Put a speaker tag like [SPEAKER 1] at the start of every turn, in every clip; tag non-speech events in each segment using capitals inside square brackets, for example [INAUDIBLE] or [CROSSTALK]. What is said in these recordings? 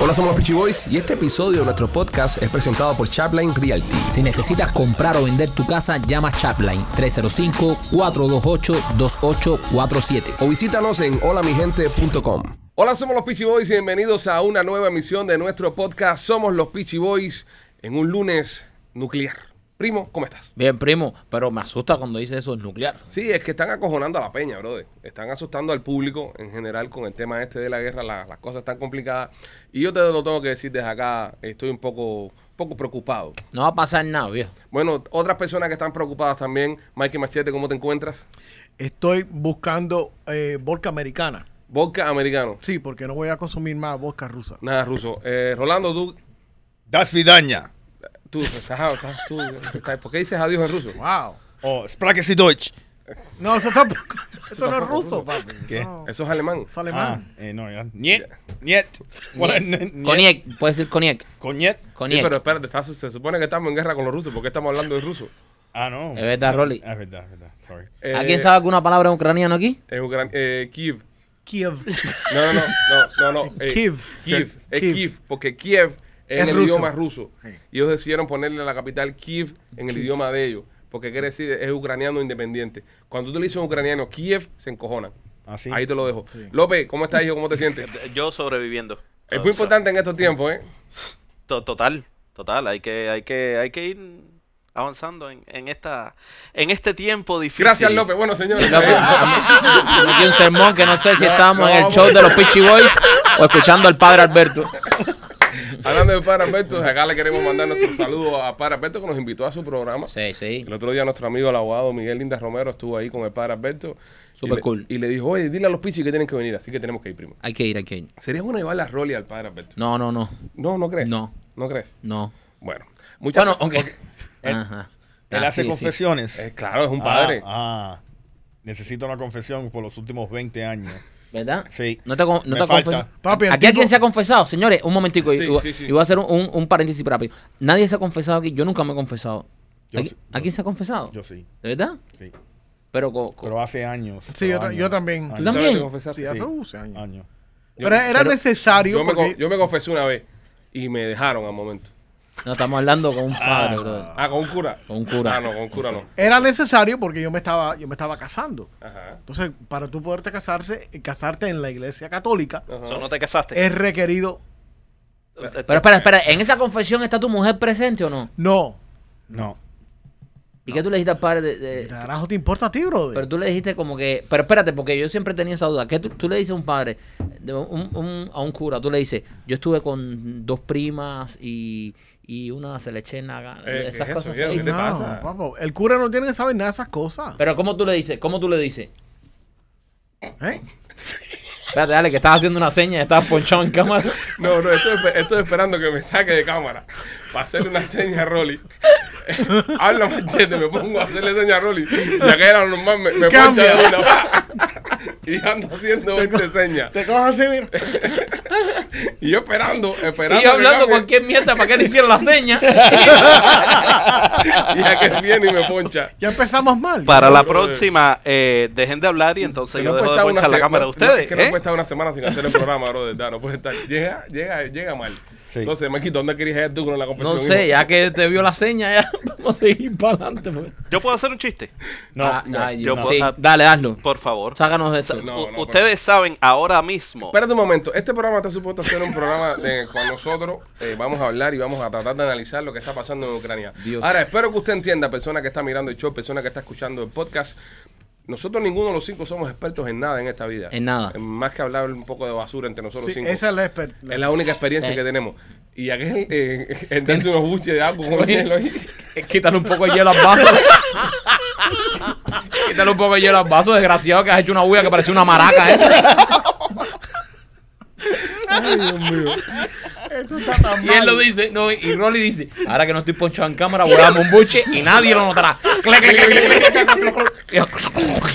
[SPEAKER 1] Hola, somos los Peachy Boys y este episodio de nuestro podcast es presentado por Chapline Realty.
[SPEAKER 2] Si necesitas comprar o vender tu casa, llama Chapline 305-428-2847.
[SPEAKER 1] O visítanos en holamigente.com. Hola, somos los Peachy Boys y bienvenidos a una nueva emisión de nuestro podcast. Somos los Peachy Boys en un lunes nuclear. Primo, ¿cómo estás?
[SPEAKER 3] Bien, primo, pero me asusta cuando dice eso el nuclear.
[SPEAKER 1] Sí, es que están acojonando a la peña, brother. Están asustando al público en general con el tema este de la guerra. la- las cosas están complicadas. Y yo te lo tengo que decir desde acá. Estoy un poco, poco preocupado.
[SPEAKER 3] No va a pasar nada, viejo.
[SPEAKER 1] Bueno, otras personas que están preocupadas también. Mikey Machete, ¿cómo te encuentras?
[SPEAKER 4] Estoy buscando eh, vodka americana.
[SPEAKER 1] Vodka americano.
[SPEAKER 4] Sí, porque no voy a consumir más vodka rusa.
[SPEAKER 1] Nada, ruso. Eh, Rolando, tú,
[SPEAKER 5] Das Vidania.
[SPEAKER 1] tú, estás, ah, estás- tú, estás- ¿por qué dices adiós en ruso?
[SPEAKER 4] Wow.
[SPEAKER 5] O Sprache Deutsch.
[SPEAKER 4] No, eso
[SPEAKER 1] [LAUGHS]
[SPEAKER 4] tampoco. Eso no es ruso, papi.
[SPEAKER 5] ¿Qué?
[SPEAKER 4] No,
[SPEAKER 1] Eso es alemán.
[SPEAKER 4] es alemán.
[SPEAKER 5] eh, no, ya. Niet. Niet. ¿Cuál es nie- niet?
[SPEAKER 3] Coniec, puedes decir Coniec.
[SPEAKER 5] Cognac.
[SPEAKER 1] Sí,
[SPEAKER 3] Coniec.
[SPEAKER 1] pero espérate, estás- se supone que estamos en guerra con los rusos. ¿Por qué estamos hablando de ruso?
[SPEAKER 5] Ah, no.
[SPEAKER 3] Es verdad, Rolly.
[SPEAKER 5] Ah, Es verdad, es verdad. Sorry.
[SPEAKER 1] Eh,
[SPEAKER 3] ¿A quién sabe alguna palabra en ucraniano aquí?
[SPEAKER 1] En Ucran- eh, Kiev.
[SPEAKER 4] Kiev.
[SPEAKER 1] No, no, no, no,
[SPEAKER 4] [LAUGHS]
[SPEAKER 1] no. no, eh,
[SPEAKER 4] Kiev.
[SPEAKER 1] Kiev. Es Kiev.
[SPEAKER 4] Kiev.
[SPEAKER 1] porque Kiev es,
[SPEAKER 4] Es
[SPEAKER 1] en el
[SPEAKER 4] ruso.
[SPEAKER 1] idioma ruso. Y ellos decidieron ponerle la capital Kiev en el idioma de ellos. Porque quiere decir, es ucraniano independiente. Cuando tú le dices a un ucraniano Kiev, se encojonan.
[SPEAKER 5] Ah, sí.
[SPEAKER 1] Ahí te lo dejo. López, ¿cómo estás, hijo? ¿Cómo te sientes?
[SPEAKER 6] Yo sobreviviendo.
[SPEAKER 1] Es muy
[SPEAKER 6] O sea,
[SPEAKER 1] importante en estos tiempos, ¿eh?
[SPEAKER 6] to- total, total. Hay que, hay que, hay que ir avanzando en, en esta, en este tiempo difícil.
[SPEAKER 1] Gracias, López. Bueno, señores. eh,
[SPEAKER 3] Aquí un sermón que no sé si
[SPEAKER 1] No,
[SPEAKER 3] estábamos
[SPEAKER 1] no,
[SPEAKER 3] en el
[SPEAKER 1] vamos.
[SPEAKER 3] show de
[SPEAKER 1] [LAUGHS]
[SPEAKER 3] los Pitchy Boys o escuchando al padre Alberto.
[SPEAKER 1] Hablando de Padre Alberto, acá le queremos mandar nuestro saludo a Padre Alberto que nos invitó a su programa.
[SPEAKER 3] Sí, sí.
[SPEAKER 1] El otro día nuestro amigo el abogado Miguel Linda Romero estuvo ahí con el Padre Alberto. y
[SPEAKER 3] Súper
[SPEAKER 1] le-
[SPEAKER 3] cool.
[SPEAKER 1] Y le dijo, oye, dile a los pichis que tienen que venir, así que tenemos que ir, primo.
[SPEAKER 3] Hay que ir, hay que ir.
[SPEAKER 1] Sería bueno llevar la Rolly al Padre Alberto.
[SPEAKER 3] No, no, no.
[SPEAKER 1] No, no
[SPEAKER 5] Eh.
[SPEAKER 1] crees.
[SPEAKER 3] No.
[SPEAKER 1] No crees.
[SPEAKER 3] No.
[SPEAKER 1] Bueno. Muchas
[SPEAKER 3] Bueno, aunque.
[SPEAKER 5] Él-
[SPEAKER 3] Ajá.
[SPEAKER 5] Él
[SPEAKER 3] Ah,
[SPEAKER 5] hace
[SPEAKER 3] sí, sí.
[SPEAKER 5] confesiones.
[SPEAKER 1] Eh, claro, es un padre.
[SPEAKER 5] Ah, ah. Necesito una confesión por los últimos 20 años.
[SPEAKER 3] ¿Verdad?
[SPEAKER 5] Sí.
[SPEAKER 3] No te, con- no
[SPEAKER 5] Me
[SPEAKER 3] te
[SPEAKER 5] falta.
[SPEAKER 3] confes-
[SPEAKER 4] Papi, el
[SPEAKER 3] aquí alguien
[SPEAKER 4] tipo-
[SPEAKER 3] se ha confesado, señores. Un momentico.
[SPEAKER 1] Sí,
[SPEAKER 3] y, y-
[SPEAKER 1] sí, sí.
[SPEAKER 3] y voy a hacer un, un- un paréntesis rápido. Nadie se ha confesado aquí. Yo nunca me he confesado.
[SPEAKER 5] Yo
[SPEAKER 3] Aquí-
[SPEAKER 5] sí,
[SPEAKER 3] ¿A quién se ha confesado?
[SPEAKER 5] Yo sí,
[SPEAKER 3] ¿De verdad?
[SPEAKER 5] sí.
[SPEAKER 3] Pero, co- co-
[SPEAKER 5] Pero hace años.
[SPEAKER 4] Sí, yo,
[SPEAKER 5] pero
[SPEAKER 4] ta-
[SPEAKER 5] años.
[SPEAKER 4] yo también.
[SPEAKER 3] ¿Tú
[SPEAKER 5] Años.
[SPEAKER 3] también?
[SPEAKER 1] Te confesas.
[SPEAKER 4] Sí, hace
[SPEAKER 5] Sí.
[SPEAKER 4] 11 años.
[SPEAKER 5] Años.
[SPEAKER 4] Pero era
[SPEAKER 1] pero-
[SPEAKER 4] necesario
[SPEAKER 1] Yo me,
[SPEAKER 4] porque...
[SPEAKER 1] con- yo me confesé una vez y me dejaron al momento.
[SPEAKER 3] no estamos hablando con un padre, brother.
[SPEAKER 1] Ah, con un cura.
[SPEAKER 3] Con un cura.
[SPEAKER 1] Ah, no, con un cura no.
[SPEAKER 4] Era necesario porque yo me estaba, yo me estaba casando.
[SPEAKER 1] Ajá.
[SPEAKER 4] Entonces, para tú poderte casarse, eh, casarte en la iglesia católica,
[SPEAKER 1] Ah,
[SPEAKER 6] O sea, no te casaste.
[SPEAKER 1] Eh,
[SPEAKER 6] Este,
[SPEAKER 4] es requerido.
[SPEAKER 6] Te-
[SPEAKER 3] Pero espera, espera. ¿En esa confesión está tu mujer presente o no?
[SPEAKER 4] No.
[SPEAKER 5] No.
[SPEAKER 3] ¿Y qué tú le dijiste al padre? de- de-
[SPEAKER 4] Carajo, te importa a ti, brother.
[SPEAKER 3] pero tú le dijiste como que... Pero espérate, porque yo siempre tenía esa duda. ¿Qué tú, tú le dices a un padre, de un- un- a un cura? Tú le dices, yo estuve con dos primas y, y una selechena. acá".
[SPEAKER 1] Eh, ¿qué
[SPEAKER 3] esas
[SPEAKER 1] es eso,
[SPEAKER 3] cosas. se
[SPEAKER 1] viejo? ¿Qué te
[SPEAKER 3] dicen.
[SPEAKER 4] no,
[SPEAKER 1] pasa?
[SPEAKER 4] papo, el cura no tiene que saber nada de esas cosas.
[SPEAKER 3] Pero ¿cómo tú le dices? ¿Cómo tú le dices?
[SPEAKER 4] ¿eh?
[SPEAKER 3] Espérate, dale, que estás haciendo una seña, estás ponchado en cámara.
[SPEAKER 1] No, no, estoy, espe- estoy esperando que me saque de cámara para hacerle una seña a Rolly. [LAUGHS] Habla machete, me pongo a hacerle seña a Rolly. Ya que era normal, me, me poncha
[SPEAKER 4] Cambia.
[SPEAKER 1] de una. pa. Y ando haciendo 20 señas.
[SPEAKER 4] Te cojas así, mira.
[SPEAKER 1] Y yo esperando, esperando.
[SPEAKER 3] Y yo
[SPEAKER 1] que
[SPEAKER 3] hablando
[SPEAKER 1] cambie.
[SPEAKER 3] cualquier mierda para que le hicieron la
[SPEAKER 1] [LAUGHS]
[SPEAKER 3] seña.
[SPEAKER 1] Y ya que viene y me poncha.
[SPEAKER 4] Ya empezamos mal.
[SPEAKER 6] Para la
[SPEAKER 1] No, brother.
[SPEAKER 6] próxima, eh, dejen de hablar
[SPEAKER 1] Mm,
[SPEAKER 6] y entonces yo
[SPEAKER 1] puede
[SPEAKER 6] dejo de
[SPEAKER 1] estar una
[SPEAKER 6] ponchar la
[SPEAKER 1] se-
[SPEAKER 6] cámara de
[SPEAKER 1] no,
[SPEAKER 6] ustedes.
[SPEAKER 1] que no
[SPEAKER 6] ¿eh?
[SPEAKER 1] puede estar una semana sin hacer el programa, bro. De verdad, no puede estar. Llega, llega, llega mal.
[SPEAKER 5] Sí.
[SPEAKER 1] Entonces, Maquito, ¿dónde querías ir tú con la confesión?
[SPEAKER 3] No sé,
[SPEAKER 1] hijo?
[SPEAKER 3] ya que te vio la seña, ya [LAUGHS] vamos a seguir para adelante. Pues.
[SPEAKER 6] Yo puedo hacer un chiste,
[SPEAKER 5] No.
[SPEAKER 3] Ah, ay,
[SPEAKER 6] yo
[SPEAKER 3] Dios.
[SPEAKER 6] puedo-
[SPEAKER 3] Sí,
[SPEAKER 6] ah,
[SPEAKER 3] dale, hazlo.
[SPEAKER 6] por favor.
[SPEAKER 3] Sácanos de esa.
[SPEAKER 1] No,
[SPEAKER 3] [LAUGHS]
[SPEAKER 1] no,
[SPEAKER 6] U-
[SPEAKER 1] pero-
[SPEAKER 6] ustedes saben ahora mismo.
[SPEAKER 1] Espérate un momento, este programa está supuesto a ser un programa de con nosotros eh, vamos a hablar y vamos a tratar de analizar lo que está pasando en Ucrania.
[SPEAKER 3] Dios.
[SPEAKER 1] Ahora, espero que usted entienda, persona que está mirando el show, persona que está escuchando el podcast, nosotros ninguno de los cinco somos expertos en nada en esta vida.
[SPEAKER 3] En nada.
[SPEAKER 1] Más que hablar un poco de basura entre nosotros
[SPEAKER 4] Sí,
[SPEAKER 1] cinco.
[SPEAKER 4] esa es la exper- la-
[SPEAKER 1] Es la única experiencia
[SPEAKER 3] Eh.
[SPEAKER 1] que tenemos. Y aquel, eh, el darse unos buches de agua con hielo ahí.
[SPEAKER 3] Quítale un poco de hielo al vaso. Quítale un poco de hielo al vaso, desgraciado, que has hecho una bulla que parece una maraca. ¿eh? Eso.
[SPEAKER 4] Esto está tan
[SPEAKER 3] Y él
[SPEAKER 4] mal.
[SPEAKER 3] lo dice, no, y Rolly dice, ahora que no estoy ponchado en cámara, voy a darme un buche y nadie lo notará. Clac, clac, clac, clac, clac, clac, clac, clac.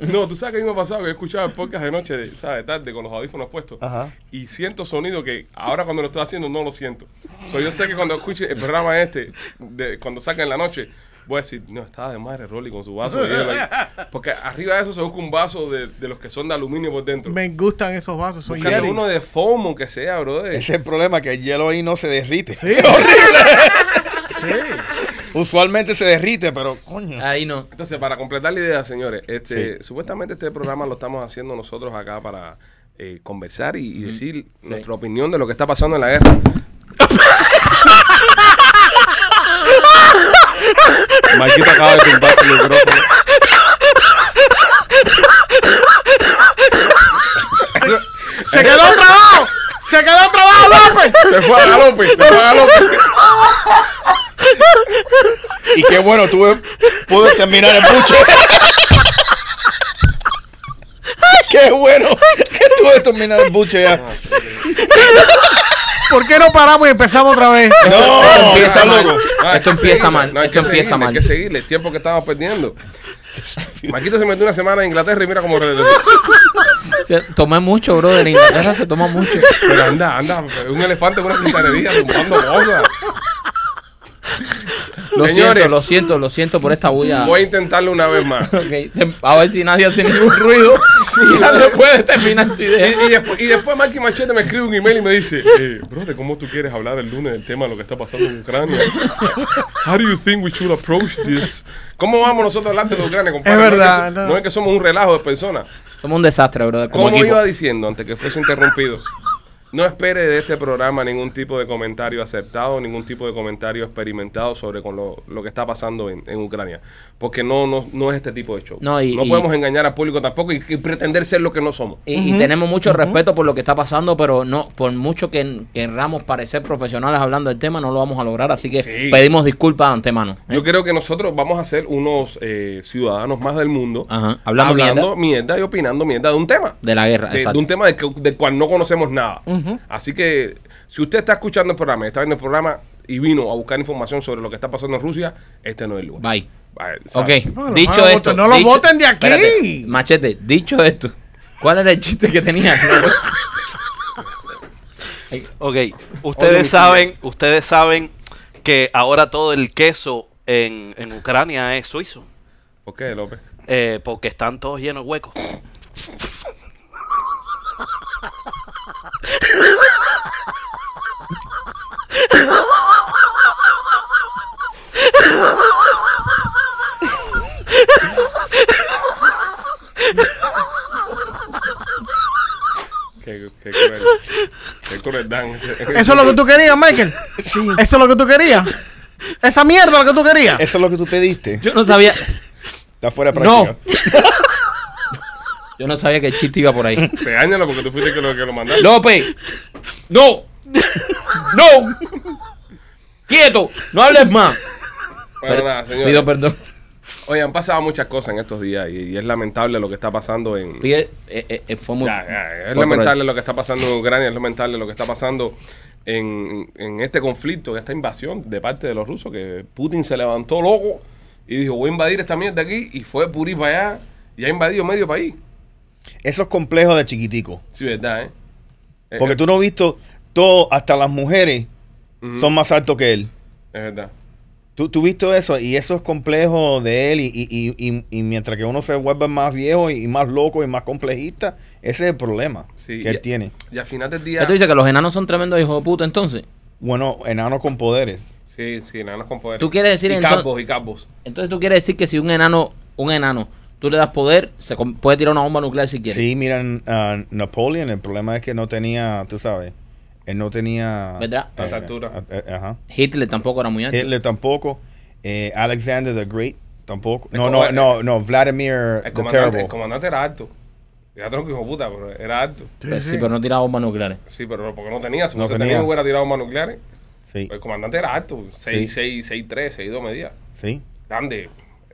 [SPEAKER 1] No, tú sabes que a mí me ha pasado que he escuchado el podcast de noche, de, ¿sabes? Tarde, con los audífonos puestos.
[SPEAKER 5] Ajá.
[SPEAKER 1] Y siento sonido que ahora cuando lo estoy haciendo no lo siento. Pero yo sé que cuando escuche el programa este, de, cuando saca en la noche, voy a decir, no, estaba de madre Rolly con su vaso de hielo ahí. Porque arriba de eso se busca un vaso de, de los que son de aluminio por dentro.
[SPEAKER 4] Me gustan esos vasos, son
[SPEAKER 1] Búscate
[SPEAKER 4] Yetis.
[SPEAKER 1] uno de foam, aunque sea, brother.
[SPEAKER 5] Ese es el problema, que el hielo ahí no se derrite. [LAUGHS]
[SPEAKER 4] Sí.
[SPEAKER 5] Usualmente se derrite, pero coño.
[SPEAKER 3] Ahí no.
[SPEAKER 1] Entonces, para completar la idea, señores, este, supuestamente este programa lo estamos haciendo nosotros acá para eh, conversar y, y decir nuestra opinión de lo que está pasando en la guerra. Maquita acaba de tumbar su micrófono.
[SPEAKER 4] ¡Se quedó trabado! ¡Se quedó trabado, López!
[SPEAKER 1] Se fue a galope, se fue a galope.
[SPEAKER 5] Y qué bueno, tuve, pude terminar el pucho. Qué bueno que tuve terminar el buche ya.
[SPEAKER 4] ¿Por qué no paramos y empezamos otra vez?
[SPEAKER 5] No,
[SPEAKER 3] empieza
[SPEAKER 5] está
[SPEAKER 3] mal.
[SPEAKER 5] loco.
[SPEAKER 1] Ah, hay
[SPEAKER 3] Esto
[SPEAKER 1] que
[SPEAKER 3] empieza
[SPEAKER 1] seguirle.
[SPEAKER 3] mal,
[SPEAKER 1] hay
[SPEAKER 3] esto
[SPEAKER 1] que
[SPEAKER 3] empieza
[SPEAKER 1] seguirle,
[SPEAKER 3] mal.
[SPEAKER 1] Hay que seguirle el tiempo que
[SPEAKER 3] [LAUGHS]
[SPEAKER 1] estamos perdiendo. Maquito se metió una semana en Inglaterra y mira cómo regresó.
[SPEAKER 3] Se, tomé mucho, bro. En Inglaterra se toma mucho.
[SPEAKER 1] Pero anda, anda, un elefante en una cristalería tumbando cosas.
[SPEAKER 3] Lo
[SPEAKER 1] Señores.
[SPEAKER 3] siento, lo siento, lo siento por esta bulla.
[SPEAKER 1] Voy a intentarlo una vez más.
[SPEAKER 3] Ok, te- A ver si nadie hace ningún ruido. Y ya después de terminar su
[SPEAKER 1] Y,
[SPEAKER 3] idea.
[SPEAKER 1] [LAUGHS] y después, y después Marky Machete me escribe un email y me dice, eh, brother, ¿cómo tú quieres hablar el lunes del tema de lo que está pasando en Ucrania? How do you think we should approach this? ¿Cómo vamos nosotros adelante de Ucrania, compadre?
[SPEAKER 4] Es
[SPEAKER 1] No que
[SPEAKER 4] verdad,
[SPEAKER 1] so- No es,
[SPEAKER 4] no.
[SPEAKER 1] que somos un relajo de personas.
[SPEAKER 3] Somos un desastre, bro. Como
[SPEAKER 1] Como
[SPEAKER 3] equipo.
[SPEAKER 1] iba diciendo antes que fuese interrumpido, no espere de este programa ningún tipo de comentario aceptado, ningún tipo de comentario experimentado sobre con lo, lo que está pasando en, en Ucrania. Porque no, no, no es este tipo de show.
[SPEAKER 3] No, y- y-
[SPEAKER 1] podemos engañar al público tampoco y, y pretender ser lo que no somos.
[SPEAKER 3] Y, y tenemos mucho respeto por lo que está pasando, pero no, por mucho que querramos parecer profesionales hablando del tema, no lo vamos a lograr. Así que
[SPEAKER 1] Sí.
[SPEAKER 3] pedimos disculpas de antemano. ¿eh?
[SPEAKER 1] Yo creo que nosotros vamos a ser unos eh, ciudadanos más del mundo
[SPEAKER 3] Ajá. Hablando
[SPEAKER 1] hablando mierda. y opinando mierda de un tema.
[SPEAKER 3] De la guerra,
[SPEAKER 1] De, de
[SPEAKER 3] exacto.
[SPEAKER 1] un tema del que- del cual no conocemos nada. Así que si usted está escuchando el programa, está viendo el programa y vino a buscar información sobre lo que está pasando en Rusia, este no es el lugar.
[SPEAKER 3] Bye.
[SPEAKER 1] Vale,
[SPEAKER 3] Ok,
[SPEAKER 1] ¿sabes?
[SPEAKER 4] Bueno,
[SPEAKER 3] dicho
[SPEAKER 4] no lo
[SPEAKER 3] esto.
[SPEAKER 4] voten- no lo
[SPEAKER 3] dicho-
[SPEAKER 4] voten de aquí.
[SPEAKER 3] machete, dicho esto, ¿cuál era el chiste que
[SPEAKER 1] [LAUGHS]
[SPEAKER 3] tenías?
[SPEAKER 6] Ok,
[SPEAKER 1] Oye,
[SPEAKER 6] ustedes
[SPEAKER 1] sí.
[SPEAKER 6] saben, ustedes saben que ahora todo el queso en, en Ucrania es suizo,
[SPEAKER 1] ¿Por qué, López?
[SPEAKER 6] eh, porque están todos llenos
[SPEAKER 1] [LAUGHS]
[SPEAKER 6] de huecos.
[SPEAKER 1] Qué, qué cruel. Qué cruel, Dan.
[SPEAKER 3] [LAUGHS]
[SPEAKER 4] ¿Eso es lo que
[SPEAKER 1] [LAUGHS]
[SPEAKER 4] tú querías, Michael?
[SPEAKER 5] Sí,
[SPEAKER 4] ¿Eso es lo que tú querías? ¿Esa mierda es lo que tú querías?
[SPEAKER 5] eso es lo que tú pediste.
[SPEAKER 3] Yo no sabía,
[SPEAKER 5] Está fuera de
[SPEAKER 3] No.
[SPEAKER 5] práctica.
[SPEAKER 3] yo no sabía que el chiste iba por ahí.
[SPEAKER 1] Regáñalo porque tú fuiste el que lo, que lo mandaste.
[SPEAKER 3] López, no, no, quieto, no hables más.
[SPEAKER 1] Bueno,
[SPEAKER 3] Per-
[SPEAKER 1] nada, señores.
[SPEAKER 3] Pido perdón.
[SPEAKER 1] Oye, han pasado muchas cosas en estos días y, y es lamentable lo que está pasando en,
[SPEAKER 3] Pide- eh, eh, eh, fue muy.
[SPEAKER 1] Ya, ya, es
[SPEAKER 3] fue
[SPEAKER 1] lamentable lo que está pasando en Ucrania, es lamentable lo que está pasando en, en este conflicto, en esta invasión de parte de los rusos, que Putin se levantó loco y dijo, voy a invadir esta mierda aquí, y fue purí para allá, y ha invadido medio país.
[SPEAKER 5] Eso es complejo de chiquitico.
[SPEAKER 1] Sí, verdad, ¿eh? Eh,
[SPEAKER 5] Porque tú no has visto todo, hasta las mujeres son más altos que él.
[SPEAKER 1] Es verdad.
[SPEAKER 5] Tú, tú visto eso y eso es complejo de él y, y- y- y- y mientras que uno se vuelve más viejo y, y más loco y más complejista, ese es el problema
[SPEAKER 1] Sí,
[SPEAKER 5] que él
[SPEAKER 1] y-
[SPEAKER 5] tiene.
[SPEAKER 1] Y al final del
[SPEAKER 3] ¿Qué
[SPEAKER 1] día...
[SPEAKER 3] tú dices que los enanos son tremendos hijos de puta entonces?
[SPEAKER 5] Bueno, enano con poderes.
[SPEAKER 1] Sí, sí, nada, nos con poderes.
[SPEAKER 3] ¿Tú quieres decir
[SPEAKER 1] Y
[SPEAKER 3] entonces-
[SPEAKER 1] capos, y capos.
[SPEAKER 3] Entonces tú quieres decir que si un enano, un enano, tú le das poder, se com- puede tirar una bomba nuclear si quiere.
[SPEAKER 5] Sí, miran a Napoleon, el problema es que no tenía, tú sabes, él no tenía...
[SPEAKER 3] ¿Verdad? Ah,
[SPEAKER 1] Tanta altura.
[SPEAKER 5] a- a- ajá.
[SPEAKER 3] Hitler tampoco era muy alto.
[SPEAKER 5] Hitler tampoco, eh, Alexander the Great tampoco.
[SPEAKER 1] El
[SPEAKER 5] No,
[SPEAKER 1] como-
[SPEAKER 5] no, no, no, Vladimir
[SPEAKER 1] El
[SPEAKER 5] the
[SPEAKER 1] comandante, el
[SPEAKER 5] Terrible.
[SPEAKER 1] comandante era alto. Ya tengo que hijo de puta, pero era alto.
[SPEAKER 3] Pero Pues sí, pero no tiraba bombas nucleares.
[SPEAKER 1] Sí, pero porque no tenía, si
[SPEAKER 5] No
[SPEAKER 1] no
[SPEAKER 5] tenía.
[SPEAKER 1] tenía, hubiera tirado más nucleares.
[SPEAKER 5] Sí,
[SPEAKER 1] El comandante era alto,
[SPEAKER 5] Sí.
[SPEAKER 1] 6, 6, 6, 3, 6, 2 medía.
[SPEAKER 5] sí.
[SPEAKER 1] Grande,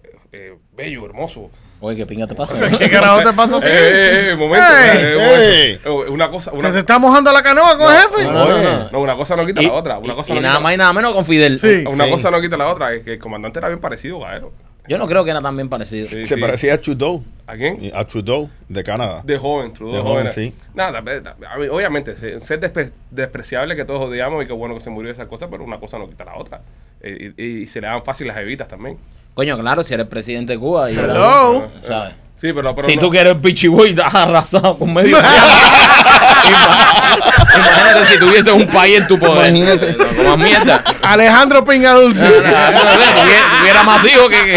[SPEAKER 1] eh, eh, bello, hermoso.
[SPEAKER 3] Oye, qué pinga te pasa.
[SPEAKER 4] ¿Qué carajo te pasa a ti?
[SPEAKER 1] Eh, eh, eh, momento,
[SPEAKER 4] Ey,
[SPEAKER 1] eh,
[SPEAKER 5] ey.
[SPEAKER 1] momento. Eh, Una cosa,
[SPEAKER 4] ¿Se te
[SPEAKER 1] una,
[SPEAKER 4] está mojando la canoa con
[SPEAKER 1] No,
[SPEAKER 4] jefe?
[SPEAKER 3] No, no, no, no.
[SPEAKER 1] no, una cosa no quita
[SPEAKER 3] Y,
[SPEAKER 1] la otra. Una
[SPEAKER 3] y-
[SPEAKER 1] cosa
[SPEAKER 3] y
[SPEAKER 1] no
[SPEAKER 3] nada
[SPEAKER 1] quita,
[SPEAKER 3] más y nada menos con Fidel.
[SPEAKER 4] Sí.
[SPEAKER 1] una
[SPEAKER 5] Sí.
[SPEAKER 1] cosa no quita la otra. Es que el comandante era bien parecido a él.
[SPEAKER 3] Yo no creo que era tan bien parecido.
[SPEAKER 1] Sí,
[SPEAKER 5] Se
[SPEAKER 1] sí.
[SPEAKER 5] parecía a Trudeau,
[SPEAKER 1] ¿A quién?
[SPEAKER 5] a Trudeau de Canadá.
[SPEAKER 1] De joven, Trudeau.
[SPEAKER 5] De
[SPEAKER 1] De
[SPEAKER 5] joven,
[SPEAKER 1] joven,
[SPEAKER 5] sí.
[SPEAKER 1] Nada, pero, a ver, obviamente, se- ser despe- despreciable que todos odiamos y que bueno que se murió esa cosa, pero una cosa no quita la otra. Eh, y, y se le dan fácil las evitas también. Ah,
[SPEAKER 3] Coño, claro, si eres presidente de Cuba. y-
[SPEAKER 4] Hello.
[SPEAKER 3] ¿sabes?
[SPEAKER 1] Sí, pero, pero
[SPEAKER 3] si
[SPEAKER 1] no-
[SPEAKER 3] tú quieres el pichiboy, estás arrasado con medio. Ima- Imagínate si tuvieses un país en tu poder.
[SPEAKER 5] Imagínate.
[SPEAKER 3] No, no más mierda.
[SPEAKER 4] [LAUGHS] Alejandro Peña Dulce.
[SPEAKER 3] Tuviera más hijos que. que-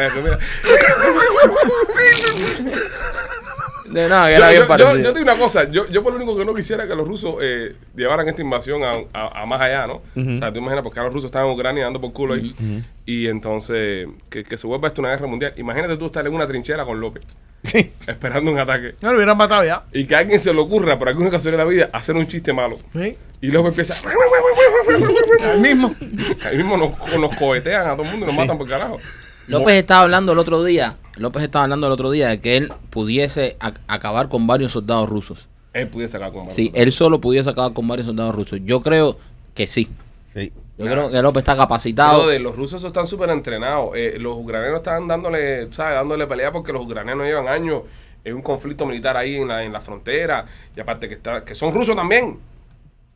[SPEAKER 1] Eh, mira.
[SPEAKER 3] No, no, Ah, que
[SPEAKER 1] Yo,
[SPEAKER 3] era bien
[SPEAKER 1] yo-
[SPEAKER 3] parecido.
[SPEAKER 1] yo- yo te digo una cosa, yo, yo por lo único que no quisiera que los rusos eh, llevaran esta invasión a, a- a más allá, ¿no? O sea, tú imaginas, porque ahora los rusos están en Ucrania dando por culo ahí, y entonces que, que se vuelva esto una guerra mundial. Imagínate tú estar en una trinchera con López,
[SPEAKER 5] Sí.
[SPEAKER 1] esperando un ataque,
[SPEAKER 4] No lo hubieran matado ya.
[SPEAKER 1] y que a alguien se le ocurra, por alguna casualidad de la vida, hacer un chiste malo.
[SPEAKER 4] ¿Sí?
[SPEAKER 1] Y López empieza,
[SPEAKER 4] El mismo.
[SPEAKER 1] [LAUGHS] ahí mismo nos, nos cohetean a todo el mundo y nos matan por carajo.
[SPEAKER 3] López estaba hablando el otro día. López estaba hablando el otro día de que él pudiese ac- acabar con varios soldados rusos.
[SPEAKER 1] Él pudiese sacar con
[SPEAKER 3] Sí, él solo pudiese acabar con varios soldados rusos. Yo creo que sí.
[SPEAKER 5] Sí.
[SPEAKER 3] Yo creo que López está capacitado.
[SPEAKER 1] Brother, los rusos están súper entrenados. Eh, los ucranianos están dándole, ¿sabes? dándole pelea porque los ucranianos llevan años en un conflicto militar ahí en la, en la frontera. Y aparte que, está- que son rusos también.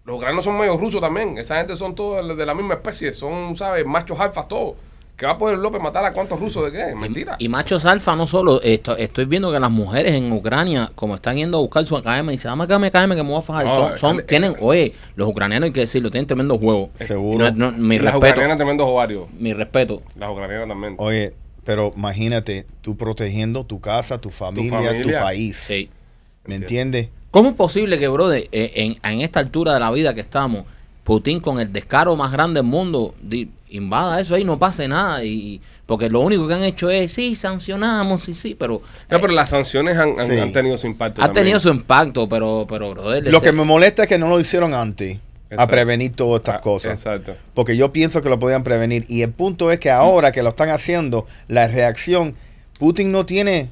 [SPEAKER 1] Los ucranianos son medio rusos también. Esa gente son todos de la misma especie. Son, ¿sabes? Machos alfas todos. ¿Que va a poder López matar a cuántos rusos de qué? Mentira.
[SPEAKER 3] Y machos alfa no solo, esto, estoy viendo que las mujeres en Ucrania, como están yendo a buscar su academia, dicen, dame academia, academia, que me voy a fajar.
[SPEAKER 1] No,
[SPEAKER 3] son, son-
[SPEAKER 1] eh,
[SPEAKER 3] tienen, oye, los ucranianos hay que decirlo, tienen tremendo juego.
[SPEAKER 5] Seguro.
[SPEAKER 3] No, no, mi
[SPEAKER 1] las
[SPEAKER 3] respeto,
[SPEAKER 1] ucranianas tremendos ovarios.
[SPEAKER 3] mi respeto.
[SPEAKER 1] Las ucranianas también.
[SPEAKER 5] Oye, pero imagínate, tú protegiendo tu casa, tu familia, tu,
[SPEAKER 1] familia.
[SPEAKER 5] país.
[SPEAKER 3] Sí.
[SPEAKER 5] ¿Me entiendes?
[SPEAKER 3] ¿Cómo es posible que, brother, eh, en, en esta altura de la vida que estamos, Putin con el descaro más grande del mundo di- invada eso ahí, no pase nada? Y, porque lo único que han hecho es, sí, sancionamos, sí, sí, pero
[SPEAKER 1] Ya, pero las sanciones han, han-
[SPEAKER 5] Sí.
[SPEAKER 1] han tenido su impacto.
[SPEAKER 3] ha
[SPEAKER 1] también.
[SPEAKER 3] tenido su impacto, pero, pero brother,
[SPEAKER 5] Lo
[SPEAKER 3] ese-
[SPEAKER 5] que me molesta es que no lo hicieron antes a
[SPEAKER 1] Exacto.
[SPEAKER 5] prevenir todas estas
[SPEAKER 1] Ah,
[SPEAKER 5] cosas.
[SPEAKER 1] Exacto.
[SPEAKER 5] Porque yo pienso que lo podían prevenir. Y el punto es que ahora que lo están haciendo, la reacción, Putin no tiene,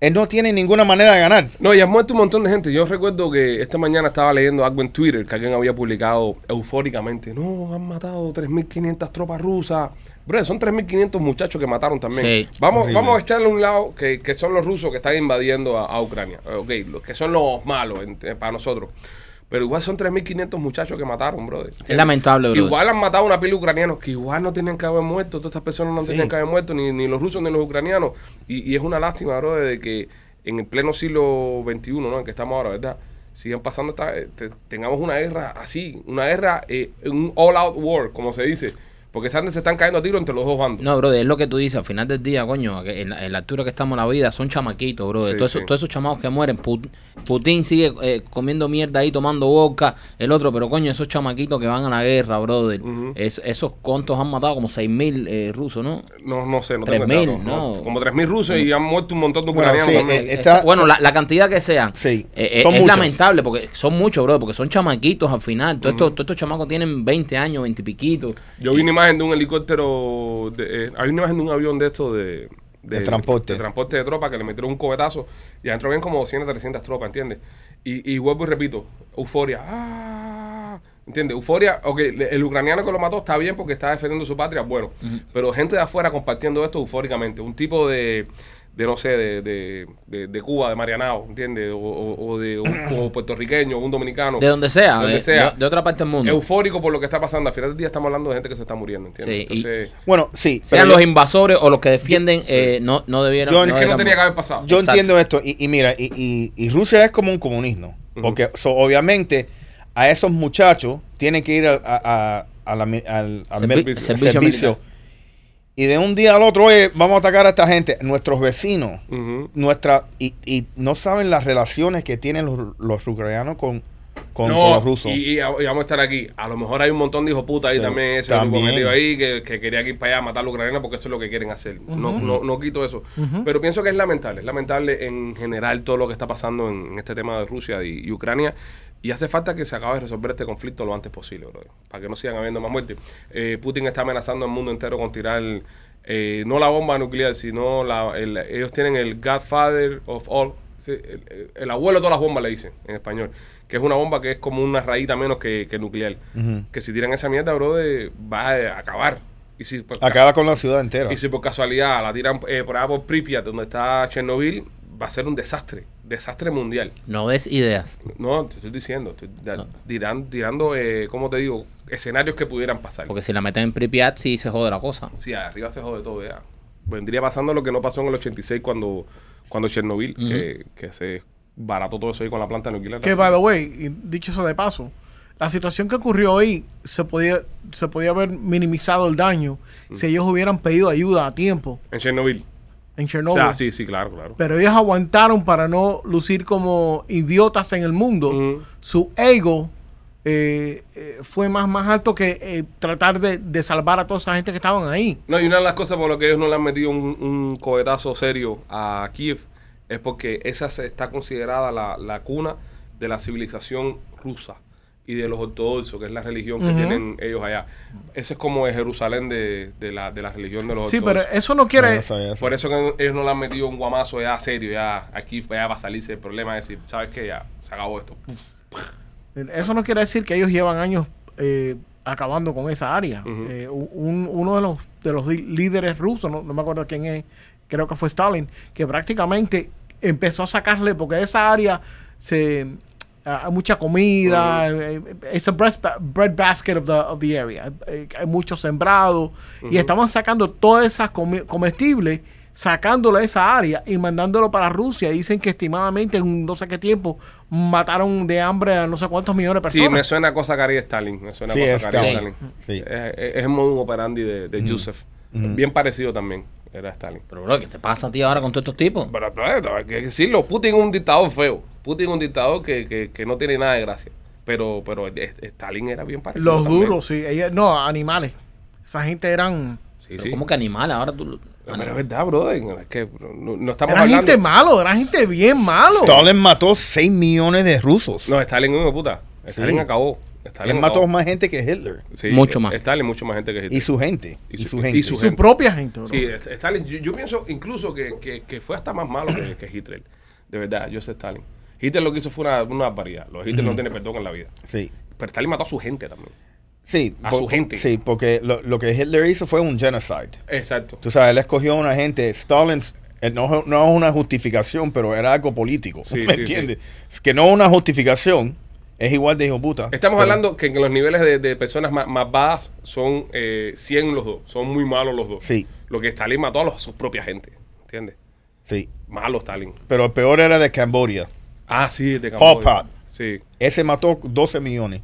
[SPEAKER 5] él no tiene ninguna manera de ganar.
[SPEAKER 1] No, y han muerto un montón de gente. Yo recuerdo que esta mañana estaba leyendo algo en Twitter que alguien había publicado eufóricamente. No, han matado 3.500 tropas rusas. Bro, son 3.500 muchachos que mataron también.
[SPEAKER 3] Sí,
[SPEAKER 1] vamos,
[SPEAKER 5] horrible.
[SPEAKER 1] vamos a echarle a un lado que, que son los rusos que están invadiendo a, a Ucrania. Eh, Ok, los que son los malos en- eh, para nosotros. Pero igual son 3.500 muchachos que mataron, brother.
[SPEAKER 3] es lamentable, brother.
[SPEAKER 1] Igual han matado una pila de ucranianos que igual no tenían que haber muerto. Todas estas personas no tenían que haber muerto, ni, ni los rusos ni los ucranianos. Y, y es una lástima, bro, de que en el pleno siglo XXI, ¿no? En que estamos ahora, ¿verdad? Sigan pasando esta, eh, te- tengamos una guerra así, una guerra, eh, un all-out war, como se dice. Porque esa gente se están cayendo a tiro entre los dos bandos.
[SPEAKER 3] No, brother, es lo que tú dices. Al final del día, coño, que en la, en la altura que estamos en la vida, son chamaquitos, brother.
[SPEAKER 1] Sí,
[SPEAKER 3] todos, esos,
[SPEAKER 1] sí.
[SPEAKER 3] todos esos chamados que mueren. Put- Putin sigue eh, comiendo mierda ahí, tomando boca. El otro, pero coño, esos chamaquitos que van a la guerra, brother.
[SPEAKER 1] Ujú.
[SPEAKER 3] Es- esos contos han matado como 6.000 eh, rusos, ¿no?
[SPEAKER 1] No, no sé, no
[SPEAKER 3] Tres
[SPEAKER 1] tengo
[SPEAKER 3] mil,
[SPEAKER 1] datos,
[SPEAKER 3] no.
[SPEAKER 1] Como 3.000 rusos y han muerto un montón de
[SPEAKER 5] Bueno,
[SPEAKER 1] ucranianos
[SPEAKER 5] sí,
[SPEAKER 1] también.
[SPEAKER 5] eh, Está-
[SPEAKER 3] bueno, la, la cantidad que sean.
[SPEAKER 5] Sí,
[SPEAKER 3] Eh, eh,
[SPEAKER 5] son
[SPEAKER 3] es
[SPEAKER 5] muchos.
[SPEAKER 3] lamentable porque son muchos, brother, porque son chamaquitos al final. Todos estos, todos estos chamacos tienen 20 años, 20 y piquitos.
[SPEAKER 1] Yo vi una imagen de un helicóptero, de, eh, hay una imagen de un avión de estos de,
[SPEAKER 5] De transporte.
[SPEAKER 1] de transporte de tropa que le metieron un cobetazo y adentro ven como 200, 300 tropas, ¿entiendes? Y, y vuelvo y repito, euforia, ¡ah! ¿entiendes? Euforia, ok, le- el ucraniano que lo mató está bien porque está defendiendo su patria, bueno, pero gente de afuera compartiendo esto eufóricamente, un tipo de de no sé, de, de, de- de Cuba, de Marianao, ¿entiendes? O, o- o de un
[SPEAKER 5] [CLEARS THROAT]
[SPEAKER 1] o puertorriqueño, un dominicano.
[SPEAKER 3] De donde sea,
[SPEAKER 1] Oh, Donde
[SPEAKER 3] de,
[SPEAKER 1] sea.
[SPEAKER 3] de- de otra parte del mundo.
[SPEAKER 1] Eufórico por lo que está pasando. Al final del día estamos hablando de gente que se está muriendo, ¿entiendes?
[SPEAKER 3] Sí, y-
[SPEAKER 1] Entonces,
[SPEAKER 5] Bueno, sí. pero
[SPEAKER 3] sean
[SPEAKER 5] yo-
[SPEAKER 3] los invasores o los que defienden, eh, no, no debieron.
[SPEAKER 5] Yo-
[SPEAKER 1] es que no
[SPEAKER 3] debieron-
[SPEAKER 1] tenía que haber pasado.
[SPEAKER 5] Yo
[SPEAKER 3] Exacto.
[SPEAKER 5] entiendo esto. Y, y mira, y, y- y Rusia es como un comunismo. Porque so, obviamente a esos muchachos tienen que ir a- a- a- a la mi- al, al
[SPEAKER 3] Servi-
[SPEAKER 5] mil-
[SPEAKER 3] servicio militar.
[SPEAKER 5] Y de un día al otro, oye, vamos a atacar a esta gente. Nuestros vecinos,
[SPEAKER 1] Ujú.
[SPEAKER 5] nuestra y, y no saben las relaciones que tienen los, los ucranianos con, con,
[SPEAKER 1] No,
[SPEAKER 5] con los rusos.
[SPEAKER 1] Y, y- y vamos a estar aquí. A lo mejor hay un montón de hijos puta ahí
[SPEAKER 5] Sí,
[SPEAKER 1] también, ese grupo
[SPEAKER 5] también.
[SPEAKER 1] metido ahí, que, que quería ir para allá a matar a los ucranianos porque eso es lo que quieren hacer. no, no, no quito eso. Pero pienso que es lamentable. Es lamentable en general todo lo que está pasando en, en este tema de Rusia y, y Ucrania. Y hace falta que se acabe de resolver este conflicto lo antes posible, brother, para que no sigan habiendo más muertes. Eh, Putin está amenazando al mundo entero con tirar eh, no la bomba nuclear, sino la, el- ellos tienen el Godfather of all Sí, el, el- el abuelo de todas las bombas le dicen en español. Que es una bomba que es como una rayita menos que, que nuclear. Que si tiran esa mierda, bro, de- va a acabar. Y si, por,
[SPEAKER 5] Acaba con la ciudad entera.
[SPEAKER 1] y si por casualidad la tiran eh, por allá por Pripyat, donde está Chernobyl, va a ser un desastre, desastre mundial.
[SPEAKER 3] No des ideas.
[SPEAKER 1] No, te estoy diciendo, estoy da- tiran- tirando, eh, ¿cómo te digo? Escenarios que pudieran pasar.
[SPEAKER 3] Porque si la meten en Pripyat, sí se jode la cosa.
[SPEAKER 1] Sí, arriba se jode todo, ya. Vendría pasando lo que no pasó en el 86 cuando, cuando Chernobyl, que, que se barató todo eso ahí con la planta nuclear.
[SPEAKER 4] Que, by the way, y dicho eso de paso, la situación que ocurrió hoy se podía, se podía haber minimizado el daño si
[SPEAKER 1] Mm.
[SPEAKER 4] ellos hubieran pedido ayuda a tiempo
[SPEAKER 1] En Chernobyl.
[SPEAKER 4] en
[SPEAKER 1] O
[SPEAKER 4] Chernobyl.
[SPEAKER 1] sea, sí, sí, claro, claro.
[SPEAKER 4] Pero ellos aguantaron para no lucir como idiotas en el mundo.
[SPEAKER 1] Ujú.
[SPEAKER 4] Su ego eh, eh, fue más, más alto que eh, tratar de, de salvar a toda esa gente que estaban ahí.
[SPEAKER 1] No, y una de las cosas por las que ellos no le han metido un, un cohetazo serio a Kiev es porque esa se está considerada la, la cuna de la civilización rusa y de los ortodoxos, que es la religión que
[SPEAKER 4] Ujú.
[SPEAKER 1] tienen ellos allá. Eso es como el Jerusalén de, de la, de la religión de los
[SPEAKER 4] Sí, pero
[SPEAKER 1] ortodoxos.
[SPEAKER 4] eso no quiere...
[SPEAKER 5] No, no sabía eso.
[SPEAKER 1] Por eso que ellos no le han metido un guamazo ya serio, ya aquí ya va a salirse el problema de decir, ¿sabes qué? Ya se acabó esto.
[SPEAKER 4] Eso no quiere decir que ellos llevan años eh, acabando con esa área.
[SPEAKER 1] Ujú.
[SPEAKER 4] Eh, un- uno de los, de los li- líderes rusos, no, no me acuerdo quién es, creo que fue Stalin, que prácticamente empezó a sacarle, porque de esa área se ah, hay mucha comida, eh, es el bread, basket of the, of the area, Eh, hay mucho sembrado, y estaban sacando todas esas comi- comestibles, sacándolo de esa área y mandándolo para Rusia. Dicen que estimadamente en no sé qué tiempo mataron de hambre a no sé cuántos millones de
[SPEAKER 1] Sí, me
[SPEAKER 4] personas.
[SPEAKER 1] suena a cosa cari de Stalin. Me suena a
[SPEAKER 5] Sí,
[SPEAKER 1] cosa
[SPEAKER 5] es
[SPEAKER 1] cari de
[SPEAKER 5] Stalin.
[SPEAKER 1] Stalin.
[SPEAKER 5] Sí. Mm.
[SPEAKER 1] Es, es- es el modus operandi de, de Joseph. Bien parecido también era Stalin.
[SPEAKER 3] Pero, bro, ¿qué te pasa a ti ahora con todos estos tipos?
[SPEAKER 1] Pero, pero, hay que decirlo, Putin es un dictador feo. Putin es un dictador que, que- que no tiene nada de gracia. Pero, pero es- Stalin era bien parecido.
[SPEAKER 4] Los
[SPEAKER 1] también.
[SPEAKER 4] duros, sí. Ellos- no, animales. Esa gente eran...
[SPEAKER 1] Sí,
[SPEAKER 3] Pero
[SPEAKER 1] sí.
[SPEAKER 3] ¿Cómo que animal? Ahora tú...
[SPEAKER 1] Pero es verdad, brother. Es que bro, no, no estamos
[SPEAKER 4] Eran
[SPEAKER 1] hablando.
[SPEAKER 4] gente malo, eran gente bien malo.
[SPEAKER 5] Stalin mató 6 millones de rusos.
[SPEAKER 1] No, Stalin es una puta. Stalin
[SPEAKER 5] Sí.
[SPEAKER 1] acabó. Stalin
[SPEAKER 5] Él mató
[SPEAKER 1] acabó.
[SPEAKER 5] más gente que Hitler.
[SPEAKER 1] Sí,
[SPEAKER 3] Mucho
[SPEAKER 1] eh,
[SPEAKER 3] más.
[SPEAKER 1] Stalin, mucho más gente que Hitler.
[SPEAKER 5] Y su gente.
[SPEAKER 1] Y
[SPEAKER 5] Y
[SPEAKER 1] su-
[SPEAKER 5] su,
[SPEAKER 1] y
[SPEAKER 5] gente.
[SPEAKER 1] su
[SPEAKER 4] su propia gente. bro.
[SPEAKER 1] Sí, es- Stalin, yo, yo pienso incluso que, que- que fue hasta más malo que, que Hitler. De verdad, yo sé Stalin. Hitler lo que hizo fue una, una barbaridad. Los Hitler no tienen perdón en la vida.
[SPEAKER 5] Sí.
[SPEAKER 1] Pero Stalin mató a su gente también.
[SPEAKER 5] Sí,
[SPEAKER 1] A
[SPEAKER 5] po-
[SPEAKER 1] su gente.
[SPEAKER 5] Sí, porque lo, lo que Hitler hizo fue un genocide.
[SPEAKER 1] Exacto.
[SPEAKER 5] Tú sabes, él escogió a una gente, Stalin, eh, no, no es una justificación, pero era algo político.
[SPEAKER 1] Sí,
[SPEAKER 5] ¿Me
[SPEAKER 1] sí,
[SPEAKER 5] entiendes? Es Que no es una justificación, es igual de hijo puta.
[SPEAKER 1] Estamos
[SPEAKER 5] Pero-
[SPEAKER 1] hablando que en los niveles de, de personas más, más bajas son eh, 100 los dos. Son muy malos los dos.
[SPEAKER 5] Sí.
[SPEAKER 1] Lo que Stalin mató a, los, a sus propia gente. ¿Entiendes?
[SPEAKER 5] Sí,
[SPEAKER 1] Malo Stalin.
[SPEAKER 5] pero el peor era de Camboya.
[SPEAKER 1] Ah, sí, de
[SPEAKER 5] Pol
[SPEAKER 1] Camboya.
[SPEAKER 5] Pot.
[SPEAKER 1] Sí.
[SPEAKER 5] Ese mató 12 millones.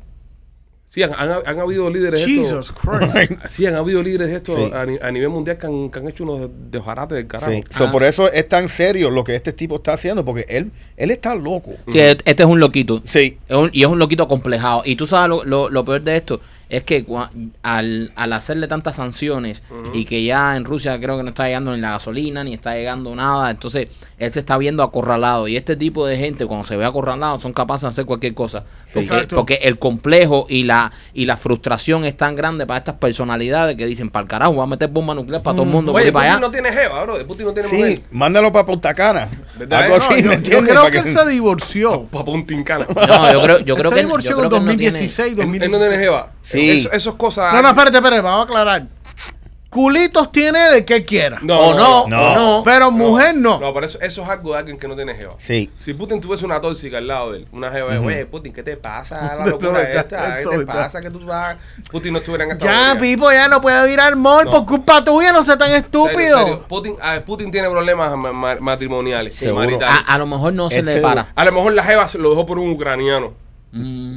[SPEAKER 1] Sí, han, han- han habido líderes de Oh estos-
[SPEAKER 4] Jesus Christ.
[SPEAKER 1] Sí, han habido líderes de estos
[SPEAKER 5] Sí.
[SPEAKER 1] a, ni- a nivel mundial que han, que han hecho unos desbarates del carajo.
[SPEAKER 5] Sí. So,
[SPEAKER 3] Ah.
[SPEAKER 5] por eso es tan serio lo que este tipo está haciendo, porque él, él está loco.
[SPEAKER 3] Sí, et- este es un loquito.
[SPEAKER 5] Sí,
[SPEAKER 3] Es un- y es un loquito complejado. Y tú sabes lo, lo- lo peor de esto, es que cua- al, al hacerle tantas sanciones y que ya en Rusia creo que no está llegando ni la gasolina, ni está llegando nada, entonces él se está viendo acorralado. Y este tipo de gente cuando se ve acorralado son capaces de hacer cualquier cosa. Porque,
[SPEAKER 4] Exacto.
[SPEAKER 3] porque el complejo y la y la frustración es tan grande para estas personalidades que dicen, para el carajo, voy a meter bomba nuclear para todo el mundo.
[SPEAKER 1] Oye,
[SPEAKER 3] voy para
[SPEAKER 1] Putin
[SPEAKER 3] allá".
[SPEAKER 1] no tiene jeva, bro. Putin no tiene mujer.
[SPEAKER 5] sí, mándalo para Punta Cana.
[SPEAKER 1] ¿Verdad?
[SPEAKER 5] Algo
[SPEAKER 1] No,
[SPEAKER 5] así,
[SPEAKER 1] yo-
[SPEAKER 5] ¿me
[SPEAKER 1] yo
[SPEAKER 4] Yo
[SPEAKER 5] entiendes?
[SPEAKER 4] creo
[SPEAKER 5] Para
[SPEAKER 4] que él
[SPEAKER 5] que-
[SPEAKER 4] se divorció.
[SPEAKER 1] Papá un tincana.
[SPEAKER 3] No,
[SPEAKER 4] [LAUGHS]
[SPEAKER 3] yo creo, yo creo
[SPEAKER 4] Él
[SPEAKER 3] que
[SPEAKER 4] se divorció
[SPEAKER 3] yo creo
[SPEAKER 4] en
[SPEAKER 3] que no tiene-
[SPEAKER 4] 2016,
[SPEAKER 1] Él él no
[SPEAKER 4] 2017.
[SPEAKER 1] tiene jeva.
[SPEAKER 5] Sí.
[SPEAKER 1] Eso, eso es cosa...
[SPEAKER 4] No, no, espérate, espérate, vamos a aclarar. Culitos tiene de que quiera.
[SPEAKER 1] No,
[SPEAKER 3] o no,
[SPEAKER 5] no.
[SPEAKER 3] o no.
[SPEAKER 4] pero mujer no.
[SPEAKER 1] No, pero eso, eso es algo de alguien que no tiene jeva.
[SPEAKER 5] Sí.
[SPEAKER 1] Si Putin tuviese una tóxica al lado de él, una jeva, oye, Putin, ¿qué
[SPEAKER 4] [LAUGHS]
[SPEAKER 1] te pasa? La
[SPEAKER 4] Eso
[SPEAKER 1] locura
[SPEAKER 4] verdad,
[SPEAKER 1] esta, ¿qué
[SPEAKER 4] eso
[SPEAKER 1] te
[SPEAKER 4] verdad.
[SPEAKER 1] pasa? que tú vas? Putin no estuviera en esta
[SPEAKER 4] ya,
[SPEAKER 1] bobería.
[SPEAKER 4] Pipo, ya no puedo ir al mall
[SPEAKER 1] No.
[SPEAKER 4] por culpa tuya, no seas tan
[SPEAKER 1] Serio,
[SPEAKER 4] estúpido.
[SPEAKER 1] serio. Putin, ah, Putin tiene problemas ma- ma- matrimoniales,
[SPEAKER 5] Seguro.
[SPEAKER 1] maritales.
[SPEAKER 3] A, a lo mejor no se
[SPEAKER 5] Él
[SPEAKER 3] le
[SPEAKER 5] se-
[SPEAKER 3] para.
[SPEAKER 1] A lo mejor la jeva se lo dejó por un ucraniano.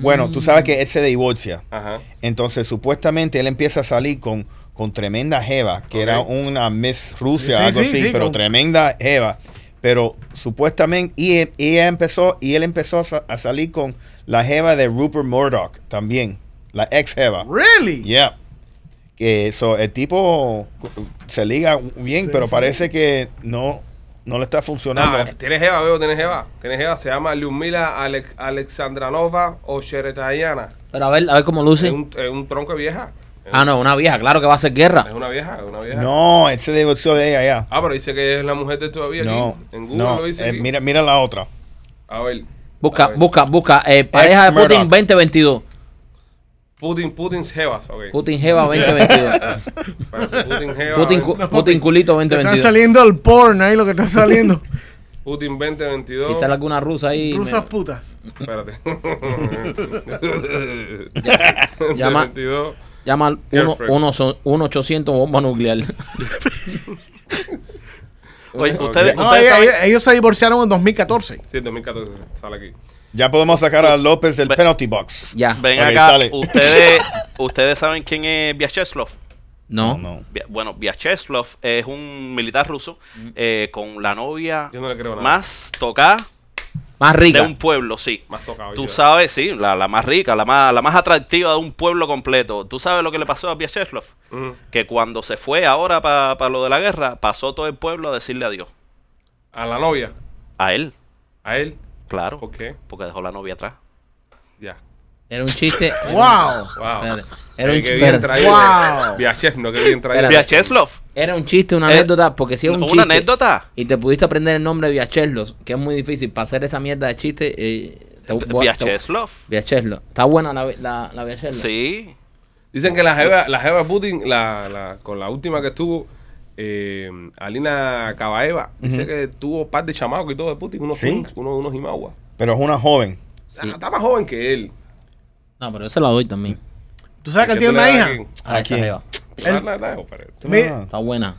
[SPEAKER 5] Bueno, tú sabes que él se divorcia.
[SPEAKER 1] Ajá.
[SPEAKER 5] Entonces, supuestamente él empieza a salir con, con tremenda jeva, que era
[SPEAKER 1] Ok.
[SPEAKER 5] una Miss Rusia,
[SPEAKER 4] Sí, sí,
[SPEAKER 5] algo
[SPEAKER 4] sí,
[SPEAKER 5] así,
[SPEAKER 4] sí,
[SPEAKER 5] pero
[SPEAKER 4] con-
[SPEAKER 5] tremenda jeva. Pero supuestamente, y, e- y ella empezó, y él empezó a, sa- a salir con la jeva de Rupert Murdoch también, la ex jeva.
[SPEAKER 4] Really?
[SPEAKER 5] Yeah. Que so, el tipo se liga bien, pero parece que no, no le está funcionando.
[SPEAKER 1] Ah, tienes jeva, veo, tienes jeva. Tienes jeva, se llama Lyudmila Alex- Alexandranova Ocheretayana.
[SPEAKER 3] Pero a ver, a ver cómo luce.
[SPEAKER 1] Es, un, es un tronco de vieja. Es,
[SPEAKER 3] Ah, no, una vieja, claro que va a ser guerra.
[SPEAKER 1] es una vieja, es una vieja.
[SPEAKER 5] no, él se divorció de ella ya.
[SPEAKER 1] Ah, pero dice que es la mujer de todavía
[SPEAKER 5] No,
[SPEAKER 1] aquí. En Google
[SPEAKER 5] no,
[SPEAKER 1] lo dice.
[SPEAKER 5] eh,
[SPEAKER 1] aquí.
[SPEAKER 5] mira, mira la otra.
[SPEAKER 1] A ver. a
[SPEAKER 3] Busca,
[SPEAKER 1] ver.
[SPEAKER 3] busca, busca. eh, pareja de Putin
[SPEAKER 5] Murdoch.
[SPEAKER 3] 2022.
[SPEAKER 1] Putin, Putin's jevas, ok.
[SPEAKER 3] Putin Jeva 2022.
[SPEAKER 1] Espérate, Putin jeva.
[SPEAKER 3] Putin,
[SPEAKER 1] a
[SPEAKER 3] cu-
[SPEAKER 1] ver.
[SPEAKER 3] Putin Culito
[SPEAKER 4] Te están
[SPEAKER 3] 2022.
[SPEAKER 1] [LAUGHS]
[SPEAKER 4] saliendo el porn ahí lo que está saliendo.
[SPEAKER 1] Putin 2022.
[SPEAKER 3] Si sale alguna rusa ahí.
[SPEAKER 4] Rusas
[SPEAKER 3] me-
[SPEAKER 4] putas.
[SPEAKER 1] Espérate.
[SPEAKER 3] llama-
[SPEAKER 1] 2022.
[SPEAKER 3] Llama al
[SPEAKER 1] Girlfriend.
[SPEAKER 3] 1-800 bomba nuclear.
[SPEAKER 6] Oye,
[SPEAKER 1] Ok.
[SPEAKER 6] ustedes,
[SPEAKER 4] No,
[SPEAKER 6] ustedes
[SPEAKER 4] ellos,
[SPEAKER 6] saben-
[SPEAKER 4] ellos- ellos se divorciaron en 2014.
[SPEAKER 1] Sí, 2014 sale aquí.
[SPEAKER 5] Ya podemos sacar a López del
[SPEAKER 6] Ve-
[SPEAKER 5] penalty box.
[SPEAKER 3] ya.
[SPEAKER 6] ven
[SPEAKER 5] Ok,
[SPEAKER 6] acá,
[SPEAKER 5] sale.
[SPEAKER 1] [LAUGHS]
[SPEAKER 6] ustedes, ustedes saben quién es Vyacheslav.
[SPEAKER 3] No.
[SPEAKER 5] No.
[SPEAKER 6] Via- Bueno, Vyacheslav es un militar ruso
[SPEAKER 3] Mm.
[SPEAKER 6] eh, con la novia
[SPEAKER 1] Yo no le creo nada.
[SPEAKER 6] más tocada
[SPEAKER 3] Más
[SPEAKER 6] de
[SPEAKER 3] rica.
[SPEAKER 6] un pueblo, sí.
[SPEAKER 1] Más tocado.
[SPEAKER 6] Tú
[SPEAKER 1] yo.
[SPEAKER 6] sabes, sí, la, la más rica, la más, la más atractiva de un pueblo completo. ¿Tú sabes lo que le pasó a Vyacheslav?
[SPEAKER 1] Mm.
[SPEAKER 6] Que cuando se fue ahora para lo de la guerra, pasó todo el pueblo a decirle adiós.
[SPEAKER 1] A la novia.
[SPEAKER 6] A él,
[SPEAKER 1] A él.
[SPEAKER 6] claro.
[SPEAKER 1] ¿Por qué?
[SPEAKER 6] Porque dejó la novia atrás.
[SPEAKER 1] Ya.
[SPEAKER 3] Era un chiste.
[SPEAKER 4] ¡Wow!
[SPEAKER 1] Wow. [LAUGHS]
[SPEAKER 3] Espérate. Era,
[SPEAKER 1] Ey,
[SPEAKER 3] un
[SPEAKER 1] qué
[SPEAKER 3] chiste,
[SPEAKER 1] bien traído.
[SPEAKER 4] Wow.
[SPEAKER 1] Viachefno, qué bien traído.
[SPEAKER 3] Espérate.
[SPEAKER 6] Vyacheslav,
[SPEAKER 3] era un chiste, una
[SPEAKER 6] Eh,
[SPEAKER 3] anécdota. Porque si es un
[SPEAKER 6] una
[SPEAKER 3] chiste.
[SPEAKER 6] anécdota.
[SPEAKER 3] Y te pudiste aprender el nombre de Viacheslos, que es muy difícil. Para hacer esa mierda de chiste. Eh, te- voy a- te-
[SPEAKER 6] Vyacheslav.
[SPEAKER 3] Viacheslos. Está buena la, la, la Viacheslos.
[SPEAKER 6] Sí.
[SPEAKER 1] Dicen que la jeva, la jeva de Putin, la, la- con la última que estuvo, eh, Alina Kabaeva, dice que tuvo un par de chamacos y todo de Putin, unos
[SPEAKER 5] Sí.
[SPEAKER 1] Kunz, unos, unos Himawa.
[SPEAKER 5] Pero es una joven.
[SPEAKER 1] Ah, Está más joven que él.
[SPEAKER 3] No, pero yo se la doy también.
[SPEAKER 4] ¿Tú sabes que él
[SPEAKER 1] Que tú
[SPEAKER 4] tiene
[SPEAKER 1] le
[SPEAKER 4] una
[SPEAKER 1] das
[SPEAKER 4] hija?
[SPEAKER 1] aquí.
[SPEAKER 3] A
[SPEAKER 5] ¿A
[SPEAKER 3] esa
[SPEAKER 5] quién?
[SPEAKER 3] jeva.
[SPEAKER 1] La- la- la- pero
[SPEAKER 5] Tú
[SPEAKER 4] Mi-
[SPEAKER 5] no.
[SPEAKER 3] Está buena.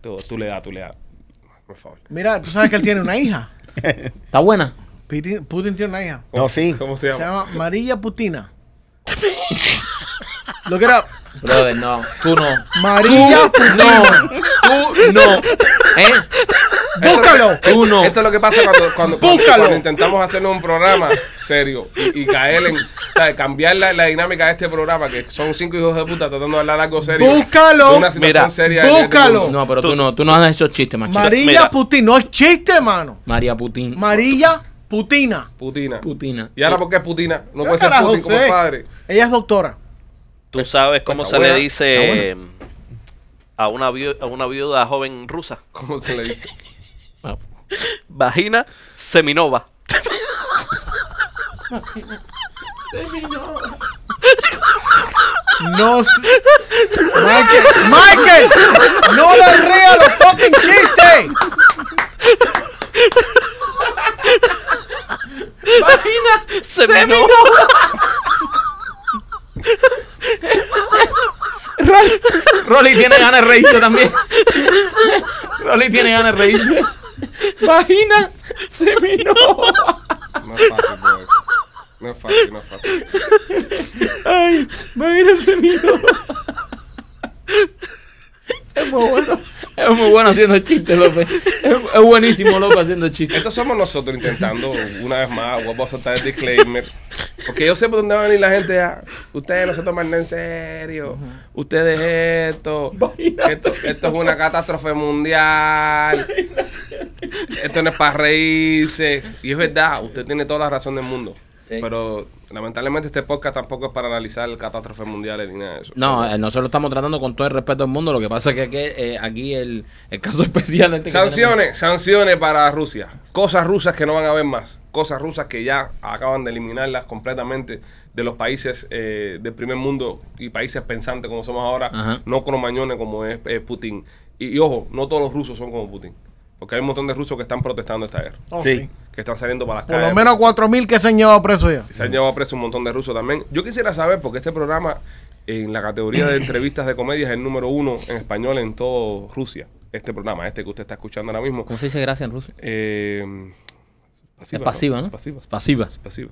[SPEAKER 1] Tú, tú le das, tú le das. Por favor.
[SPEAKER 4] Mira, ¿tú sabes que él tiene una
[SPEAKER 1] [LAUGHS]
[SPEAKER 4] hija?
[SPEAKER 3] Está buena.
[SPEAKER 4] Putin, Putin tiene una hija.
[SPEAKER 5] No, sí.
[SPEAKER 1] ¿Cómo se
[SPEAKER 4] Se llama
[SPEAKER 1] llama?
[SPEAKER 4] María
[SPEAKER 1] [LAUGHS]
[SPEAKER 4] Putina. Lo que era
[SPEAKER 3] Brother, no. [LAUGHS] Tú no.
[SPEAKER 4] María Putina.
[SPEAKER 3] Tú no. ¿Eh?
[SPEAKER 4] ¡Búscalo!
[SPEAKER 3] Tú no.
[SPEAKER 1] Esto es lo que pasa cuando, cuando, cuando,
[SPEAKER 4] Búscalo.
[SPEAKER 1] cuando intentamos hacernos un programa serio y, y caer en, ¿sabes? cambiar la, la dinámica de este programa, que son cinco hijos de puta tratando de hablar algo serio.
[SPEAKER 4] Búscalo.
[SPEAKER 1] De Una situación
[SPEAKER 6] Mira,
[SPEAKER 1] seria en este
[SPEAKER 4] búscalo.
[SPEAKER 1] mundo.
[SPEAKER 3] No, pero tú, no. Tú no has hecho chistes, machito.
[SPEAKER 4] María
[SPEAKER 6] Mira.
[SPEAKER 4] Putina. No es chiste, mano.
[SPEAKER 3] María Putin.
[SPEAKER 4] María Putina.
[SPEAKER 1] Putina.
[SPEAKER 3] Putina.
[SPEAKER 1] ¿Y ahora por qué es Putina? No puede
[SPEAKER 4] ¿Qué
[SPEAKER 1] ser
[SPEAKER 4] carajo
[SPEAKER 1] Putin como
[SPEAKER 4] sé?
[SPEAKER 1] el padre.
[SPEAKER 4] Ella es doctora.
[SPEAKER 6] ¿Tú sabes cómo
[SPEAKER 1] está
[SPEAKER 6] se
[SPEAKER 1] buena,
[SPEAKER 6] le dice
[SPEAKER 3] está
[SPEAKER 6] eh, a una, viu- a una viuda joven rusa?
[SPEAKER 1] ¿Cómo se le dice?
[SPEAKER 6] Vagina Seminova.
[SPEAKER 4] No. s- Michael, Michael, no le rías los fucking chistes.
[SPEAKER 6] Vagina Seminova.
[SPEAKER 3] [LAUGHS] Rolly tiene ganas de reírse también. [LAUGHS] Rolly tiene ganas de reírse. Vagina seminova.
[SPEAKER 1] No es fácil, bro. No es fácil, no es fácil.
[SPEAKER 3] Ay, vagina seminova. Es muy bueno. Es muy bueno haciendo chistes, López. Es, es buenísimo, López, haciendo chistes.
[SPEAKER 1] Esto somos nosotros intentando, una vez más, vuelvo a soltar el disclaimer. Porque yo sé por dónde va a venir la gente ya. Ustedes no se toman en serio. Ustedes esto. Esto, esto es una catástrofe mundial. Esto no es para reírse. Y es verdad, usted tiene toda la razón del mundo.
[SPEAKER 3] Sí.
[SPEAKER 1] Pero lamentablemente este podcast tampoco es para analizar catástrofes mundiales ni nada de eso.
[SPEAKER 3] No, eh, nosotros estamos tratando con todo el respeto del mundo. Lo que pasa es que aquí, eh, aquí el, el caso [LAUGHS] especial. este que tenemos-
[SPEAKER 1] Sanciones, sanciones para Rusia. Cosas rusas que no van a haber más. Cosas rusas que ya acaban de eliminarlas completamente de los países eh, del primer mundo y países pensantes como somos ahora,
[SPEAKER 3] Ajá.
[SPEAKER 1] no cromañones como es, es Putin. Y, y ojo, no todos los rusos son como Putin. Porque hay un montón de rusos que están protestando esta guerra,
[SPEAKER 4] Oh,
[SPEAKER 5] Sí.
[SPEAKER 4] sí.
[SPEAKER 1] que están saliendo para las
[SPEAKER 4] Por lo
[SPEAKER 1] calles.
[SPEAKER 4] menos 4.000 que se han llevado preso ya.
[SPEAKER 1] Se han llevado preso un montón de rusos también. Yo quisiera saber, porque este programa, en la
[SPEAKER 3] [CLEARS THROAT]
[SPEAKER 1] categoría de entrevistas de comedia, es el número uno en español en todo Rusia. Este programa, este que usted está escuchando ahora mismo.
[SPEAKER 3] ¿Cómo se dice gracias en ruso?
[SPEAKER 1] Eh,
[SPEAKER 3] es pasiva, ¿no?
[SPEAKER 1] Es pasiva.
[SPEAKER 3] Es pasiva.
[SPEAKER 1] es pasiva.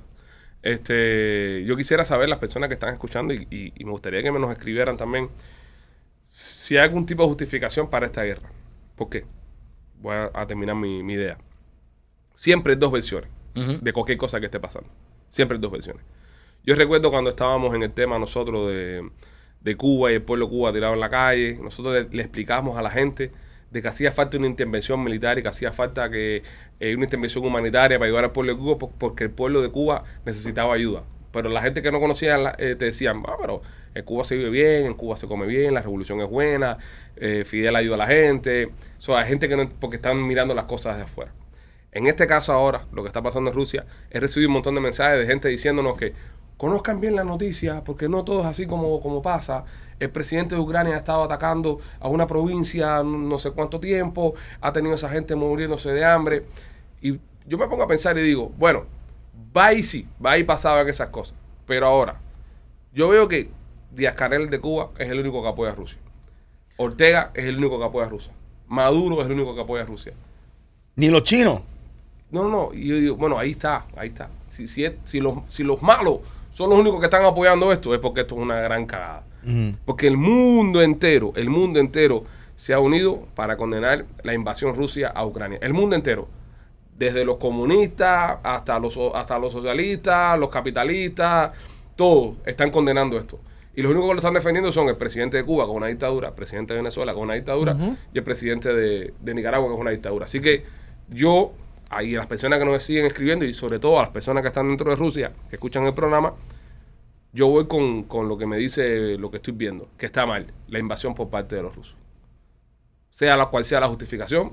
[SPEAKER 1] Este, yo quisiera saber las personas que están escuchando y, y- y me gustaría que me nos escribieran también si hay algún tipo de justificación para esta guerra. ¿Por qué? Voy a, a terminar mi, mi idea. Siempre hay dos versiones
[SPEAKER 3] Ujú.
[SPEAKER 1] de cualquier cosa que esté pasando. Siempre hay dos versiones. Yo recuerdo cuando estábamos en el tema nosotros de, de Cuba y el pueblo de Cuba tirado en la calle, nosotros le, le explicamos a la gente de que hacía falta una intervención militar y que hacía falta que eh, una intervención humanitaria para ayudar al pueblo de Cuba por- porque el pueblo de Cuba necesitaba ayuda. Pero la gente que no conocía la- eh, te decían, ah, pero en Cuba se vive bien, en Cuba se come bien, la revolución es buena, eh, Fidel ayuda a la gente. O sea, hay gente que no, porque están mirando las cosas de afuera. En este caso ahora, lo que está pasando en Rusia, he recibido un montón de mensajes de gente diciéndonos que conozcan bien la noticia, porque no todo es así como, como pasa. El presidente de Ucrania ha estado atacando a una provincia no sé cuánto tiempo, ha tenido esa gente muriéndose de hambre. Y yo me pongo a pensar y digo, bueno, va y sí, va y pasaban esas cosas. Pero ahora, yo veo que Díaz Canel de Cuba es el único que apoya a Rusia. Ortega es el único que apoya a Rusia. Maduro es el único que apoya a Rusia.
[SPEAKER 5] Ni los chinos.
[SPEAKER 1] No, no, no. Y yo digo, bueno, ahí está, ahí está. Si, si, es- si, los, si los malos son los únicos que están apoyando esto, es porque esto es una gran cagada.
[SPEAKER 5] Ujú.
[SPEAKER 1] Porque el mundo entero, el mundo entero se ha unido para condenar la invasión Rusia a Ucrania. El mundo entero. Desde los comunistas hasta los, so- hasta los socialistas, los capitalistas, todos están condenando esto. Y los únicos que lo están defendiendo son el presidente de Cuba con una dictadura, el presidente de Venezuela con una dictadura y el presidente de, de Nicaragua que es una dictadura. Así que yo, ahí las personas que nos siguen escribiendo y sobre todo a las personas que están dentro de Rusia, que escuchan el programa, yo voy con, con lo que me dice lo que estoy viendo, que está mal, la invasión por parte de los rusos. Sea la cual sea la justificación,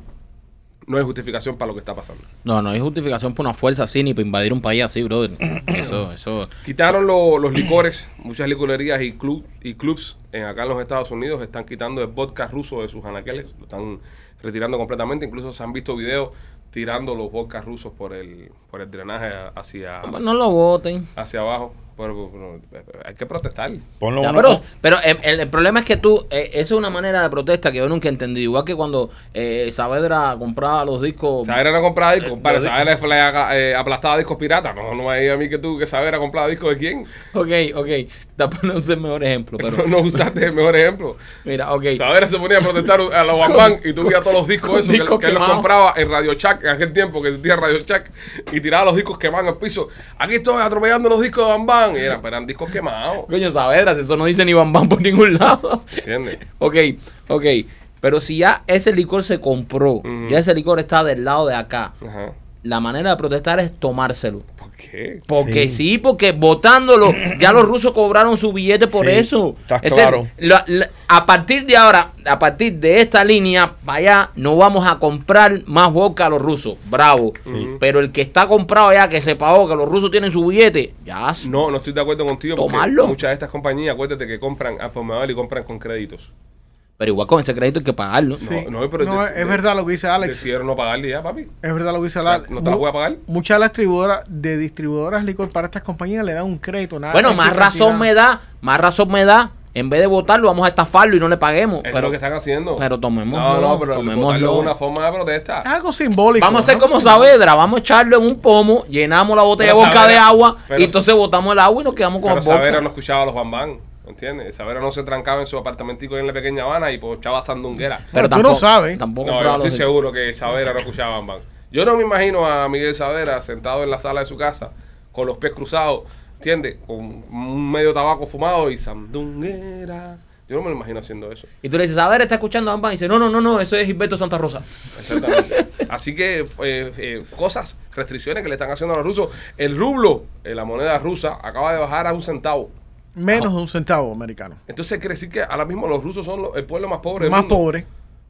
[SPEAKER 1] no hay justificación para lo que está pasando.
[SPEAKER 3] No, no hay justificación por una fuerza así ni para invadir un país así, brother. Eso, eso.
[SPEAKER 1] Quitaron lo- los licores, muchas licorerías y, club, y clubs en acá en los Estados Unidos están quitando el vodka ruso de sus anaqueles, lo están retirando completamente, incluso se han visto videos tirando los vodkas rusos por el, por el drenaje hacia,
[SPEAKER 3] Pues No lo voten.
[SPEAKER 1] hacia abajo. Pero, pero, pero hay que protestar.
[SPEAKER 5] Ponlo
[SPEAKER 3] Ya,
[SPEAKER 5] uno Oh,
[SPEAKER 3] pero
[SPEAKER 5] con-
[SPEAKER 3] pero el, el- el problema es que tú, eh, esa es una manera de protesta que yo nunca entendí. Igual que cuando eh, Saavedra compraba los discos.
[SPEAKER 1] Saber era comprar discos, compadre.
[SPEAKER 3] lo di-
[SPEAKER 1] Saber apla- eh, aplastaba discos piratas. No, no hay a mí que tú que saber a comprar discos de quién.
[SPEAKER 3] Ok, ok. Está poniendo el mejor ejemplo,
[SPEAKER 1] [LAUGHS]
[SPEAKER 3] pero.
[SPEAKER 1] no usaste el mejor ejemplo.
[SPEAKER 3] Mira, ok.
[SPEAKER 1] Saber se ponía a protestar a los guapán y tú veías todos los discos
[SPEAKER 3] con
[SPEAKER 1] esos que-
[SPEAKER 3] discos
[SPEAKER 1] que, él los
[SPEAKER 3] quemados.
[SPEAKER 1] compraba en Radio Shack en aquel tiempo que existía Radio Shack y tiraba los discos quemados al piso. Aquí estoy atropellando los discos de Bambán. Y era, pero eran discos quemados.
[SPEAKER 3] Coño, Saavedra, si eso no dice ni bambán por ningún lado.
[SPEAKER 1] ¿Entiendes?
[SPEAKER 3] ok, ok. Pero si ya ese licor se compró,
[SPEAKER 1] Ujú.
[SPEAKER 3] ya ese licor está del lado de acá,
[SPEAKER 1] Ajá.
[SPEAKER 3] la manera de protestar es tomárselo.
[SPEAKER 1] ¿Por qué?
[SPEAKER 3] Porque
[SPEAKER 5] Sí.
[SPEAKER 3] sí, porque votándolo, ya los rusos cobraron su billete por
[SPEAKER 5] Sí,
[SPEAKER 3] eso. Este,
[SPEAKER 5] estás claro.
[SPEAKER 3] la- la- a partir de ahora, a partir de esta línea, para allá, no vamos a comprar más vodka a los rusos. Bravo. Pero el que está comprado ya, que se pagó, que los rusos tienen su billete, ya.
[SPEAKER 1] No, no estoy de acuerdo contigo. porque
[SPEAKER 3] Tomarlo.
[SPEAKER 1] Muchas de estas compañías, acuérdate que compran ah, a por mayor y compran con créditos.
[SPEAKER 3] Pero igual con ese crédito hay que pagarlo.
[SPEAKER 4] Sí.
[SPEAKER 1] no, no, pero
[SPEAKER 4] No,
[SPEAKER 1] de-
[SPEAKER 4] es
[SPEAKER 1] de-
[SPEAKER 4] verdad lo que dice Alex.
[SPEAKER 1] Decidieron no pagarle ya, papi.
[SPEAKER 4] Es verdad lo que dice
[SPEAKER 1] Ya,
[SPEAKER 4] Alex.
[SPEAKER 1] ¿no te la voy a pagar?
[SPEAKER 4] Muchas de las distribuidoras, de distribuidoras licor para estas compañías le dan un crédito.
[SPEAKER 1] Ah,
[SPEAKER 4] Nada,
[SPEAKER 3] Bueno, más razón me da, más razón me da. En vez de votarlo, vamos a estafarlo y no le paguemos.
[SPEAKER 1] Es
[SPEAKER 3] pero
[SPEAKER 1] lo que están haciendo.
[SPEAKER 3] pero
[SPEAKER 1] No,
[SPEAKER 3] tomémoslo,
[SPEAKER 1] no, pero
[SPEAKER 3] tomémoslo.
[SPEAKER 1] votarlo es una forma de protesta.
[SPEAKER 4] Algo simbólico.
[SPEAKER 3] Vamos a hacer
[SPEAKER 4] algo
[SPEAKER 3] como
[SPEAKER 4] simbólico.
[SPEAKER 3] Saavedra, vamos a echarlo en un pomo, llenamos la botella
[SPEAKER 1] Pero
[SPEAKER 3] de boca de
[SPEAKER 1] Saavedra-
[SPEAKER 3] agua
[SPEAKER 1] pero
[SPEAKER 3] y entonces botamos el agua y nos quedamos con
[SPEAKER 1] Pero
[SPEAKER 3] el boca.
[SPEAKER 1] Savera no escuchaba a los bambán, ¿entiendes? Savera no se trancaba en su apartamentico en la pequeña Habana y pochaba sandunguera.
[SPEAKER 4] Pero tú no sabes.
[SPEAKER 3] Tampoco
[SPEAKER 1] No, yo
[SPEAKER 3] probaba
[SPEAKER 1] estoy
[SPEAKER 3] los-
[SPEAKER 1] seguro que Savera no escuchaba a bambán. Yo no me imagino a Miguel Savera sentado en la sala de su casa con los pies cruzados, ¿entiendes? Con un medio tabaco fumado y sandunguera. Yo no me lo imagino haciendo eso.
[SPEAKER 3] Y tú le dices, Saavedra está escuchando a Bambán. Y dice, no, no, no, no, eso es Gilberto Santa Rosa. [LAUGHS]
[SPEAKER 1] Exactamente. Así que eh, eh, cosas, restricciones que le están haciendo a los rusos. El rublo, eh, la moneda rusa, acaba de bajar a un centavo.
[SPEAKER 4] Menos de un centavo americano.
[SPEAKER 1] Entonces quiere decir que ahora mismo los rusos son lo- el pueblo más pobre. del
[SPEAKER 4] Más
[SPEAKER 1] mundo.
[SPEAKER 4] pobre.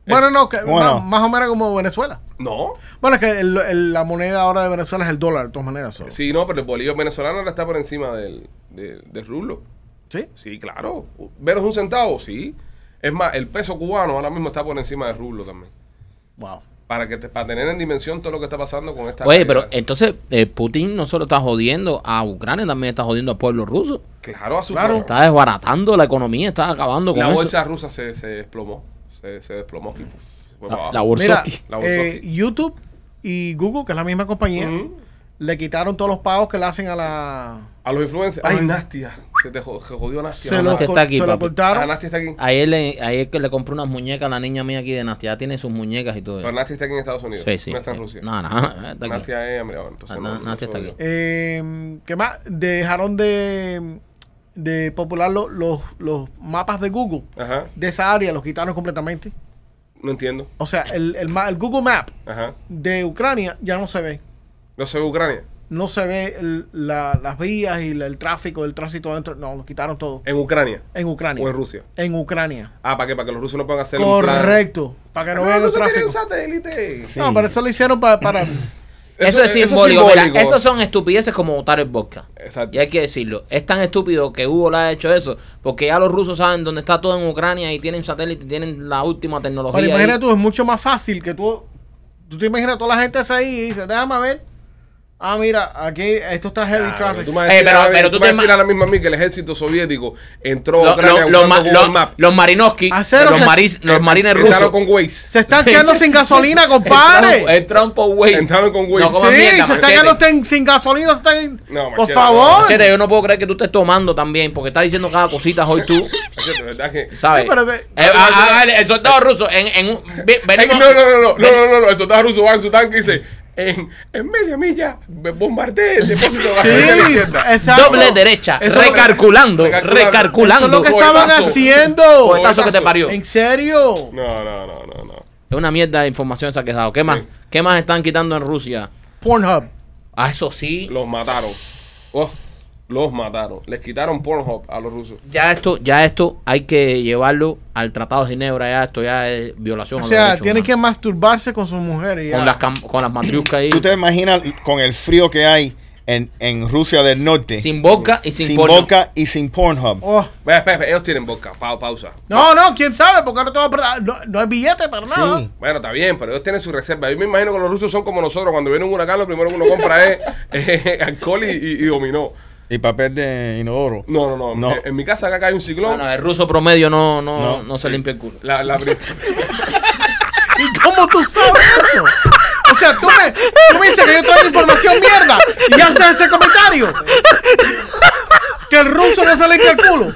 [SPEAKER 4] Bueno, no, que-
[SPEAKER 5] Bueno.
[SPEAKER 4] Más, más o menos como Venezuela.
[SPEAKER 1] No.
[SPEAKER 4] Bueno, es que el- el- la moneda ahora de Venezuela es el dólar, de todas maneras. solo.
[SPEAKER 1] Sí, no, pero el bolillo venezolano ahora está por encima del, de- del rublo.
[SPEAKER 4] ¿Sí?
[SPEAKER 1] Sí, claro. Menos un centavo, sí. Es más, el peso cubano ahora mismo está por encima del rublo también.
[SPEAKER 4] Wow.
[SPEAKER 1] Para que te- para tener en dimensión todo lo que está pasando con esta.
[SPEAKER 3] Oye, pero
[SPEAKER 1] realidad.
[SPEAKER 3] entonces eh, Putin no solo está jodiendo a Ucrania, también está jodiendo al pueblo ruso.
[SPEAKER 1] claro, a su
[SPEAKER 4] Claro.
[SPEAKER 1] cara.
[SPEAKER 3] Está desbaratando la economía, está acabando con
[SPEAKER 1] La
[SPEAKER 3] eso.
[SPEAKER 1] bolsa rusa se, se desplomó. Se, se desplomó. y uf, se fue para
[SPEAKER 3] la,
[SPEAKER 1] abajo.
[SPEAKER 3] la
[SPEAKER 4] Mira,
[SPEAKER 3] Borsoki.
[SPEAKER 1] La
[SPEAKER 4] eh,
[SPEAKER 1] Borsoki.
[SPEAKER 4] YouTube y Google, que es la misma compañía,
[SPEAKER 1] Ujú.
[SPEAKER 4] le quitaron todos los pagos que le hacen a la...
[SPEAKER 1] A los influencers. Ay, Nastia. Se te jo- se jodió Nastia.
[SPEAKER 4] Se lo,
[SPEAKER 3] Nastia
[SPEAKER 4] co-
[SPEAKER 3] está aquí,
[SPEAKER 4] se lo
[SPEAKER 3] papi.
[SPEAKER 1] Ah,
[SPEAKER 4] cortaron.
[SPEAKER 1] Nastia está aquí.
[SPEAKER 3] Ayer, le, ayer que le compré unas muñecas a la niña mía aquí de Nastia, ya tiene sus muñecas y todo
[SPEAKER 1] Pero
[SPEAKER 3] eso.
[SPEAKER 1] Nastia está aquí en Estados Unidos.
[SPEAKER 3] Sí, sí.
[SPEAKER 1] No está en Rusia.
[SPEAKER 3] No, [LAUGHS] no, está aquí.
[SPEAKER 1] Nastia es americana. Entonces,
[SPEAKER 3] Ah,
[SPEAKER 1] no-
[SPEAKER 3] Na-
[SPEAKER 1] no
[SPEAKER 3] Nastia está
[SPEAKER 1] jodió.
[SPEAKER 3] aquí.
[SPEAKER 4] Eh, ¿Qué más? Dejaron de, de popular lo- los, los mapas de Google.
[SPEAKER 1] Ajá.
[SPEAKER 4] De esa área los quitaron completamente.
[SPEAKER 1] No entiendo.
[SPEAKER 4] O sea, el, el, ma- el Google Map
[SPEAKER 1] Ajá.
[SPEAKER 4] de Ucrania ya no se ve.
[SPEAKER 1] No se ve Ucrania.
[SPEAKER 4] No se ve el- la- las vías y la- el tráfico, el tránsito adentro. No, lo quitaron todo.
[SPEAKER 1] En Ucrania.
[SPEAKER 4] En Ucrania.
[SPEAKER 1] O en Rusia.
[SPEAKER 4] En Ucrania.
[SPEAKER 1] Ah, ¿para qué? Para que los rusos no puedan hacer un plan.
[SPEAKER 4] Correcto. Para que no,
[SPEAKER 1] No,
[SPEAKER 4] vean
[SPEAKER 1] no
[SPEAKER 4] el
[SPEAKER 1] se tiene
[SPEAKER 4] tráfico.
[SPEAKER 1] un satélite. Eso,
[SPEAKER 4] No, pero eso lo hicieron para... para
[SPEAKER 3] Eso, es
[SPEAKER 1] eso
[SPEAKER 3] simbólico. Mira, esas son estupideces como votar el vodka.
[SPEAKER 1] Exacto.
[SPEAKER 3] Y hay que decirlo. Es tan estúpido que Hugo le ha hecho eso. Porque ya los rusos saben dónde está todo en Ucrania y tienen satélite, tienen la última tecnología.
[SPEAKER 4] Pero
[SPEAKER 3] ahí.
[SPEAKER 4] imagínate tú, es mucho más fácil que tú tú te imaginas toda la gente esa ahí y dice, déjame ver. Ah, mira, aquí esto está heavy
[SPEAKER 1] Claro,
[SPEAKER 4] traffic.
[SPEAKER 1] tú me vas a
[SPEAKER 3] Eh,
[SPEAKER 1] decir,
[SPEAKER 3] pero-
[SPEAKER 1] ahora-
[SPEAKER 3] pero
[SPEAKER 1] tú
[SPEAKER 3] tú
[SPEAKER 1] me vas
[SPEAKER 3] te
[SPEAKER 1] a decir
[SPEAKER 3] ma-
[SPEAKER 1] ahora mismo a mí que el ejército soviético entró a
[SPEAKER 3] Lo-
[SPEAKER 1] Ucrania
[SPEAKER 3] lo- los, ma-
[SPEAKER 1] usando Google
[SPEAKER 3] lo-
[SPEAKER 1] Maps.
[SPEAKER 3] los marinoski,
[SPEAKER 4] A cero
[SPEAKER 3] los,
[SPEAKER 4] se-
[SPEAKER 3] maris- los marines
[SPEAKER 1] Entraron
[SPEAKER 3] rusos.
[SPEAKER 1] con Waze.
[SPEAKER 4] Se están quedando sin
[SPEAKER 1] [LAUGHS]
[SPEAKER 4] gasolina, compadre.
[SPEAKER 3] El Trump Way.
[SPEAKER 1] Entraron con Waze.
[SPEAKER 3] No, ¿cómo
[SPEAKER 4] Sí,
[SPEAKER 3] mierda,
[SPEAKER 4] se están
[SPEAKER 3] machete.
[SPEAKER 4] quedando ten- sin gasolina, se están...
[SPEAKER 1] No,
[SPEAKER 4] Por
[SPEAKER 1] machete,
[SPEAKER 4] favor.
[SPEAKER 3] Machete, yo no puedo creer que tú estés tomando también, porque estás diciendo cada cosita hoy
[SPEAKER 1] [LAUGHS]
[SPEAKER 3] tú,
[SPEAKER 1] Oye, de verdad que-
[SPEAKER 3] ¿sabes?
[SPEAKER 4] Sí, pero que-
[SPEAKER 3] Eh, ah, ah, ah, el soldado ruso, en, en un- ve-
[SPEAKER 1] Ay,
[SPEAKER 3] venimos,
[SPEAKER 1] no, no, no, no, no, no, no, no, el soldado ruso va en su tanque y dice, en, en media milla, b- bombardeé el depósito de
[SPEAKER 4] Sí,
[SPEAKER 1] gasolina de la izquierda.
[SPEAKER 4] exacto.
[SPEAKER 3] doble derecha,
[SPEAKER 4] Eso es lo que-
[SPEAKER 3] recalculando,
[SPEAKER 1] Recalculando.
[SPEAKER 4] Eso
[SPEAKER 3] recalculando.
[SPEAKER 4] es lo que estaban
[SPEAKER 1] Cohetazo.
[SPEAKER 4] haciendo.
[SPEAKER 3] Cohetazo que te parió.
[SPEAKER 4] ¿En serio?
[SPEAKER 1] No, no, no, no, no.
[SPEAKER 3] Es una mierda de información esa que has dado. ¿Qué más? ¿Qué más están quitando en Rusia?
[SPEAKER 4] Pornhub.
[SPEAKER 3] Ah, eso sí.
[SPEAKER 1] Los mataron. Oh, los mataron. Les quitaron Pornhub a los rusos.
[SPEAKER 3] Ya esto, ya esto hay que llevarlo al Tratado de Ginebra, ya esto ya es violación
[SPEAKER 4] O
[SPEAKER 3] a los
[SPEAKER 4] sea,
[SPEAKER 3] derechos
[SPEAKER 4] tienen que
[SPEAKER 3] humanos.
[SPEAKER 4] masturbarse con sus mujeres. ya.
[SPEAKER 3] con las cam- con las matriuscas ahí.
[SPEAKER 5] ¿Tú te imaginas con el frío que hay en, en Rusia del Norte?
[SPEAKER 3] Sin boca y sin,
[SPEAKER 5] sin
[SPEAKER 3] porno.
[SPEAKER 5] boca y sin Pornhub.
[SPEAKER 4] Oh.
[SPEAKER 1] Espera, espera, espera, ellos tienen boca. Pa- pausa.
[SPEAKER 4] No, no, quién sabe, porque ahora te va a pre- no, no hay billete para nada.
[SPEAKER 5] Sí.
[SPEAKER 1] Bueno, está bien, pero ellos tienen su reserva. Yo me imagino que los rusos son como nosotros. Cuando viene un huracán, lo primero que uno compra es [LAUGHS] eh, alcohol y, y- y dominó.
[SPEAKER 5] Y papel de inodoro. [LAUGHS]
[SPEAKER 1] No, no, no.
[SPEAKER 5] No.
[SPEAKER 1] En, en mi casa acá cae un
[SPEAKER 3] No,
[SPEAKER 1] ciclón.
[SPEAKER 3] no, el ruso promedio no, no,
[SPEAKER 5] No.
[SPEAKER 3] no, se limpia el culo.
[SPEAKER 1] La, la pri-
[SPEAKER 4] ¿Y cómo tú sabes eso? O sea, tú me, tú me dices que yo traigo información mierda y haces ese comentario. Que el ruso no se limpia el culo.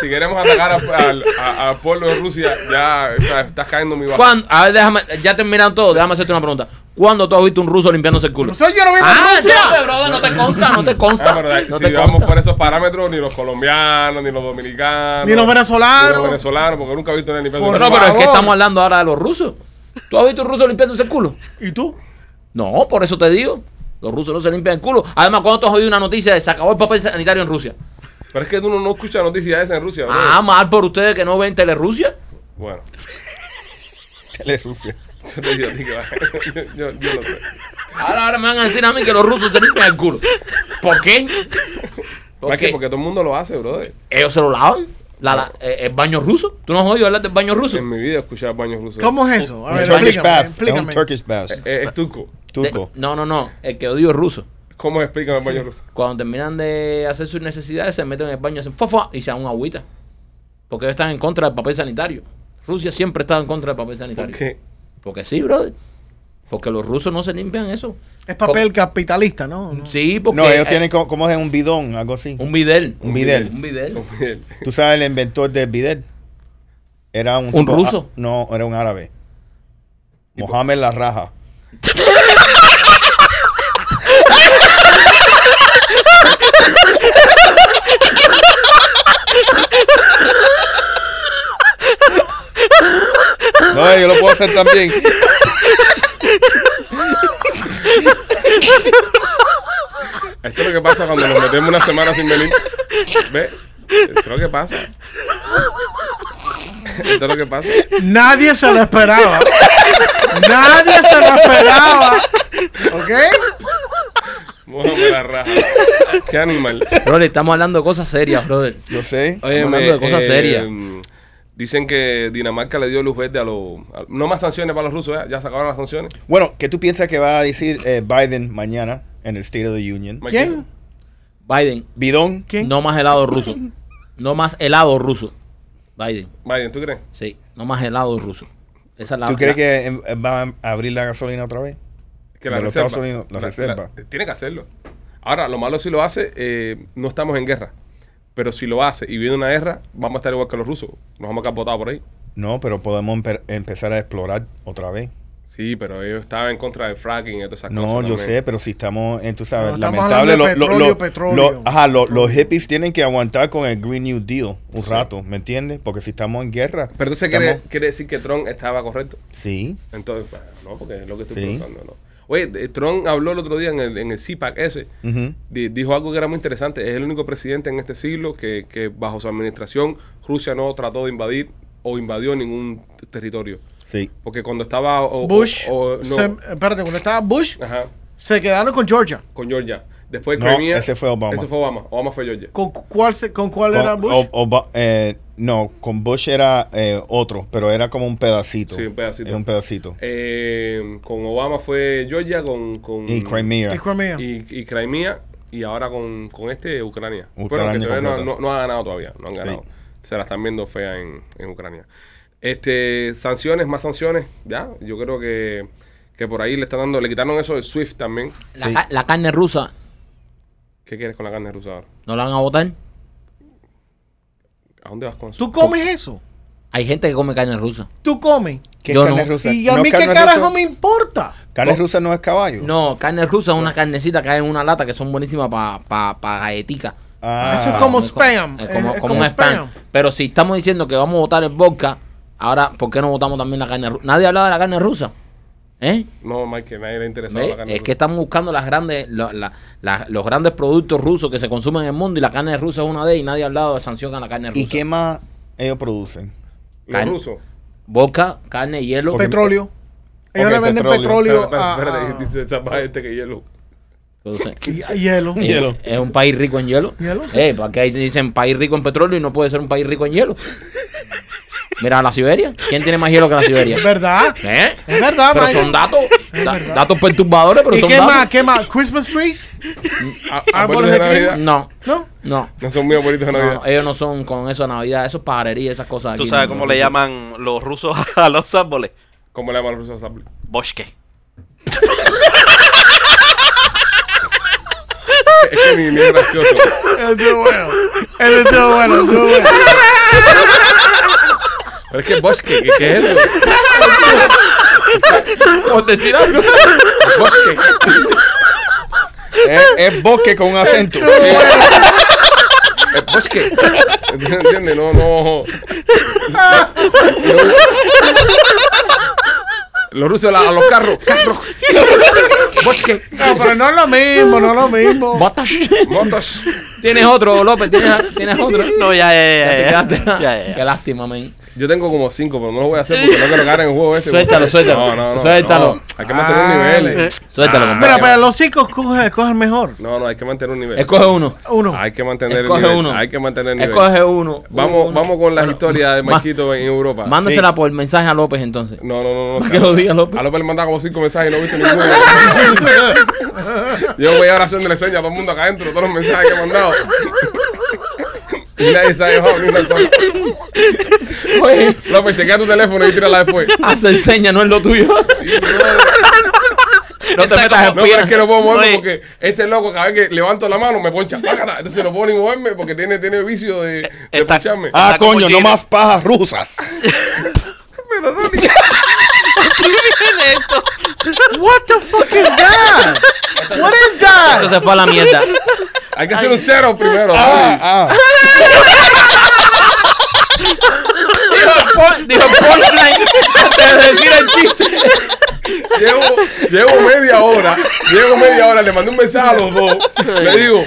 [SPEAKER 1] si queremos atacar a- al a- al pueblo de Rusia, ya o sea, estás cayendo en mi bajo.
[SPEAKER 3] ¿Cuándo? A ver, déjame, ya terminaron todo, déjame hacerte una pregunta. ¿Cuándo tú has visto un ruso limpiándose el culo?
[SPEAKER 4] O sea, Pues yo no vivo
[SPEAKER 3] Ah,
[SPEAKER 4] en Rusia.
[SPEAKER 3] no, pero, brother, no te consta, no te
[SPEAKER 1] Ah,
[SPEAKER 3] consta.
[SPEAKER 1] pero de-
[SPEAKER 3] no
[SPEAKER 1] si
[SPEAKER 3] te
[SPEAKER 1] vamos
[SPEAKER 3] consta.
[SPEAKER 1] por esos parámetros, ni los colombianos, ni los dominicanos,
[SPEAKER 4] Ni los
[SPEAKER 1] ni
[SPEAKER 4] venezolanos.
[SPEAKER 1] los venezolanos, porque nunca he visto una ni
[SPEAKER 4] Por
[SPEAKER 3] No,
[SPEAKER 1] peso.
[SPEAKER 3] no, pero es que
[SPEAKER 4] favor.
[SPEAKER 3] estamos hablando ahora de los rusos. ¿Tú has visto un ruso limpiándose el culo?
[SPEAKER 4] ¿Y tú?
[SPEAKER 3] No, por eso te digo. Los rusos no se limpian el culo. Además, cuando tú has oído una noticia de se acabó el papel sanitario en Rusia?
[SPEAKER 1] Pero es que uno no escucha noticias de esas en Rusia. bro.
[SPEAKER 3] Ah, mal por ustedes que no ven Telerusia.
[SPEAKER 1] Bueno, [LAUGHS]
[SPEAKER 5] Tele Rusia.
[SPEAKER 1] yo te digo a ti que va. yo, yo lo sé.
[SPEAKER 3] Ahora, ahora me van a decir a mí que los rusos se limpian el culo. ¿Por qué?
[SPEAKER 1] Más que
[SPEAKER 3] Porque
[SPEAKER 1] porque todo el mundo lo hace, brother.
[SPEAKER 3] ellos se lo lavan. La- la- eh, el baño ruso. ¿Tú no has oído hablar del baño ruso?
[SPEAKER 1] En mi vida he escuchado baños rusos.
[SPEAKER 4] ¿Cómo es eso? A
[SPEAKER 5] Un
[SPEAKER 4] ver,
[SPEAKER 5] Turkish
[SPEAKER 4] explícame,
[SPEAKER 5] bath. Es un
[SPEAKER 4] explícame.
[SPEAKER 5] Turkish bath.
[SPEAKER 1] Eh, es turco.
[SPEAKER 3] De-
[SPEAKER 5] Turco.
[SPEAKER 3] no, no, no. El que odio es ruso.
[SPEAKER 1] ¿Cómo explican el baño ruso?
[SPEAKER 3] Cuando terminan de hacer sus necesidades, se meten en el baño, hacen fofa y se dan una agüita. Porque ellos están en contra del papel sanitario. Rusia siempre está en contra del papel sanitario.
[SPEAKER 1] ¿Por qué?
[SPEAKER 3] Porque sí, brother. Porque los rusos no se limpian eso.
[SPEAKER 4] Es papel capitalista, ¿no? No.
[SPEAKER 3] Sí, porque.
[SPEAKER 5] no, ellos
[SPEAKER 3] eh,
[SPEAKER 5] tienen co- como es un bidón, algo así.
[SPEAKER 3] Un bidel.
[SPEAKER 5] Un bidel.
[SPEAKER 3] Un bidel.
[SPEAKER 5] Tú sabes el inventor del bidel. Era un,
[SPEAKER 3] ¿Un
[SPEAKER 5] tipo-
[SPEAKER 3] ruso?
[SPEAKER 5] ah, no, era un árabe. Mohamed la raja. No, yo lo puedo hacer también.
[SPEAKER 1] Esto es lo que pasa cuando nos metemos una semana sin venir. ¿Ves? Esto es lo que pasa. Esto es lo que pasa.
[SPEAKER 4] Nadie se lo esperaba. Nadie se lo esperaba. ¿Ok?
[SPEAKER 1] Mójame la raja. Qué animal.
[SPEAKER 3] Brother, estamos hablando de cosas serias, brother.
[SPEAKER 5] [LAUGHS] Yo sé.
[SPEAKER 1] Oye, eh,
[SPEAKER 3] hablando de cosas serias.
[SPEAKER 1] Dicen que Dinamarca le dio luz verde a los. a- no más sanciones para los rusos, ¿eh? ya se acabaron las sanciones.
[SPEAKER 5] Bueno, ¿qué tú piensas que va a decir eh, Biden mañana en el State of the Union?
[SPEAKER 4] ¿Quién?
[SPEAKER 3] Biden,
[SPEAKER 5] Bidón.
[SPEAKER 4] ¿Quién?
[SPEAKER 3] no más helado ruso. No más helado ruso. Biden,
[SPEAKER 1] Biden, ¿tú crees?
[SPEAKER 3] sí. No más helado ruso. Esa es la
[SPEAKER 5] ¿Tú crees
[SPEAKER 3] la-
[SPEAKER 5] que eh, va a abrir la gasolina otra vez?
[SPEAKER 1] Que
[SPEAKER 5] De los Estados Unidos, la reserva.
[SPEAKER 1] tiene que hacerlo. Ahora, lo malo si lo hace, eh, no estamos en guerra. Pero si lo hace y viene una guerra, vamos a estar igual que los rusos. Nos vamos a capotar por ahí.
[SPEAKER 5] No, pero podemos empe- empezar a explorar otra vez.
[SPEAKER 1] Sí, pero ellos estaban en contra del fracking y todas esas
[SPEAKER 5] No,
[SPEAKER 1] cosas.
[SPEAKER 5] yo
[SPEAKER 1] también.
[SPEAKER 5] sé, pero si estamos, en, tú sabes,
[SPEAKER 4] No, estamos
[SPEAKER 5] lamentable,
[SPEAKER 4] hablando
[SPEAKER 5] lo-
[SPEAKER 4] de
[SPEAKER 5] lo-
[SPEAKER 4] petróleo,
[SPEAKER 5] lo-
[SPEAKER 4] petróleo.
[SPEAKER 5] lo- ajá, lo- los hippies tienen que aguantar con el Green New Deal un rato, ¿me entiendes? Porque si estamos en guerra,
[SPEAKER 1] Pero entonces quiere,
[SPEAKER 5] estamos-
[SPEAKER 1] quiere decir que Trump estaba correcto.
[SPEAKER 5] sí,
[SPEAKER 1] Entonces, bueno, no, porque es lo que estoy
[SPEAKER 5] Sí.
[SPEAKER 1] preguntando. No. Oye, de- Trump habló el otro día en el, en el CPAC ese.
[SPEAKER 5] ujú,
[SPEAKER 1] Di- Dijo algo que era muy interesante. Es el único presidente en este siglo que, que bajo su administración Rusia no trató de invadir o invadió ningún t- territorio.
[SPEAKER 5] sí.
[SPEAKER 1] Porque cuando estaba o- o-
[SPEAKER 4] Bush.
[SPEAKER 1] o- no.
[SPEAKER 4] se- espérate, cuando estaba Bush,
[SPEAKER 1] Ajá,
[SPEAKER 4] se quedaron con Georgia.
[SPEAKER 1] con Georgia. Después de
[SPEAKER 5] No,
[SPEAKER 1] Crimea.
[SPEAKER 5] ese fue Obama.
[SPEAKER 1] Ese fue Obama. Obama fue Georgia.
[SPEAKER 4] ¿Con cuál, se- con cuál
[SPEAKER 5] Con-
[SPEAKER 4] era Bush?
[SPEAKER 5] o- o ba- eh, no, con Bush era eh, otro, pero era como un pedacito.
[SPEAKER 1] Sí, un pedacito.
[SPEAKER 5] Es un pedacito.
[SPEAKER 1] Eh, con Obama fue Georgia, con, con
[SPEAKER 5] y Crimea.
[SPEAKER 4] Es Crimea.
[SPEAKER 1] y, y Crimea, y ahora con, con este Ucrania.
[SPEAKER 5] Ucrania
[SPEAKER 1] bueno, que todavía no,
[SPEAKER 5] completa.
[SPEAKER 1] no- no ha ganado todavía, no han ganado.
[SPEAKER 5] Sí.
[SPEAKER 1] Se la están viendo fea en, en Ucrania. Este, sanciones, más sanciones, ya, yo creo que, que por ahí le están dando, le quitaron eso de Swift también.
[SPEAKER 3] La,
[SPEAKER 5] Sí.
[SPEAKER 3] ca- la carne rusa,
[SPEAKER 1] ¿Qué quieres con la carne rusa ahora?
[SPEAKER 3] ¿no la van a votar?
[SPEAKER 1] ¿A dónde vas con eso?
[SPEAKER 4] ¿Tú comes eso?
[SPEAKER 3] Hay gente que come carne rusa.
[SPEAKER 4] ¿Tú comes?
[SPEAKER 5] ¿Qué
[SPEAKER 3] Yo
[SPEAKER 5] carne
[SPEAKER 3] no.
[SPEAKER 5] rusa?
[SPEAKER 4] ¿Y a
[SPEAKER 5] No,
[SPEAKER 4] mí qué
[SPEAKER 5] carne
[SPEAKER 4] carajo
[SPEAKER 5] rusa-
[SPEAKER 4] me importa?
[SPEAKER 5] Carne rusa no es caballo.
[SPEAKER 3] No, carne rusa es una carnecita que hay en una lata que son buenísimas para pa, pa galletica.
[SPEAKER 5] Ah,
[SPEAKER 4] Eso es como
[SPEAKER 3] Es co-
[SPEAKER 4] spam.
[SPEAKER 3] Es como,
[SPEAKER 4] Es
[SPEAKER 3] como
[SPEAKER 4] como
[SPEAKER 3] un spam.
[SPEAKER 4] spam.
[SPEAKER 3] Pero si estamos diciendo que vamos a votar el vodka, ahora, ¿por qué no votamos también la carne rusa? Nadie hablaba de la carne rusa. ¿Eh?
[SPEAKER 1] No, Mike, que nadie le ha interesado
[SPEAKER 3] ¿Ve?
[SPEAKER 1] la carne
[SPEAKER 3] Es
[SPEAKER 1] rusa.
[SPEAKER 3] que estamos buscando las grandes, la- la- la- los grandes productos rusos que se consumen en el mundo y la carne rusa es una de ellas y nadie ha hablado de sanción a la carne rusa.
[SPEAKER 5] ¿Y qué más ellos producen?
[SPEAKER 1] Los
[SPEAKER 3] Cal-
[SPEAKER 1] rusos.
[SPEAKER 3] Vodka, carne, hielo.
[SPEAKER 5] Porque-
[SPEAKER 4] Petróleo. Ellos
[SPEAKER 5] Ok,
[SPEAKER 4] le venden
[SPEAKER 5] petróleo.
[SPEAKER 4] petróleo,
[SPEAKER 1] Espera,
[SPEAKER 4] a-
[SPEAKER 1] espera,
[SPEAKER 4] a-
[SPEAKER 1] espera, dice esa paja este que hielo.
[SPEAKER 3] Entonces,
[SPEAKER 4] y- a hielo.
[SPEAKER 3] es-
[SPEAKER 5] Hielo.
[SPEAKER 3] Es un país rico en hielo.
[SPEAKER 4] Hielo, sí.
[SPEAKER 3] Eh, ¿para qué ahí dicen país rico en petróleo y no puede ser un país rico en hielo? Mira, la Siberia. ¿Quién tiene más hielo que la Siberia?
[SPEAKER 4] Es [LAUGHS] verdad.
[SPEAKER 3] ¿Eh?
[SPEAKER 4] Es verdad,
[SPEAKER 3] Pero
[SPEAKER 4] Mario.
[SPEAKER 3] son datos, da- datos perturbadores, pero
[SPEAKER 4] ¿Y
[SPEAKER 3] son
[SPEAKER 4] qué
[SPEAKER 3] datos.
[SPEAKER 4] más? ¿Qué más? ¿Christmas trees?
[SPEAKER 1] A-
[SPEAKER 4] Árboles
[SPEAKER 1] Árboles
[SPEAKER 4] de
[SPEAKER 1] de Navidad. No.
[SPEAKER 3] No,
[SPEAKER 4] ¿No?
[SPEAKER 3] no,
[SPEAKER 1] son muy abuelitos de
[SPEAKER 3] no, eh.
[SPEAKER 1] Navidad.
[SPEAKER 3] no, ellos no son con eso de Navidad, eso es pajarería, esas cosas.
[SPEAKER 6] ¿Tú
[SPEAKER 3] aquí,
[SPEAKER 6] sabes
[SPEAKER 3] no,
[SPEAKER 6] cómo
[SPEAKER 3] no,
[SPEAKER 6] le
[SPEAKER 3] no.
[SPEAKER 6] llaman los rusos a los árboles?
[SPEAKER 1] ¿Cómo le llaman los rusos a los árboles?
[SPEAKER 6] Bosque.
[SPEAKER 1] Es que ni, ni es gracioso.
[SPEAKER 4] Estuvo bueno. Estuvo bueno, estuvo bueno.
[SPEAKER 1] Pero es que bosque, ¿qué, qué es eso?
[SPEAKER 3] [LAUGHS] Por decir
[SPEAKER 4] [LAUGHS]
[SPEAKER 3] algo.
[SPEAKER 1] Bosque.
[SPEAKER 5] es, es bosque con un acento.
[SPEAKER 1] El Eh, bosque. ¿Entiendes? No, no. Los rusos la- a los carros. Carros. Bosque.
[SPEAKER 4] No, pero no es lo mismo, no es lo mismo.
[SPEAKER 3] Botas.
[SPEAKER 1] Motos.
[SPEAKER 3] Tienes otro, López, tienes, tienes otro.
[SPEAKER 6] No, ya,
[SPEAKER 3] Ya te
[SPEAKER 6] ya, ya.
[SPEAKER 3] quedaste.
[SPEAKER 6] [LAUGHS] ya, ya, ya.
[SPEAKER 3] Qué lástima, men.
[SPEAKER 1] Yo tengo como cinco, pero no lo voy a hacer porque no quiero ganar en el juego este.
[SPEAKER 3] Suéltalo, suéltalo.
[SPEAKER 1] No, no, no.
[SPEAKER 3] Suéltalo.
[SPEAKER 1] no. Hay que mantener un nivel.
[SPEAKER 3] Suéltalo,
[SPEAKER 1] Ah,
[SPEAKER 3] compadre.
[SPEAKER 4] Mira, pero los chicos cogen cogen mejor.
[SPEAKER 1] No, no, hay que mantener un nivel.
[SPEAKER 3] Escoge uno.
[SPEAKER 4] Uno.
[SPEAKER 1] Hay que mantener el
[SPEAKER 3] Escoge
[SPEAKER 1] nivel.
[SPEAKER 3] uno.
[SPEAKER 1] Hay que mantener el nivel.
[SPEAKER 3] Escoge uno.
[SPEAKER 1] Vamos,
[SPEAKER 3] uno.
[SPEAKER 1] vamos con las historias de
[SPEAKER 3] ma-
[SPEAKER 1] Marquito en Europa.
[SPEAKER 3] Mándasela por mensaje a López [LAUGHS] entonces.
[SPEAKER 1] No, no, no, no.
[SPEAKER 3] Para que lo diga López.
[SPEAKER 1] A López le mandaba como cinco mensajes y no viste ninguno.
[SPEAKER 6] [LAUGHS]
[SPEAKER 1] Yo voy a oración de la seña a todo el mundo acá adentro, todos los mensajes que he mandado. Y nadie se ha dejado ni una sola.
[SPEAKER 3] Oye,
[SPEAKER 1] López, chequea tu teléfono y tírala
[SPEAKER 6] [LAUGHS]
[SPEAKER 1] después.
[SPEAKER 3] hacer señas, Ah, no es lo [LAUGHS] tuyo.
[SPEAKER 1] Sí, brother.
[SPEAKER 3] No te metas en
[SPEAKER 1] No, pero es
[SPEAKER 3] piernas.
[SPEAKER 1] que no puedo moverme
[SPEAKER 6] Oye.
[SPEAKER 1] porque este loco, cada vez que levanto la mano, me poncha págata. Entonces no puedo ni moverme porque tiene, tiene vicio de, de
[SPEAKER 6] Está-
[SPEAKER 1] poncharme.
[SPEAKER 5] Ah,
[SPEAKER 6] Está como
[SPEAKER 5] coño, no
[SPEAKER 6] tigre.
[SPEAKER 5] más pajas rusas.
[SPEAKER 4] What the fuck is that? What is that?
[SPEAKER 3] Esto se fue a la mierda.
[SPEAKER 1] Hay que hacer un cero primero. brother.
[SPEAKER 5] Ah, ah.
[SPEAKER 3] Dijo el pol- dijo el [LAUGHS] punchline antes de decir el [LAUGHS] chiste.
[SPEAKER 1] Llevo, llevo media hora, llevo media hora, le mandé un mensaje a los dos, le digo,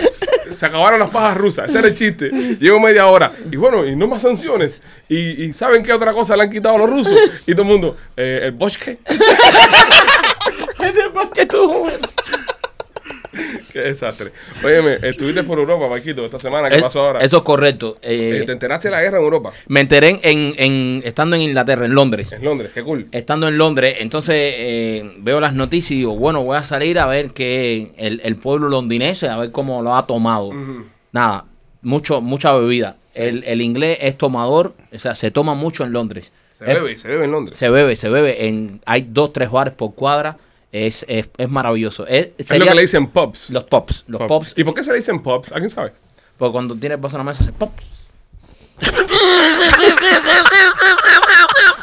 [SPEAKER 1] se acabaron las pajas rusas, ese era el chiste, llevo media hora, y bueno, y no más sanciones, y, y ¿saben qué otra cosa le han quitado a los rusos? Y todo el mundo, eh, el bosque, [LAUGHS]
[SPEAKER 3] ¿Qué tú?
[SPEAKER 1] qué desastre. Óyeme, estuviste por Europa, Marquito, esta semana, ¿qué
[SPEAKER 3] Es-
[SPEAKER 1] pasó ahora?
[SPEAKER 3] Eh, Eso es correcto. Eh,
[SPEAKER 1] Eh, ¿Te enteraste de la guerra en Europa,
[SPEAKER 3] Me enteré en, en- en- estando en Inglaterra, en Londres.
[SPEAKER 1] en Londres? Qué cool.
[SPEAKER 3] Estando en Londres, entonces eh, veo las noticias y digo, bueno, voy a salir a ver qué el, el pueblo londinense, a ver cómo lo ha tomado. Nada, mucho, mucha bebida. El, el inglés es tomador, o sea, se toma mucho en Londres.
[SPEAKER 1] Se
[SPEAKER 3] Es-
[SPEAKER 1] bebe, se bebe en Londres.
[SPEAKER 3] Eh, se bebe, se bebe. En, hay dos, tres bares por cuadra. Es, es, es maravilloso. Es,
[SPEAKER 1] es lo
[SPEAKER 3] sería
[SPEAKER 1] que le dicen pubs.
[SPEAKER 3] Los pops. Los
[SPEAKER 1] Pub.
[SPEAKER 3] pops.
[SPEAKER 1] ¿Y por qué se le dicen pubs? ¿Alguien sabe?
[SPEAKER 3] Porque cuando tienes vaso en la mesa, hace pops.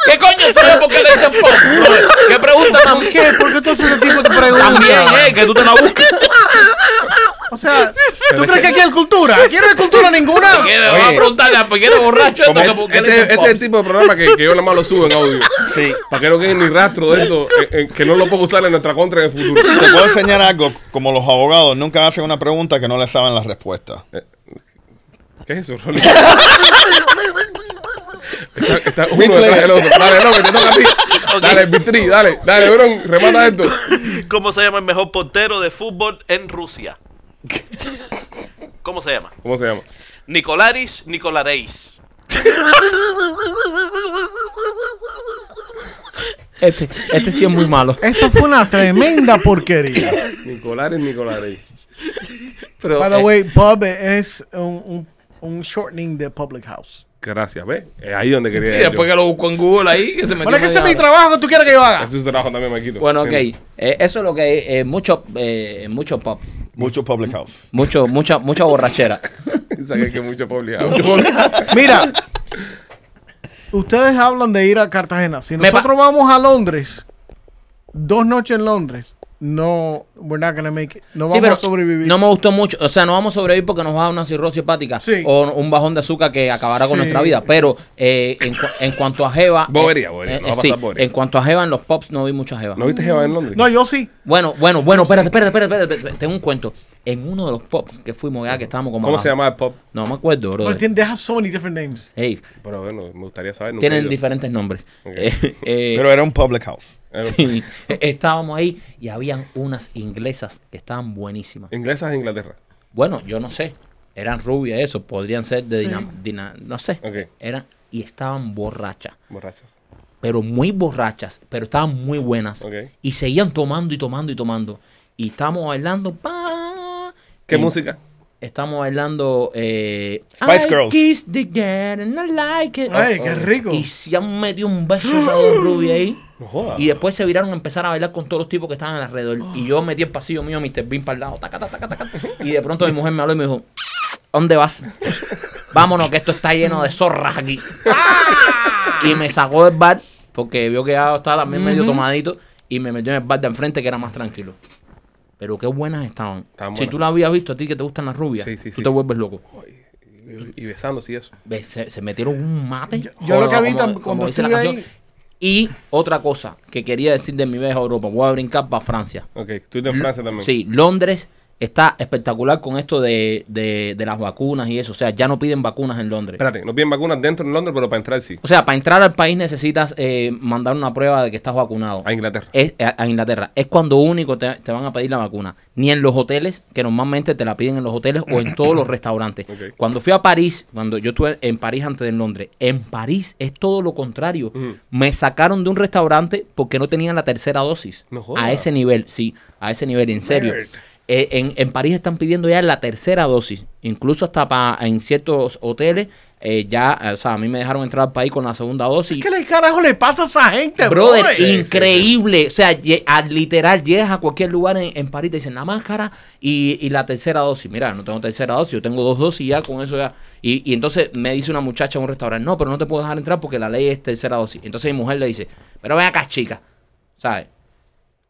[SPEAKER 3] ¿Qué coño sabe por qué le dicen pop?
[SPEAKER 1] [LAUGHS]
[SPEAKER 3] brother? ¿Qué pregunta tan
[SPEAKER 4] ¿Por qué? ¿Por qué tú haces ese tipo de
[SPEAKER 3] También, eh,
[SPEAKER 4] preguntas?
[SPEAKER 3] que tú te la busques.
[SPEAKER 4] O sea, ¿tú crees que aquí hay cultura? Aquí no hay cultura ninguna.
[SPEAKER 3] ¿Qué le vas a
[SPEAKER 5] Oye.
[SPEAKER 3] preguntarle a pequeño borracho esto?
[SPEAKER 5] Como
[SPEAKER 3] Que
[SPEAKER 5] es-
[SPEAKER 3] por qué le
[SPEAKER 1] Este,
[SPEAKER 3] dicen
[SPEAKER 1] este es el
[SPEAKER 3] pops?
[SPEAKER 1] tipo de programa que, que yo nada más lo subo en audio.
[SPEAKER 5] Sí.
[SPEAKER 1] Para que no quede ni rastro de esto, en- en- que no lo puedo usar en nuestra contra en el futuro.
[SPEAKER 5] Te puedo enseñar algo. Como los abogados nunca hacen una pregunta que no le saben la respuesta.
[SPEAKER 1] ¿Qué es eso, Rolly? está, está uno
[SPEAKER 5] Replay.
[SPEAKER 1] detrás del otro. Dale, no, te toca a ti. Dale, Vitri, dale, dale, Bron, remata esto.
[SPEAKER 6] ¿Cómo se llama el mejor portero de fútbol en Rusia? ¿Cómo se llama?
[SPEAKER 1] ¿Cómo se llama?
[SPEAKER 6] Nicolaris Nicolareis.
[SPEAKER 3] [LAUGHS] Este, este sí es muy malo.
[SPEAKER 4] Eso fue una tremenda porquería.
[SPEAKER 1] Nicolares Nicolares.
[SPEAKER 3] Pero,
[SPEAKER 4] By the
[SPEAKER 3] eh,
[SPEAKER 4] way, pub es un, un- un shortening de public house.
[SPEAKER 1] Gracias, ve. Es ahí donde quería.
[SPEAKER 3] eh, sí,
[SPEAKER 1] ir yo.
[SPEAKER 3] después que lo busco en Google ahí, que se metió
[SPEAKER 4] Bueno, es que ese
[SPEAKER 3] media
[SPEAKER 4] es mi
[SPEAKER 3] hora.
[SPEAKER 4] trabajo que tú quieres que yo haga.
[SPEAKER 1] Ese es su trabajo también, Maquito.
[SPEAKER 3] Bueno, ok. Eh, eso es lo que eh, mucho, eh, mucho pop.
[SPEAKER 5] Mucho public house.
[SPEAKER 3] Mucho, mucha, mucha borrachera.
[SPEAKER 1] [LAUGHS] Saqué que mucho publicidad.
[SPEAKER 3] [LAUGHS]
[SPEAKER 4] Mira, ustedes hablan de ir a Cartagena. Si
[SPEAKER 3] Me pa-
[SPEAKER 4] nosotros vamos a Londres, dos noches en Londres, no, we're not gonna make it. [LAUGHS] No
[SPEAKER 3] Sí,
[SPEAKER 4] vamos
[SPEAKER 3] pero
[SPEAKER 4] a sobrevivir.
[SPEAKER 3] no me gustó mucho. O sea, no vamos a sobrevivir porque nos va a dar una cirrosis hepática
[SPEAKER 4] Sí.
[SPEAKER 3] o un bajón de azúcar que acabará
[SPEAKER 4] Sí.
[SPEAKER 3] con nuestra vida. Pero eh, en, cu- en cuanto a
[SPEAKER 4] [LAUGHS]
[SPEAKER 3] Jeva.
[SPEAKER 1] Bobería,
[SPEAKER 3] eh,
[SPEAKER 1] bobería,
[SPEAKER 3] eh,
[SPEAKER 1] no va a
[SPEAKER 3] sí,
[SPEAKER 1] pasar bobería.
[SPEAKER 3] En cuanto a Jeva, en los pops no vi mucha Jeva.
[SPEAKER 1] ¿No viste Jeva en Londres?
[SPEAKER 4] No, yo sí.
[SPEAKER 3] Bueno, bueno, bueno, espérate, espérate, espérate, espérate, espérate, Tengo un cuento. En uno de los pops que fuimos, ya que estábamos como.
[SPEAKER 1] ¿Cómo
[SPEAKER 3] abajo.
[SPEAKER 1] se llama el pop?
[SPEAKER 3] No me acuerdo, bro.
[SPEAKER 4] Well, They have so many different names.
[SPEAKER 3] Hey,
[SPEAKER 1] Pero bueno, me gustaría saber. nunca he
[SPEAKER 3] tienen
[SPEAKER 1] ido.
[SPEAKER 3] diferentes nombres.
[SPEAKER 1] Ok.
[SPEAKER 3] [LAUGHS] Eh, eh,
[SPEAKER 5] Pero era un public house.
[SPEAKER 1] Eh,
[SPEAKER 3] [LAUGHS] sí. Estábamos ahí y habían unas inglesas que estaban buenísimas.
[SPEAKER 1] Inglesas de Inglaterra.
[SPEAKER 3] Bueno, yo no sé. Eran rubias, eso. Podrían ser de dinam... dina- no sé.
[SPEAKER 1] Ok.
[SPEAKER 3] Eran y estaban borrachas.
[SPEAKER 1] Borrachos.
[SPEAKER 3] Pero muy borrachas. Pero estaban muy buenas.
[SPEAKER 1] Ok.
[SPEAKER 3] Y seguían tomando y tomando y tomando. Y estábamos bailando. pa,
[SPEAKER 1] ¿Qué
[SPEAKER 3] y
[SPEAKER 1] música?
[SPEAKER 3] Estamos bailando. eh,
[SPEAKER 5] Spice
[SPEAKER 3] I
[SPEAKER 5] Girls.
[SPEAKER 3] Kiss the girl and I like it.
[SPEAKER 4] Ay, qué rico.
[SPEAKER 3] Y se han metido un beso a
[SPEAKER 5] [GASPS]
[SPEAKER 3] dos rubias ahí.
[SPEAKER 1] No jodas.
[SPEAKER 3] Y después se viraron a empezar a bailar con todos los tipos que estaban alrededor. Y yo metí el pasillo mío, Mr. Bean, para el lado. taca, taca, taca, taca. Y de pronto mi mujer me habló y me dijo, ¿dónde vas? Vámonos, que esto está lleno de zorras aquí.
[SPEAKER 1] ¡Ah!
[SPEAKER 3] Y me sacó del bar, porque vio que ya estaba también medio tomadito. Y me metió en el bar de enfrente, que era más tranquilo. Pero qué buenas estaban.
[SPEAKER 1] Estaban
[SPEAKER 3] si
[SPEAKER 1] buenas.
[SPEAKER 3] tú las habías visto a ti que te gustan las rubias,
[SPEAKER 1] Sí, sí,
[SPEAKER 3] tú
[SPEAKER 1] sí.
[SPEAKER 3] te vuelves loco.
[SPEAKER 1] Y, y besándose y eso.
[SPEAKER 3] Ve, Se, se metieron un mate.
[SPEAKER 4] yo lo que vi
[SPEAKER 3] Como-
[SPEAKER 4] tam-
[SPEAKER 3] como
[SPEAKER 4] cuando
[SPEAKER 3] dice la
[SPEAKER 4] estuve
[SPEAKER 3] canción.
[SPEAKER 4] ahí-
[SPEAKER 3] Y otra cosa que quería decir de mi viaje a Europa, voy a brincar para Francia.
[SPEAKER 1] Ok, tú en Francia también.
[SPEAKER 3] Sí, Londres está espectacular con esto de, de- de las vacunas y eso. O sea, ya no piden vacunas en Londres.
[SPEAKER 1] Espérate, no piden vacunas dentro en Londres, pero para entrar sí.
[SPEAKER 3] O sea, para entrar al país necesitas eh, mandar una prueba de que estás vacunado.
[SPEAKER 1] A Inglaterra.
[SPEAKER 3] Es, a, a Inglaterra. Es cuando único te, te van a pedir la vacuna. Ni en los hoteles, que normalmente te la piden en los hoteles o en todos
[SPEAKER 1] [CLEARS THROAT]
[SPEAKER 3] los restaurantes.
[SPEAKER 1] Ok.
[SPEAKER 3] Cuando fui a París, cuando yo estuve en París antes de en Londres, en París es todo lo contrario.
[SPEAKER 1] Ujú.
[SPEAKER 3] Me sacaron de un restaurante porque no tenían la tercera dosis.
[SPEAKER 1] No jodas.
[SPEAKER 3] a ese nivel, sí, a ese nivel, en serio.
[SPEAKER 1] Merd.
[SPEAKER 3] Eh, en, en París están pidiendo ya la tercera dosis, incluso hasta pa- en ciertos hoteles. eh, ya, o sea, a mí me dejaron entrar al país con la segunda dosis.
[SPEAKER 4] ¿Qué le carajo le pasa a esa gente,
[SPEAKER 3] Brother,
[SPEAKER 4] brother?
[SPEAKER 3] increíble. O sea, lle- a- literal, llegas a cualquier lugar en, en París, te dicen la máscara y, y la tercera dosis. Mira, no tengo tercera dosis, yo tengo dos dosis y ya con eso ya. Y, y entonces me dice una muchacha en un restaurante, no, pero no te puedo dejar entrar porque la ley es tercera dosis. Entonces mi mujer le dice, pero ven acá, chica, ¿sabes?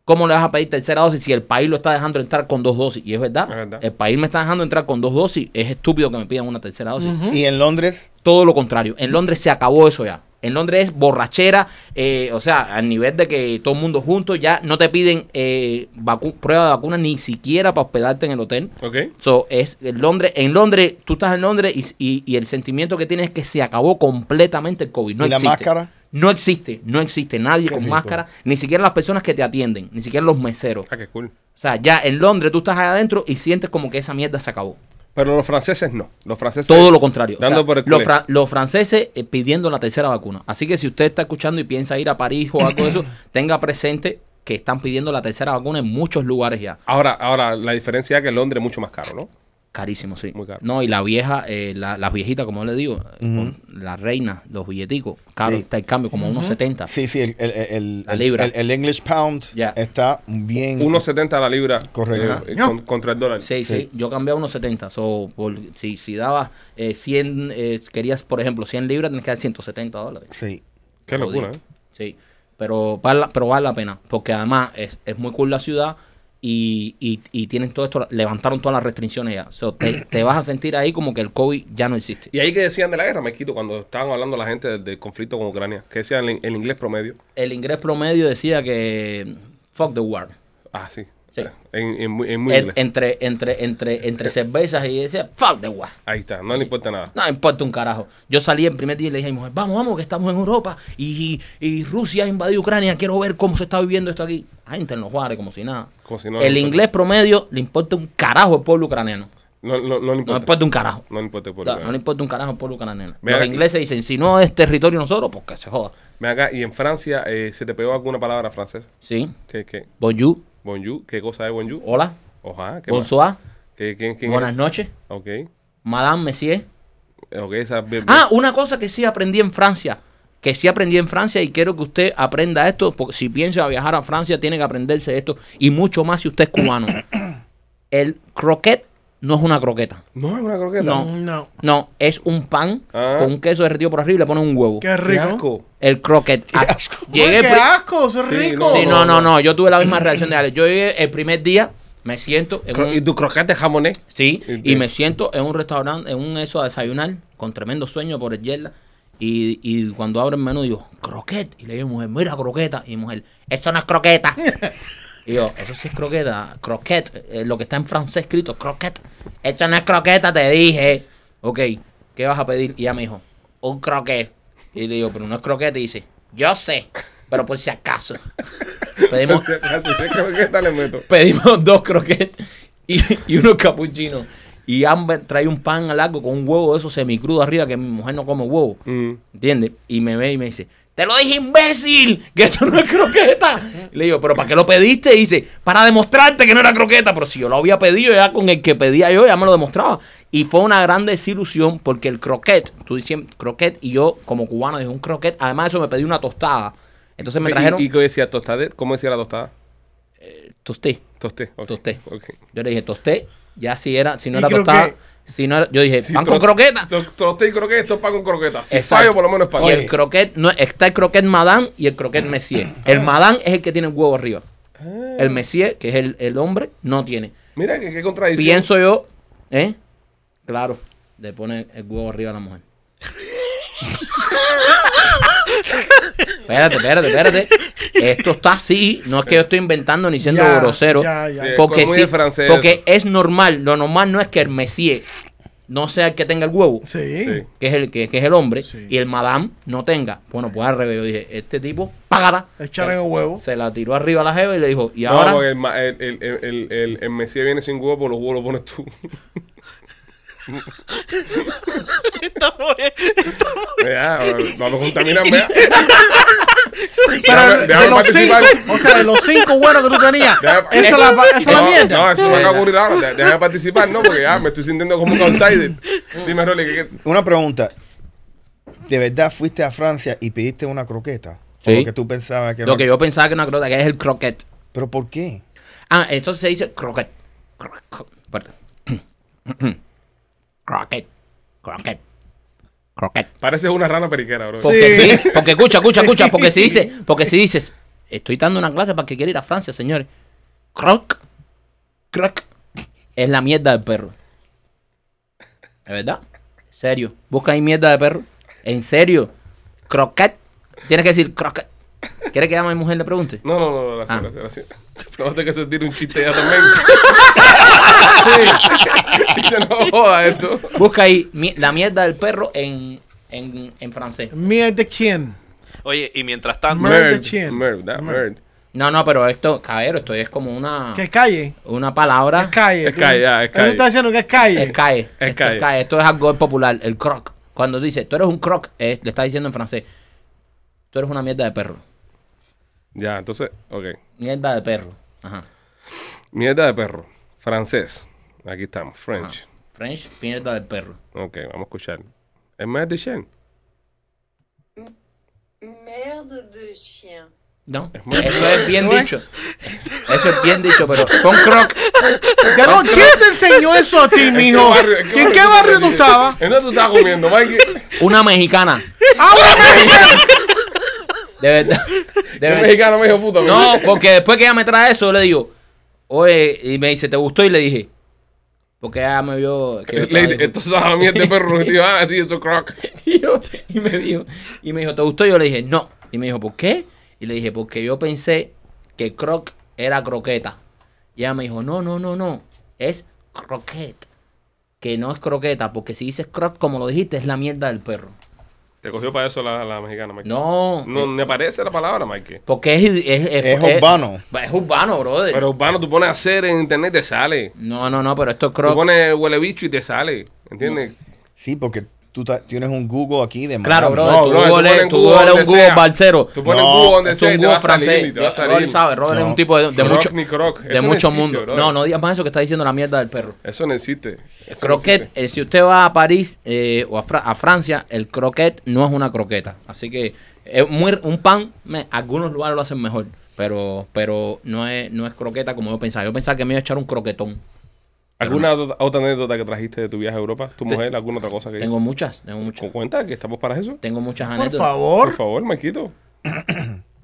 [SPEAKER 3] ¿Cómo le vas a pedir tercera dosis si el país lo está dejando entrar con dos dosis? Y es verdad,
[SPEAKER 1] Es verdad.
[SPEAKER 3] el país me está dejando entrar con dos dosis. Es estúpido que me pidan una tercera dosis.
[SPEAKER 5] Y en Londres,
[SPEAKER 3] Todo lo contrario. En Londres se acabó eso ya. En Londres es borrachera, eh, o sea, al nivel de que todo el mundo junto ya no te piden eh, vacu- prueba de vacuna ni siquiera para hospedarte en el hotel.
[SPEAKER 1] Ok.
[SPEAKER 3] So, es en Londres, en Londres, tú estás en Londres y, y- y el sentimiento que tienes es que se acabó completamente el COVID. No
[SPEAKER 5] ¿Y la
[SPEAKER 3] existe.
[SPEAKER 5] máscara?
[SPEAKER 3] No existe, no existe nadie con
[SPEAKER 5] rico.
[SPEAKER 3] máscara, ni siquiera las personas que te atienden, ni siquiera los meseros.
[SPEAKER 1] Ah, qué cool.
[SPEAKER 3] O sea, ya en Londres tú estás allá adentro y sientes como que esa mierda se acabó.
[SPEAKER 1] Pero los franceses no. Los franceses.
[SPEAKER 3] Todo lo contrario. O sea,
[SPEAKER 1] Dando por el
[SPEAKER 3] los,
[SPEAKER 1] culé.
[SPEAKER 3] fra- los franceses eh, pidiendo la tercera vacuna. Así que si usted está escuchando y piensa ir a París o algo de
[SPEAKER 1] [COUGHS]
[SPEAKER 3] eso, tenga presente que están pidiendo la tercera vacuna en muchos lugares ya.
[SPEAKER 1] Ahora, ahora, la diferencia es que Londres es mucho más caro, ¿no?
[SPEAKER 3] Carísimo, sí.
[SPEAKER 1] Muy caro.
[SPEAKER 3] No, y la vieja, eh, la- las viejitas, como le digo, eh, con la reina, los billeticos, caro
[SPEAKER 5] Sí.
[SPEAKER 3] está el cambio, como unos 70.
[SPEAKER 5] sí, sí, el, el, el-
[SPEAKER 3] Ah. La libra.
[SPEAKER 5] el- el English pound
[SPEAKER 3] Ya.
[SPEAKER 5] está bien.
[SPEAKER 1] 1.70 la libra.
[SPEAKER 5] Correcto.
[SPEAKER 1] eh,
[SPEAKER 4] Ajá.
[SPEAKER 1] con- contra el dólar.
[SPEAKER 3] Mm. Sí, sí, yo cambiaba unos 70. So, por- si, si dabas eh, 100, eh, querías, por ejemplo, 100 libras, tenías que dar 170 dólares.
[SPEAKER 5] sí.
[SPEAKER 1] Qué locura, ¿eh?
[SPEAKER 3] Jodido. Sí, pero vale, la- pero vale la pena, porque además es, es muy cool la ciudad y, y, y tienen todo esto, levantaron todas las restricciones ya. So, te,
[SPEAKER 1] [CLEARS THROAT]
[SPEAKER 3] te vas a sentir ahí como que el COVID ya no existe.
[SPEAKER 1] Y ahí que decían de la guerra, Maikito, cuando estaban hablando la gente del, del conflicto con Ucrania, que decían el, el inglés promedio.
[SPEAKER 3] El inglés promedio decía que fuck the war.
[SPEAKER 1] Ah, sí.
[SPEAKER 3] Sí.
[SPEAKER 1] En, en muy- en muy
[SPEAKER 3] En-
[SPEAKER 1] inglés.
[SPEAKER 3] entre, entre, entre, entre cervezas y decía, fuck the war.
[SPEAKER 1] Ahí está, no le importa nada.
[SPEAKER 3] No me importa un carajo. Yo salí el primer día y le dije a mi mujer, vamos, vamos, que estamos en Europa y, y- y Rusia ha invadido Ucrania, quiero ver cómo se está viviendo esto aquí. La gente en los bares, como si nada.
[SPEAKER 1] Como si
[SPEAKER 3] el
[SPEAKER 1] no le importa.
[SPEAKER 3] inglés promedio le importa un carajo al pueblo ucraniano.
[SPEAKER 1] No, no, no le
[SPEAKER 3] No le
[SPEAKER 1] importa.
[SPEAKER 3] importa un carajo.
[SPEAKER 1] No le importa. por
[SPEAKER 3] No,
[SPEAKER 1] nada.
[SPEAKER 3] no le importa un carajo al pueblo ucraniano.
[SPEAKER 1] Ve
[SPEAKER 3] Los
[SPEAKER 1] acá.
[SPEAKER 3] ingleses dicen, si no es territorio nosotros, pues que se joda.
[SPEAKER 1] Ven acá, y en Francia, eh, ¿se te pegó alguna palabra francesa?
[SPEAKER 3] Sí.
[SPEAKER 1] ¿Qué, qué?
[SPEAKER 3] Bonjour,
[SPEAKER 1] Bonjour, ¿qué cosa es bonjour?
[SPEAKER 3] hola,
[SPEAKER 1] Ojalá, ¿qué más?
[SPEAKER 3] Oh, bonsoir,
[SPEAKER 1] ¿Qué- quién, quién
[SPEAKER 3] buenas
[SPEAKER 1] es?
[SPEAKER 3] noches,
[SPEAKER 1] Ok,
[SPEAKER 3] madame, monsieur.
[SPEAKER 1] ok, esa...
[SPEAKER 3] Ah, una cosa que sí aprendí en Francia, que sí aprendí en Francia y quiero que usted aprenda esto, porque si piensa viajar a Francia tiene que aprenderse esto y mucho más si usted es cubano. El croquet no es una croqueta.
[SPEAKER 1] No es una croqueta.
[SPEAKER 3] No.
[SPEAKER 4] No.
[SPEAKER 3] No, es un pan
[SPEAKER 1] Ah.
[SPEAKER 3] con un queso derretido por arriba y le ponen un huevo.
[SPEAKER 4] Qué
[SPEAKER 1] Qué
[SPEAKER 4] rico.
[SPEAKER 1] asco.
[SPEAKER 3] El croquet. Ah,
[SPEAKER 4] Oye,
[SPEAKER 3] Llegué
[SPEAKER 4] qué
[SPEAKER 3] pri-
[SPEAKER 4] asco, eso es
[SPEAKER 1] Sí,
[SPEAKER 4] rico.
[SPEAKER 3] Sí, no, no, no, yo tuve la misma reacción de Alex. Yo llegué el primer día, me siento en
[SPEAKER 1] Cro-
[SPEAKER 3] un-
[SPEAKER 1] ¿Y tu croquete jamoné?
[SPEAKER 3] Sí,
[SPEAKER 1] Y-
[SPEAKER 3] y me siento en un restaurante, en un eso a desayunar, con tremendo sueño por el yerla. Y, y cuando abro el menú, digo, croquet. Y le digo, a mi mujer, mira, croqueta. Y mi mujer, eso no es croqueta. y yo, eso sí es croqueta. Croquet, eh, lo que está en francés escrito, croquet. Eso no es croqueta, te dije. Ok, ¿qué vas a pedir? Y ella me dijo, un croquet. Y le digo, pero no es croqueta. Y dice, yo sé, pero por si acaso. Pedimos
[SPEAKER 1] [LAUGHS] ¿Qué croqueta le meto?
[SPEAKER 3] pedimos [LAUGHS] dos croquetes y, y unos capuchinos. Y Amber trae un pan largo con un huevo de esos semicrudo arriba, que mi mujer no come huevo.
[SPEAKER 1] Mm.
[SPEAKER 3] ¿Entiendes? Y me ve y me dice, te lo dije imbécil, que esto no es croqueta. Y le digo, pero ¿para qué lo pediste? Y dice, para demostrarte que no era croqueta. Pero si yo lo había pedido, ya con el que pedía yo, ya me lo demostraba. Y fue una gran desilusión porque el croquet, tú dices croquet y yo como cubano dije un croquet. Además de eso me pedí una tostada. Entonces me trajeron...
[SPEAKER 1] ¿Y, y qué decía tostada? ¿Cómo decía la tostada?
[SPEAKER 3] tosté.
[SPEAKER 1] Tosté. ok,
[SPEAKER 3] Tosté.
[SPEAKER 1] ok.
[SPEAKER 3] Yo le dije, tosté, ya si era, si no
[SPEAKER 4] Y
[SPEAKER 3] era
[SPEAKER 4] creo
[SPEAKER 3] tostada,
[SPEAKER 4] que-
[SPEAKER 3] si no era, yo dije,
[SPEAKER 1] Sí,
[SPEAKER 3] Eh, pan con
[SPEAKER 1] tos-
[SPEAKER 3] croqueta.
[SPEAKER 1] to- Tosté y croqueta, esto es pan con croqueta. Si
[SPEAKER 3] Exacto.
[SPEAKER 1] fallo, por lo menos es pan.
[SPEAKER 3] Y el croquet, no, está el croquet madame y el croquet messier. El madame es el que tiene el huevo arriba.
[SPEAKER 1] Ah.
[SPEAKER 3] El messier, que es el, el hombre, no tiene.
[SPEAKER 1] Mira que qué contradicción.
[SPEAKER 3] Pienso yo, ¿eh? Claro, le pone el huevo arriba a la mujer. espérate, espérate, espérate. Esto está así, no es que yo estoy inventando ni siendo
[SPEAKER 4] Ya,
[SPEAKER 3] grosero.
[SPEAKER 4] ya, ya.
[SPEAKER 1] Sí,
[SPEAKER 3] Porque,
[SPEAKER 1] como
[SPEAKER 3] sí,
[SPEAKER 1] es francés.
[SPEAKER 3] porque es normal, lo normal no es que el Messier no sea el que tenga el huevo,
[SPEAKER 4] Sí.
[SPEAKER 1] Sí.
[SPEAKER 3] que es el que, que es el hombre,
[SPEAKER 4] Sí.
[SPEAKER 3] y el madame no tenga. Bueno, pues al revés, yo dije, este tipo, págala.
[SPEAKER 4] Échale en el huevo.
[SPEAKER 3] Se la tiró arriba a la jeva y le dijo, y
[SPEAKER 1] No,
[SPEAKER 3] ahora...
[SPEAKER 1] porque el, ma- el, el, el, el, el- el Mesías viene sin huevo, por los huevos los pones tú. Vea, no lo contaminan, vea.
[SPEAKER 4] Pero
[SPEAKER 1] Déjame-
[SPEAKER 4] de,
[SPEAKER 1] déjame
[SPEAKER 4] los cinco,
[SPEAKER 1] participar.
[SPEAKER 4] o sea, de los cinco buenos que tú tenías,
[SPEAKER 1] Déjame-
[SPEAKER 4] esa es la,
[SPEAKER 1] No,
[SPEAKER 4] esa es la mierda.
[SPEAKER 1] No, eso me acaba de ocurrir ahora. De- Déjame participar, ¿no? Porque ya me estoy sintiendo como un outsider. Dime, Rolly, ¿qué, qué-
[SPEAKER 5] Una pregunta. ¿De verdad fuiste a Francia y pediste una croqueta? ¿O
[SPEAKER 3] Sí.
[SPEAKER 5] lo que tú pensabas que era
[SPEAKER 3] Lo
[SPEAKER 5] una-
[SPEAKER 3] que yo pensaba que era una crota, que es el croquet.
[SPEAKER 5] ¿Pero por qué?
[SPEAKER 3] Ah, entonces se dice croquet. Cro- cro- Perdón. [COUGHS] Croquet. Croquet. Croquet.
[SPEAKER 1] Pareces una rana periquera, bro.
[SPEAKER 3] Porque,
[SPEAKER 4] Sí.
[SPEAKER 3] si dice- porque escucha, escucha, escucha, porque si dices, porque si dices, estoy dando una clase para que quiera ir a Francia, señores. Croc, croc, es la mierda del perro. ¿Es verdad? Serio. Busca ahí mierda de perro. En serio. Croquet. Tienes que decir croquet. ¿Quieres que a mi mujer le pregunte?
[SPEAKER 1] No, no, no, gracias,
[SPEAKER 3] Ah.
[SPEAKER 1] gracias, gracias. Probaste que se tire un chiste ya
[SPEAKER 4] [LAUGHS]
[SPEAKER 1] también. [LAUGHS] sí. Dice, no joda esto.
[SPEAKER 3] Busca ahí mi- la mierda del perro en, en, en francés.
[SPEAKER 4] Mierda de chien.
[SPEAKER 6] Oye, y mientras tanto,
[SPEAKER 4] Mer-
[SPEAKER 1] Merd,
[SPEAKER 4] the chin.
[SPEAKER 1] merd, that merd.
[SPEAKER 3] No, no, pero esto, cabrero, esto es como una,
[SPEAKER 4] Que es calle.
[SPEAKER 3] una palabra.
[SPEAKER 4] Es calle.
[SPEAKER 1] Es calle, ya, es
[SPEAKER 4] Eso
[SPEAKER 1] calle.
[SPEAKER 4] está diciendo que es calle.
[SPEAKER 3] Es cae.
[SPEAKER 1] Es
[SPEAKER 3] esto
[SPEAKER 1] cae.
[SPEAKER 3] es cae. Esto es algo popular. El croc. Cuando dice, tú eres un croc, eh, le está diciendo en francés, tú eres una mierda de perro.
[SPEAKER 1] Ya, entonces, ok.
[SPEAKER 3] Mierda de perro. Ajá.
[SPEAKER 1] Mierda de perro. Francés. Aquí estamos.
[SPEAKER 3] ajá.
[SPEAKER 1] French.
[SPEAKER 3] French, mierda de perro.
[SPEAKER 1] Ok, vamos a escuchar. Es merd de chien.
[SPEAKER 7] Merde de chien.
[SPEAKER 3] No. Eso es bien dicho. Eso es bien dicho, pero con croc.
[SPEAKER 4] Ya no, ¿Quién te enseñó eso a ti, mijo?
[SPEAKER 1] barrio- [LAUGHS] en
[SPEAKER 4] ¿Que ¿En qué barrio tú estabas?
[SPEAKER 1] ¿En dónde tú estabas comiendo, Mikey?
[SPEAKER 3] Una mexicana. [LAUGHS] De verdad. De
[SPEAKER 1] Un
[SPEAKER 3] verdad.
[SPEAKER 1] mexicano me dijo puta.
[SPEAKER 3] No, porque después que ella me trae eso, yo le digo, oye, y me dice, ¿te gustó? Y le dije, porque ella me vio. Que yo estaba
[SPEAKER 1] Le-
[SPEAKER 3] disgustado.
[SPEAKER 1] Entonces, a mierda de perro. Y yo, ah, sí, eso es croc.
[SPEAKER 3] Y, yo- [LAUGHS] y me dijo, y me dijo, ¿te gustó? Y yo le dije, no. Y me dijo, ¿por qué? Y le dije, porque yo pensé que croc era croqueta. Y ella me dijo, no, no, no, no, es croqueta. Que no es croqueta, porque si dices croc, como lo dijiste, es la mierda del perro.
[SPEAKER 1] Te cogió para eso la, la mexicana, Mike.
[SPEAKER 3] No,
[SPEAKER 1] No, me aparece la palabra, Mike.
[SPEAKER 3] porque es, es, eh,
[SPEAKER 5] Es urbano.
[SPEAKER 3] Es, urbano, brother.
[SPEAKER 1] Pero urbano, tú pones hacer en internet te sale.
[SPEAKER 3] no, no, no, pero esto es
[SPEAKER 1] Tú
[SPEAKER 3] croc.
[SPEAKER 1] pones huele bicho y te sale. ¿Entiendes?
[SPEAKER 5] Sí, porque tú ta- tienes un Google aquí de
[SPEAKER 3] Claro,
[SPEAKER 5] Miami.
[SPEAKER 3] brother,
[SPEAKER 1] No,
[SPEAKER 3] tú
[SPEAKER 1] brother, tú
[SPEAKER 3] googles
[SPEAKER 1] pones
[SPEAKER 3] tú
[SPEAKER 1] Google
[SPEAKER 3] googles un
[SPEAKER 1] donde
[SPEAKER 3] Google
[SPEAKER 1] sea.
[SPEAKER 3] balcero.
[SPEAKER 1] Tú pones
[SPEAKER 5] No,
[SPEAKER 1] Google donde
[SPEAKER 3] Es un
[SPEAKER 1] sea y te va
[SPEAKER 3] Google
[SPEAKER 1] a salir. y
[SPEAKER 3] francés.
[SPEAKER 1] te va a
[SPEAKER 3] Yo-
[SPEAKER 1] salir.
[SPEAKER 3] Rolly sabe, Rolly es
[SPEAKER 5] No.
[SPEAKER 3] un tipo de, de
[SPEAKER 1] Croc
[SPEAKER 3] mucho,
[SPEAKER 1] ni croc.
[SPEAKER 3] de
[SPEAKER 1] Eso no
[SPEAKER 3] mucho
[SPEAKER 1] existe,
[SPEAKER 3] mundo.
[SPEAKER 1] brother.
[SPEAKER 3] No, no digas más eso que está diciendo la mierda del perro.
[SPEAKER 1] Eso no existe. Eso no
[SPEAKER 3] Croquet,
[SPEAKER 1] existe.
[SPEAKER 3] eh, si usted va a París eh, o a, Fra- a Francia, el croquet no es una croqueta. Así que es muy, un pan, me- algunos lugares lo hacen mejor, pero pero no es no es croqueta como yo pensaba. Yo pensaba que me iba a echar un croquetón.
[SPEAKER 1] ¿Alguna otra, otra anécdota que trajiste de tu viaje a Europa? ¿Tu mujer? ¿Alguna otra cosa que
[SPEAKER 3] Tengo muchas, tengo muchas.
[SPEAKER 1] Cu- Cuenta que estamos para eso.
[SPEAKER 3] Tengo muchas
[SPEAKER 4] Por
[SPEAKER 3] anécdotas.
[SPEAKER 1] Por
[SPEAKER 4] favor.
[SPEAKER 1] favor, Maquito.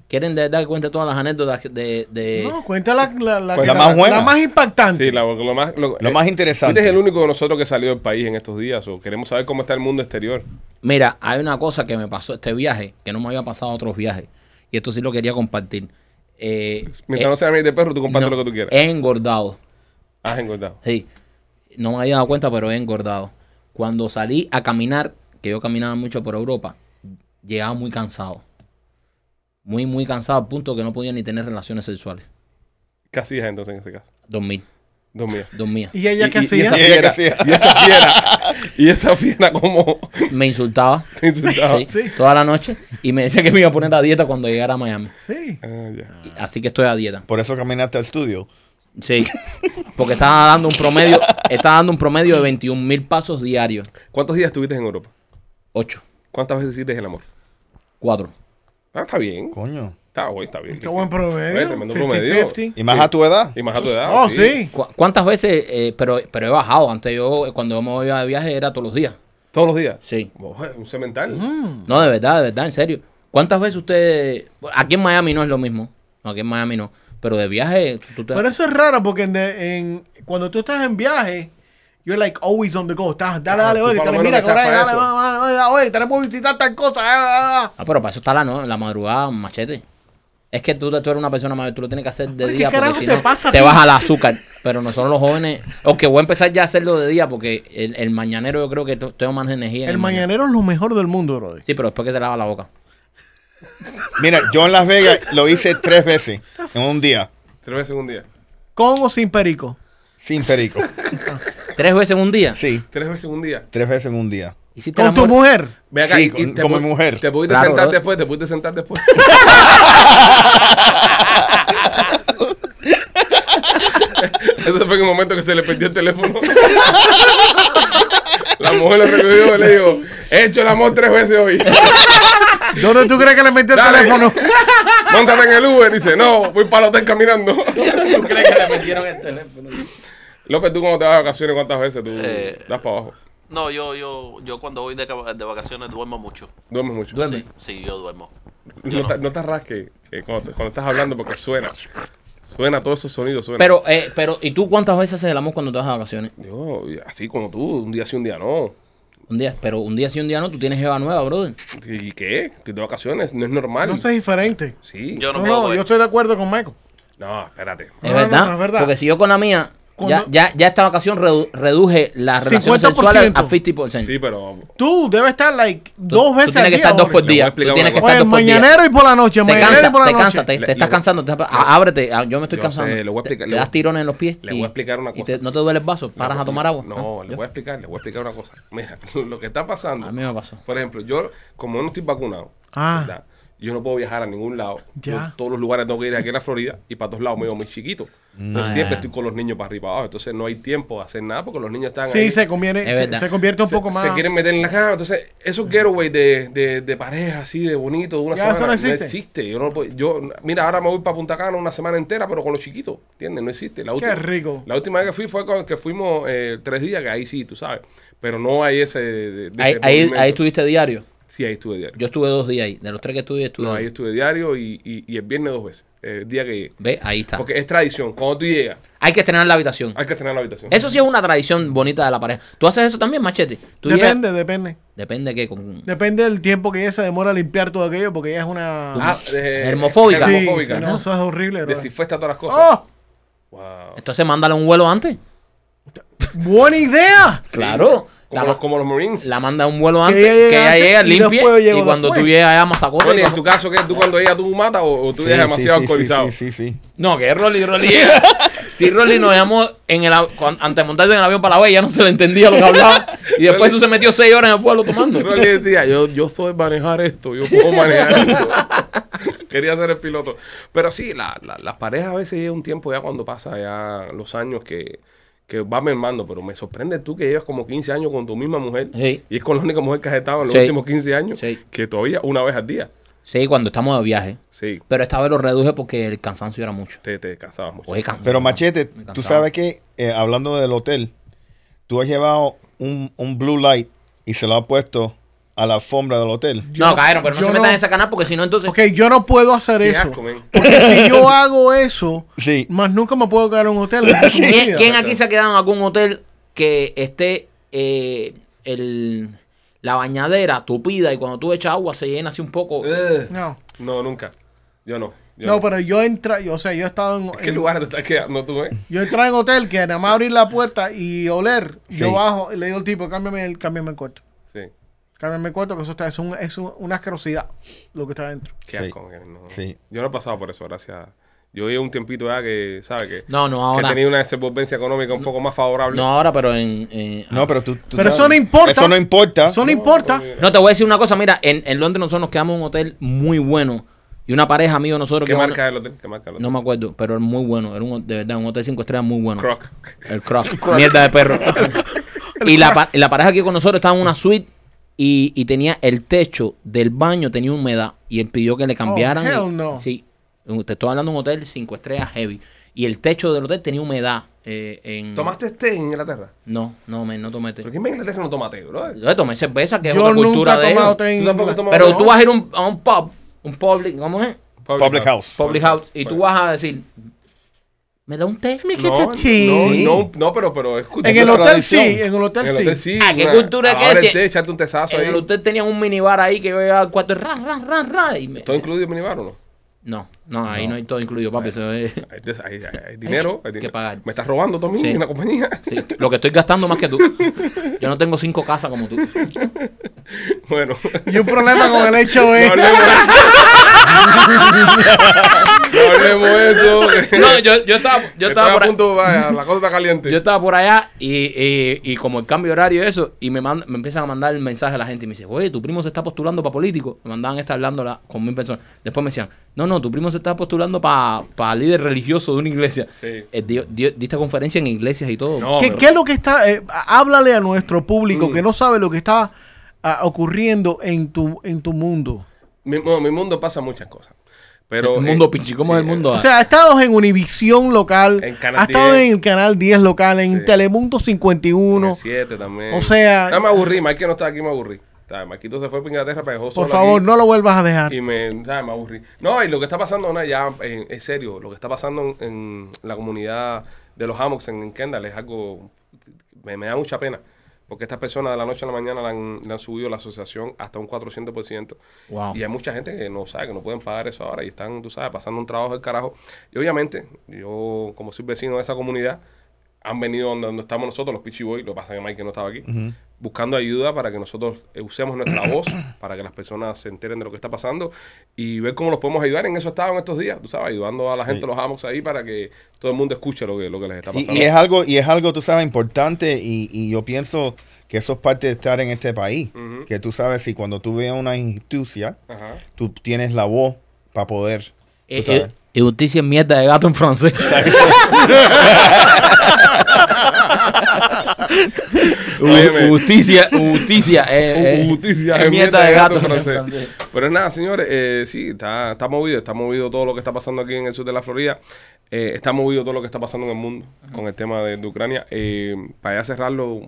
[SPEAKER 3] ¿Quieren de verdad que cuente todas las anécdotas de, de-
[SPEAKER 4] No, cuenta la, la, la,
[SPEAKER 1] Pues
[SPEAKER 4] que-
[SPEAKER 1] la
[SPEAKER 5] más buena.
[SPEAKER 4] la más impactante.
[SPEAKER 1] Sí, la- lo más, lo,
[SPEAKER 5] Lo más
[SPEAKER 1] eh,
[SPEAKER 5] interesante.
[SPEAKER 1] Tú eres el único de nosotros que salió del país en estos días. O queremos saber cómo está el mundo exterior.
[SPEAKER 3] Mira, hay una cosa que me pasó este viaje, que no me había pasado a otros viajes. Y esto sí lo quería compartir. Eh,
[SPEAKER 1] Mientras
[SPEAKER 3] eh,
[SPEAKER 1] no Eh, sea miel de perro, tú compartes
[SPEAKER 3] no,
[SPEAKER 1] lo que tú quieras.
[SPEAKER 3] He engordado.
[SPEAKER 1] Has engordado.
[SPEAKER 3] Sí. No me había dado cuenta, pero he engordado. Cuando salí a caminar, que yo caminaba mucho por Europa, llegaba muy cansado. Muy, muy cansado, al punto que no podía ni tener relaciones sexuales.
[SPEAKER 1] ¿Qué hacías entonces en ese caso?
[SPEAKER 3] Dormir,
[SPEAKER 1] Dormías.
[SPEAKER 3] dormía.
[SPEAKER 4] ¿Y ella qué
[SPEAKER 1] [LAUGHS] Y
[SPEAKER 4] hacía?
[SPEAKER 1] esa
[SPEAKER 5] Y ella que
[SPEAKER 1] fiera.
[SPEAKER 5] hacía.
[SPEAKER 1] Y esa fiera. y esa fiera como
[SPEAKER 3] Me insultaba
[SPEAKER 1] [LAUGHS] te insultaba.
[SPEAKER 3] sí, toda la noche y me decía que me iba a poner a dieta cuando llegara a Miami.
[SPEAKER 4] Sí.
[SPEAKER 1] Ah, ya.
[SPEAKER 3] Y- Así que estoy a dieta.
[SPEAKER 5] Por eso caminaste al estudio.
[SPEAKER 3] Sí, porque estaba dando un promedio, estaba dando un promedio de 21 mil pasos diarios.
[SPEAKER 1] ¿Cuántos días estuviste en Europa?
[SPEAKER 3] 8,
[SPEAKER 1] ¿Cuántas veces hiciste el amor?
[SPEAKER 3] 4.
[SPEAKER 1] Ah, está bien.
[SPEAKER 5] Coño.
[SPEAKER 1] Está, güey, está bien.
[SPEAKER 4] Qué buen promedio.
[SPEAKER 1] Oye, tremendo promedio.
[SPEAKER 4] 50-50.
[SPEAKER 5] Y más a tu edad.
[SPEAKER 1] Y más a tu edad.
[SPEAKER 4] Oh, sí.
[SPEAKER 3] ¿Cuántas veces? eh, pero, pero he bajado. Antes yo, eh, cuando yo me voy de viaje, era todos los días.
[SPEAKER 1] Todos los días.
[SPEAKER 3] Sí.
[SPEAKER 1] Ojo, Un cemental.
[SPEAKER 3] No, de verdad, de verdad, en serio. ¿Cuántas veces ustedes... Aquí en Miami no es lo mismo. Aquí en Miami no. Pero de viaje, tú te...
[SPEAKER 4] Pero eso es raro porque en de- en- cuando tú estás en viaje, you're like always on the go. Estás, dale,
[SPEAKER 1] Ah,
[SPEAKER 4] dale,
[SPEAKER 1] tú
[SPEAKER 4] oye,
[SPEAKER 1] por
[SPEAKER 4] que te
[SPEAKER 1] lo menos
[SPEAKER 4] mira, que
[SPEAKER 1] estás
[SPEAKER 4] ahora,
[SPEAKER 1] para
[SPEAKER 4] dale,
[SPEAKER 1] eso.
[SPEAKER 4] va, va, va, va, oye, tenemos que visitar tal cosa. ah, ah, ah.
[SPEAKER 3] Ah, pero para eso está la, no- la madrugada machete. Es que tú, tú eres una persona mayor, tú lo tienes que hacer de
[SPEAKER 4] Ay, ¿qué
[SPEAKER 3] día
[SPEAKER 4] carajo
[SPEAKER 3] porque si
[SPEAKER 4] te
[SPEAKER 3] no
[SPEAKER 4] pasa a
[SPEAKER 3] te
[SPEAKER 4] ti?
[SPEAKER 3] baja el azúcar. Pero nosotros los jóvenes, aunque voy a empezar ya a hacerlo de día porque el, el mañanero yo creo que to- tengo más energía. en
[SPEAKER 4] El mañanero es lo mejor del mundo, bro.
[SPEAKER 3] Sí, pero después que te lava la boca.
[SPEAKER 5] Mira, yo en Las Vegas lo hice tres veces en un día.
[SPEAKER 1] Tres veces en un día.
[SPEAKER 4] ¿Con o sin perico?
[SPEAKER 5] Sin perico.
[SPEAKER 3] Tres veces en un día.
[SPEAKER 5] Sí,
[SPEAKER 1] Tres veces en un día.
[SPEAKER 5] tres veces en un día.
[SPEAKER 3] Hiciste el
[SPEAKER 4] ¿Con tu
[SPEAKER 3] amor.
[SPEAKER 4] mujer?
[SPEAKER 1] Ve
[SPEAKER 5] Sí,
[SPEAKER 1] y- y
[SPEAKER 5] con- como
[SPEAKER 1] pu-
[SPEAKER 5] mujer.
[SPEAKER 1] Te pudiste
[SPEAKER 3] Claro,
[SPEAKER 1] sentar
[SPEAKER 3] bro.
[SPEAKER 1] después, te pudiste
[SPEAKER 5] [LAUGHS]
[SPEAKER 1] sentar después. Ese fue el momento que se le perdió el teléfono. [LAUGHS] La mujer lo recogió y le dijo, he hecho el amor tres veces hoy.
[SPEAKER 4] ¿Dónde tú crees que le metió el
[SPEAKER 1] Dale.
[SPEAKER 4] teléfono?
[SPEAKER 1] [LAUGHS] Móntate en el Uber. Dice, no, voy para el hotel caminando.
[SPEAKER 3] ¿Tú crees que le metieron el teléfono?
[SPEAKER 1] López, ¿tú cómo te vas de vacaciones? ¿Cuántas veces tú
[SPEAKER 6] Eh.
[SPEAKER 1] das para abajo?
[SPEAKER 6] No, yo, yo, yo cuando voy de, ca- de vacaciones duermo mucho.
[SPEAKER 1] Duermes mucho.
[SPEAKER 3] Duerme.
[SPEAKER 6] Sí, yo duermo. Yo
[SPEAKER 1] No, te- no te rasques eh, cuando, te- cuando estás hablando porque suena. Suena todos esos sonidos. Suena.
[SPEAKER 3] Pero, eh, pero, ¿y tú cuántas veces haces el amor cuando te vas de vacaciones?
[SPEAKER 1] Yo, y así como tú, un día sí, un día no.
[SPEAKER 3] Un día, pero un día sí, un día no, tú tienes jeva nueva, brother.
[SPEAKER 1] ¿Y qué? Estoy de vacaciones, no es normal.
[SPEAKER 4] No sé, es diferente.
[SPEAKER 1] Sí.
[SPEAKER 6] Yo
[SPEAKER 4] No,
[SPEAKER 6] no,
[SPEAKER 4] no,
[SPEAKER 6] puedo ver.
[SPEAKER 4] yo estoy de acuerdo con Michael.
[SPEAKER 1] No, espérate.
[SPEAKER 3] Es,
[SPEAKER 4] No, no,
[SPEAKER 3] verdad.
[SPEAKER 4] no, es verdad.
[SPEAKER 3] Porque si yo con la mía, ya,
[SPEAKER 4] Cuando-
[SPEAKER 3] ya, ya esta vacación redu- reduje las relaciones
[SPEAKER 4] 50%.
[SPEAKER 3] sexuales a 50%.
[SPEAKER 1] Sí, pero.
[SPEAKER 4] Tú debes estar, like, dos
[SPEAKER 3] tú
[SPEAKER 4] veces
[SPEAKER 3] tienes que
[SPEAKER 4] al día
[SPEAKER 3] estar dos
[SPEAKER 4] ahora.
[SPEAKER 3] por
[SPEAKER 1] Le voy a
[SPEAKER 3] día. Tú
[SPEAKER 1] explicar
[SPEAKER 3] tienes
[SPEAKER 1] una
[SPEAKER 3] que
[SPEAKER 1] cosa.
[SPEAKER 3] estar
[SPEAKER 4] Oye, el
[SPEAKER 3] dos por día.
[SPEAKER 4] mañanero y por la noche.
[SPEAKER 3] Te
[SPEAKER 4] mañanero y
[SPEAKER 3] cansa,
[SPEAKER 4] por la
[SPEAKER 3] te
[SPEAKER 4] noche.
[SPEAKER 3] cansa, te,
[SPEAKER 1] Le-
[SPEAKER 3] te estás
[SPEAKER 1] le-
[SPEAKER 3] cansando. te estás- a- ábrete, a- yo me estoy
[SPEAKER 1] Yo
[SPEAKER 3] cansando.
[SPEAKER 1] sé, le voy a
[SPEAKER 3] Te-
[SPEAKER 1] explicar-
[SPEAKER 3] te
[SPEAKER 1] le voy-
[SPEAKER 3] das tirones en los pies.
[SPEAKER 1] le voy a explicar una
[SPEAKER 3] y
[SPEAKER 1] cosa.
[SPEAKER 3] te- no te duele el vaso, paras a tomar agua.
[SPEAKER 1] No,
[SPEAKER 3] ¿Ah?
[SPEAKER 1] le voy a explicar, le voy a explicar una cosa. [LAUGHS] Mira, lo que está pasando.
[SPEAKER 3] A mí me pasó.
[SPEAKER 1] Por ejemplo, yo, como no estoy vacunado,
[SPEAKER 4] Ah.
[SPEAKER 1] ¿verdad? yo no puedo viajar a ningún lado.
[SPEAKER 4] Ya.
[SPEAKER 1] Yo todos los lugares tengo que ir aquí en la Florida y para todos lados me veo muy chiquito.
[SPEAKER 3] Ah.
[SPEAKER 1] Yo siempre estoy con los niños para arriba y para abajo. Entonces no hay tiempo de hacer nada porque los niños están ahí.
[SPEAKER 4] Sí, se conviene,
[SPEAKER 3] Es
[SPEAKER 4] se,
[SPEAKER 3] verdad.
[SPEAKER 4] se convierte un
[SPEAKER 1] se,
[SPEAKER 4] poco más.
[SPEAKER 1] se quieren meter en la cama. Entonces, esos getaways de, de, de pareja así, de bonito, de una
[SPEAKER 4] Ya, eso
[SPEAKER 1] semana,
[SPEAKER 4] no existe.
[SPEAKER 1] Yo no puedo- yo, mira, ahora me voy para Punta Cana una semana entera, pero con los chiquitos, ¿entiendes? No existe. La última,
[SPEAKER 4] rico.
[SPEAKER 1] La última vez que fui fue con, que fuimos eh, tres días, que ahí sí, tú sabes. Pero no hay ese... de- de
[SPEAKER 3] Ahí,
[SPEAKER 1] ese
[SPEAKER 3] ahí,
[SPEAKER 1] movimiento.
[SPEAKER 3] ahí estuviste diario.
[SPEAKER 1] Sí, ahí estuve diario.
[SPEAKER 3] Yo estuve dos días ahí. De los tres que estuve, estuve.
[SPEAKER 1] No,
[SPEAKER 3] dos.
[SPEAKER 1] ahí estuve diario y, y, y el viernes dos veces. El día que llegué.
[SPEAKER 3] Ve, ahí está.
[SPEAKER 1] Porque es tradición. Cuando tú llegas,
[SPEAKER 3] Hay que estrenar la habitación.
[SPEAKER 1] hay que estrenar la habitación.
[SPEAKER 3] Eso sí es una tradición bonita de la pareja. ¿Tú haces eso también, machete? ¿Tú llegas-
[SPEAKER 4] Depende, depende.
[SPEAKER 3] Depende que con...
[SPEAKER 4] Depende del tiempo que ella se demora a limpiar todo aquello, porque ella es una.
[SPEAKER 1] Ah, eh,
[SPEAKER 3] Hermofóbica.
[SPEAKER 4] Sí,
[SPEAKER 1] hermofóbica.
[SPEAKER 4] sí, no, eso es horrible, bro.
[SPEAKER 1] Desinfecta todas las cosas.
[SPEAKER 4] ¡Oh!
[SPEAKER 1] Wow.
[SPEAKER 3] Entonces mándale un vuelo antes.
[SPEAKER 4] Buena idea.
[SPEAKER 3] Claro.
[SPEAKER 1] Como,
[SPEAKER 3] La,
[SPEAKER 1] los, como los Marines.
[SPEAKER 3] la manda un vuelo antes,
[SPEAKER 4] Que ella llegue
[SPEAKER 3] que ella
[SPEAKER 4] antes
[SPEAKER 3] llega
[SPEAKER 4] y
[SPEAKER 3] limpia.
[SPEAKER 4] después yo
[SPEAKER 3] Y,
[SPEAKER 4] llego
[SPEAKER 3] cuando
[SPEAKER 4] después.
[SPEAKER 3] tú llegas allá a Mazacote.
[SPEAKER 1] Rolly,
[SPEAKER 3] y
[SPEAKER 1] en
[SPEAKER 3] vamos-
[SPEAKER 1] tu caso, que tú cuando ella tú matas o, o tú
[SPEAKER 5] Sí,
[SPEAKER 1] eres
[SPEAKER 5] sí,
[SPEAKER 1] demasiado
[SPEAKER 5] sí, sí, Sí,
[SPEAKER 1] alcoholizado?
[SPEAKER 5] sí, sí.
[SPEAKER 3] No, que Rolly, Rolly llega. Si Rolly nos llamó en el, av- cuan- antes de montarse en el avión para la B, ya no se le entendía lo que hablaba. Y después
[SPEAKER 1] Rolly-
[SPEAKER 3] tú se metió seis horas en el pueblo tomando.
[SPEAKER 1] Rolly decía, yo, yo soy manejar esto, yo
[SPEAKER 5] [LAUGHS]
[SPEAKER 1] puedo manejar esto. Quería ser el piloto. Pero sí, la- la- las parejas a veces llega un tiempo ya cuando pasa ya los años que, que va mermando. Pero me sorprende tú que llevas como 15 años con tu misma mujer.
[SPEAKER 3] Sí.
[SPEAKER 1] Y es con la única mujer que has estado en los
[SPEAKER 3] Sí.
[SPEAKER 1] últimos 15 años.
[SPEAKER 3] Sí.
[SPEAKER 1] Que todavía una vez al día.
[SPEAKER 3] Sí, cuando estamos de viaje.
[SPEAKER 1] Sí,
[SPEAKER 3] Pero esta vez lo reduje porque el cansancio era mucho.
[SPEAKER 1] te, te cansabas mucho.
[SPEAKER 3] Oye, cansancio.
[SPEAKER 5] Pero Machete,
[SPEAKER 3] Me
[SPEAKER 5] tú
[SPEAKER 3] cansaba.
[SPEAKER 5] sabes que, eh, hablando del hotel, tú has llevado un, un blue light y se lo has puesto a la alfombra del hotel.
[SPEAKER 3] No, cabrón, pero no
[SPEAKER 4] yo
[SPEAKER 3] se
[SPEAKER 4] no-
[SPEAKER 3] metan en ese canal porque si no, entonces.
[SPEAKER 4] Ok, yo no puedo hacer
[SPEAKER 1] Qué
[SPEAKER 4] eso.
[SPEAKER 1] asco, men.
[SPEAKER 4] Porque si yo hago eso,
[SPEAKER 5] Sí.
[SPEAKER 4] más nunca me puedo quedar en un [LAUGHS] hotel. en su
[SPEAKER 3] ¿Quién,
[SPEAKER 4] vida.
[SPEAKER 3] quién aquí se ha quedado en algún hotel que esté eh, el, la bañadera tupida y cuando tú echas agua se llena así un poco?
[SPEAKER 1] Ugh.
[SPEAKER 4] No,
[SPEAKER 1] No, nunca. Yo no. Yo
[SPEAKER 4] no, pero yo entra, yo, o sea, yo he estado en,
[SPEAKER 1] ¿Qué
[SPEAKER 4] en-
[SPEAKER 1] lugar te estás quedando tú, eh?
[SPEAKER 4] yo he entrado en hotel que nada más abrir la puerta y oler, yo
[SPEAKER 5] Sí.
[SPEAKER 4] bajo y le digo al tipo, cámbiame el, cámbiame el cuarto.
[SPEAKER 1] Sí.
[SPEAKER 4] Cámbiame el cuarto, que eso está, es, un- es un- una asquerosidad lo que está adentro.
[SPEAKER 1] Qué
[SPEAKER 5] Sí.
[SPEAKER 1] asco, que no.
[SPEAKER 5] Sí.
[SPEAKER 1] Yo no he pasado por eso, gracias. Yo llevo un tiempito ya que, ¿sabes qué?
[SPEAKER 3] No, no,
[SPEAKER 1] que
[SPEAKER 3] ahora.
[SPEAKER 1] tenía una desenvolvencia económica un poco más favorable.
[SPEAKER 3] No, ahora, pero en. en-
[SPEAKER 5] No, pero tú... tú
[SPEAKER 4] Pero
[SPEAKER 5] te-
[SPEAKER 4] eso no importa.
[SPEAKER 5] Eso no importa.
[SPEAKER 4] Eso no importa.
[SPEAKER 3] No, te voy a decir una cosa. Mira, en, en Londres nosotros nos quedamos en un hotel muy bueno. Y una pareja mío, nosotros.
[SPEAKER 1] ¿Qué
[SPEAKER 3] que-
[SPEAKER 1] marca es el hotel? ¿Qué marca es el
[SPEAKER 3] No
[SPEAKER 1] hotel?
[SPEAKER 3] me acuerdo, pero era muy bueno. Era un, de verdad un hotel cinco estrellas muy bueno.
[SPEAKER 1] Croc.
[SPEAKER 3] El
[SPEAKER 1] [LAUGHS]
[SPEAKER 3] Croc. Mierda de perro. y la, pa- la pareja aquí con nosotros estaba en una suite y, y tenía el techo del baño, tenía humedad. Y él pidió que le cambiaran.
[SPEAKER 4] Oh, hell
[SPEAKER 3] y-
[SPEAKER 4] no.
[SPEAKER 3] Sí. Te estoy hablando de un hotel cinco estrellas heavy. Y el techo del hotel tenía humedad. eh, en...
[SPEAKER 1] ¿Tomaste té en Inglaterra?
[SPEAKER 3] No, no, men, no tomé té.
[SPEAKER 1] ¿Por qué en Inglaterra no toma té, bro?
[SPEAKER 3] Yo tomé cerveza, que es
[SPEAKER 4] Yo
[SPEAKER 3] otra
[SPEAKER 4] nunca
[SPEAKER 3] cultura
[SPEAKER 4] he
[SPEAKER 3] de
[SPEAKER 4] tomado
[SPEAKER 3] ellos.
[SPEAKER 4] té en
[SPEAKER 1] Tú tampoco
[SPEAKER 4] Inglaterra.
[SPEAKER 1] tomas-
[SPEAKER 3] Pero tú
[SPEAKER 1] No.
[SPEAKER 3] vas a ir a un, a un pub, un public, ¿cómo es?
[SPEAKER 5] Public house.
[SPEAKER 3] Public house, y tú vas a decir, ¿me da un este té?
[SPEAKER 4] Dime que
[SPEAKER 1] No,
[SPEAKER 4] está chido.
[SPEAKER 1] no,
[SPEAKER 5] Sí.
[SPEAKER 1] no, no, pero, pero escucha.
[SPEAKER 4] En
[SPEAKER 5] Esa
[SPEAKER 4] el
[SPEAKER 1] eso-
[SPEAKER 5] es
[SPEAKER 4] hotel sí,
[SPEAKER 5] tradición.
[SPEAKER 4] en el hotel
[SPEAKER 1] en el
[SPEAKER 4] sí.
[SPEAKER 1] hotel sí.
[SPEAKER 3] Ah, ¿qué
[SPEAKER 1] una-
[SPEAKER 3] cultura
[SPEAKER 1] a la
[SPEAKER 3] que
[SPEAKER 1] hora
[SPEAKER 3] es?
[SPEAKER 1] del té, echarte un tesazo
[SPEAKER 3] En el
[SPEAKER 1] ahí.
[SPEAKER 3] hotel tenían un minibar ahí que yo iba al cuarto y ran, ran, ran, ran. Y me-
[SPEAKER 1] ¿Todo incluido en minibar o no?
[SPEAKER 3] No, no, ahí no. hay todo incluido, papi. eso es-
[SPEAKER 1] Hay, des- hay- hay- hay dinero, hay
[SPEAKER 3] que
[SPEAKER 1] dinero.
[SPEAKER 3] pagar.
[SPEAKER 1] Me estás robando también
[SPEAKER 3] Sí.
[SPEAKER 1] en la compañía.
[SPEAKER 3] sí, lo que estoy gastando más que tú. Yo no tengo cinco casas como tú.
[SPEAKER 1] [LAUGHS]
[SPEAKER 3] [LAUGHS]
[SPEAKER 1] Bueno.
[SPEAKER 4] Y un problema con el
[SPEAKER 1] [LAUGHS]
[SPEAKER 4] hecho
[SPEAKER 1] No
[SPEAKER 4] es...
[SPEAKER 1] hablemos de eso. No hablemos de eso. que-
[SPEAKER 3] No, yo, yo estaba, yo
[SPEAKER 1] Estaba
[SPEAKER 3] estaba por
[SPEAKER 1] a
[SPEAKER 3] ahí.
[SPEAKER 1] punto, vaya, la cosa está caliente.
[SPEAKER 3] Yo estaba por allá y, y- y como el cambio de horario y eso, y me, mand- me empiezan a mandar el mensaje a la gente y me dice, oye, tu primo se está postulando para político. Me mandaban esta hablándola con mil personas. Después me decían, no, no, tu primo se está postulando para líder religioso de una iglesia.
[SPEAKER 1] Sí.
[SPEAKER 3] Eh, dio- dio- diste conferencia en iglesias y todo.
[SPEAKER 1] No,
[SPEAKER 4] ¿Qué,
[SPEAKER 1] pero-
[SPEAKER 4] qué es lo que está? eh, háblale a nuestro público
[SPEAKER 1] Mm.
[SPEAKER 4] que no sabe lo que está ah, ocurriendo en tu, en tu mundo.
[SPEAKER 1] Mi, no, mi mundo pasa muchas cosas. Pero,
[SPEAKER 3] el mundo
[SPEAKER 1] eh,
[SPEAKER 3] pinche, ¿cómo
[SPEAKER 1] sí,
[SPEAKER 3] es el mundo? Ah,
[SPEAKER 4] O sea, ha estado en Univisión local,
[SPEAKER 1] En Canal
[SPEAKER 4] ha estado
[SPEAKER 1] 10.
[SPEAKER 4] en Canal 10 local, en
[SPEAKER 1] Sí.
[SPEAKER 4] Telemundo
[SPEAKER 1] eh,
[SPEAKER 4] 51.
[SPEAKER 1] 7 también.
[SPEAKER 4] O sea-
[SPEAKER 1] Ya me aburrí, Mike que no está aquí, me aburrí. ¿Sabes? Marquito se fue para Inglaterra, para dejó
[SPEAKER 4] Por
[SPEAKER 1] solo
[SPEAKER 4] favor,
[SPEAKER 1] aquí
[SPEAKER 4] no lo vuelvas a dejar.
[SPEAKER 1] Y me, ¿sabes? me aburrí. No, y lo que está pasando ahora ya, eh, es serio, lo que está pasando en, en la comunidad de los Hammocks en, en Kendall es algo. Me, me da mucha pena. Porque estas personas de la noche a la mañana le han, le han subido la asociación hasta un 400%.
[SPEAKER 3] wow.
[SPEAKER 1] Y hay mucha gente que no sabe, que no pueden pagar eso ahora y están, tú sabes, pasando un trabajo del carajo. Y obviamente, yo como soy vecino de esa comunidad, han venido donde, donde estamos nosotros, los Pichi Boys, lo que pasa es que Mike no estaba aquí, buscando ayuda para que nosotros eh,
[SPEAKER 5] [COUGHS]
[SPEAKER 1] usemos nuestra voz, para que las personas se enteren de lo que está pasando y ver cómo los podemos ayudar. En eso estaba en estos días, tú sabes, ayudando a la gente, los amos ahí, para que todo el mundo escuche lo que, lo que les está
[SPEAKER 5] Y,
[SPEAKER 1] pasando.
[SPEAKER 5] y es algo, y es algo, tú sabes, importante y, y yo pienso que eso es parte de estar en este país.
[SPEAKER 1] Ujú.
[SPEAKER 5] Que tú sabes, si cuando tú ves una institución,
[SPEAKER 1] Ajá.
[SPEAKER 5] tú tienes la voz para poder. tú
[SPEAKER 3] Eh, eh,
[SPEAKER 5] sabes.
[SPEAKER 3] y justicia es mierda de gato en francés. Ju-
[SPEAKER 1] Óyeme.
[SPEAKER 3] justicia, justicia, eh, eh,
[SPEAKER 1] Justicia, este
[SPEAKER 3] es mierda de gato, en francés. [LAUGHS]
[SPEAKER 1] Pero nada, señores, eh, sí, está, está movido, está movido todo lo que está pasando aquí en el sur de la Florida. Eh, está movido todo lo que está pasando en el mundo con el tema de, de Ucrania. Eh, para ya cerrarlo,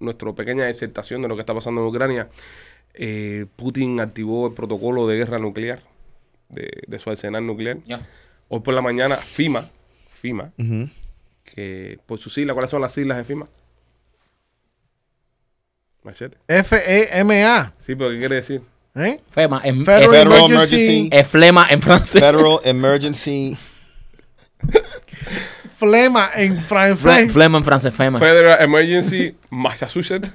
[SPEAKER 1] nuestra pequeña disertación de lo que está pasando en Ucrania, eh, Putin activó el protocolo de guerra nuclear, de, de su arsenal nuclear.
[SPEAKER 3] Ya.
[SPEAKER 1] Hoy por la mañana, FIMA, FIMA,
[SPEAKER 5] Ujú.
[SPEAKER 1] que por su sigla, ¿cuáles son las siglas de FIMA? Machete.
[SPEAKER 4] F-E-M-A.
[SPEAKER 1] Sí, pero ¿qué quiere decir?
[SPEAKER 4] E ¿eh?
[SPEAKER 3] Fema, es,
[SPEAKER 4] Federal
[SPEAKER 5] Federal
[SPEAKER 4] Emergency.
[SPEAKER 5] Emergency.
[SPEAKER 3] es- es flema en francés.
[SPEAKER 5] Federal Emergency
[SPEAKER 4] flema en
[SPEAKER 3] Fle-
[SPEAKER 4] francés.
[SPEAKER 3] Flema en francés, Flema.
[SPEAKER 1] Federal Emergency Massachusetts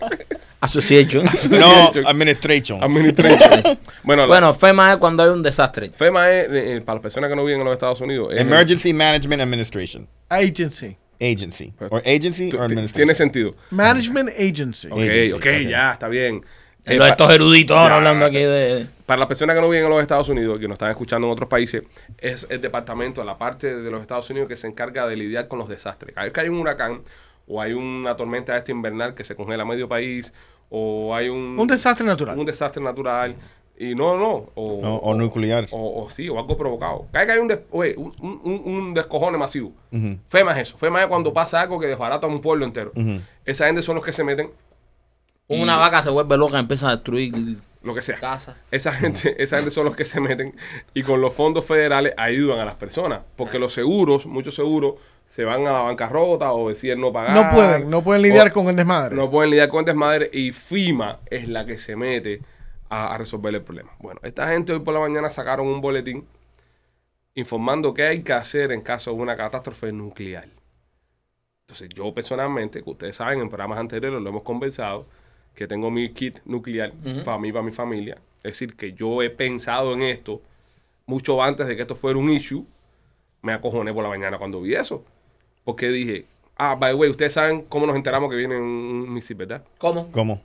[SPEAKER 1] [LAUGHS]
[SPEAKER 3] Association.
[SPEAKER 5] No, administration.
[SPEAKER 1] Administration. Bueno, la-
[SPEAKER 3] bueno, FEMA es cuando hay un desastre.
[SPEAKER 1] FEMA es, eh, eh, para las personas que no viven en los Estados Unidos, es-
[SPEAKER 5] Emergency Management Administration.
[SPEAKER 4] Agency.
[SPEAKER 5] Agency. Or agency
[SPEAKER 1] T-
[SPEAKER 5] or
[SPEAKER 1] t- Tiene
[SPEAKER 5] administration.
[SPEAKER 1] sentido.
[SPEAKER 4] Management Agency.
[SPEAKER 1] Ok,
[SPEAKER 5] Agency,
[SPEAKER 1] ok,
[SPEAKER 5] ok.
[SPEAKER 1] ya, está bien. Eh,
[SPEAKER 3] Los-
[SPEAKER 1] pa-
[SPEAKER 3] estos eruditos ahora
[SPEAKER 1] Ya.
[SPEAKER 3] hablando aquí de.
[SPEAKER 1] para las personas que no viven en los Estados Unidos y que nos están escuchando en otros países, es el departamento, la parte de los Estados Unidos que se encarga de lidiar con los desastres. Cada vez que hay un huracán o hay una tormenta esta invernal que se congela medio país o hay un,
[SPEAKER 4] Un desastre natural.
[SPEAKER 1] un desastre natural y no, no, o,
[SPEAKER 5] No, o nuclear.
[SPEAKER 1] o- o sí, o algo provocado. Cada vez que hay un, des- oye, un, un- un descojone masivo.
[SPEAKER 5] Ujú.
[SPEAKER 1] FEMA es eso. FEMA es cuando pasa algo que desbarata a un pueblo entero.
[SPEAKER 5] Ujú.
[SPEAKER 1] Esa gente son los que se meten
[SPEAKER 3] Una vaca se vuelve loca, empieza a destruir
[SPEAKER 1] lo que sea.
[SPEAKER 3] casas.
[SPEAKER 1] Esa gente, esa gente son los que se meten y con los fondos federales ayudan a las personas. Porque los seguros, muchos seguros, se van a la bancarrota o deciden no pagar.
[SPEAKER 4] No pueden, no pueden lidiar
[SPEAKER 1] O-
[SPEAKER 4] con el desmadre.
[SPEAKER 1] No pueden lidiar con el desmadre y FIMA es la que se mete a, a resolver el problema. Bueno, esta gente hoy por la mañana sacaron un boletín informando qué hay que hacer en caso de una catástrofe nuclear. Entonces, yo personalmente, que ustedes saben, en programas anteriores lo hemos conversado, que tengo mi kit nuclear
[SPEAKER 3] Ujú.
[SPEAKER 1] para mí, y para mi familia. Es decir, que yo he pensado en esto mucho antes de que esto fuera un issue. Me acojoné por la mañana cuando vi eso. Porque dije, ah, by the way, ustedes saben cómo nos enteramos que viene un, un misil, ¿verdad?
[SPEAKER 3] ¿Cómo?
[SPEAKER 5] ¿Cómo?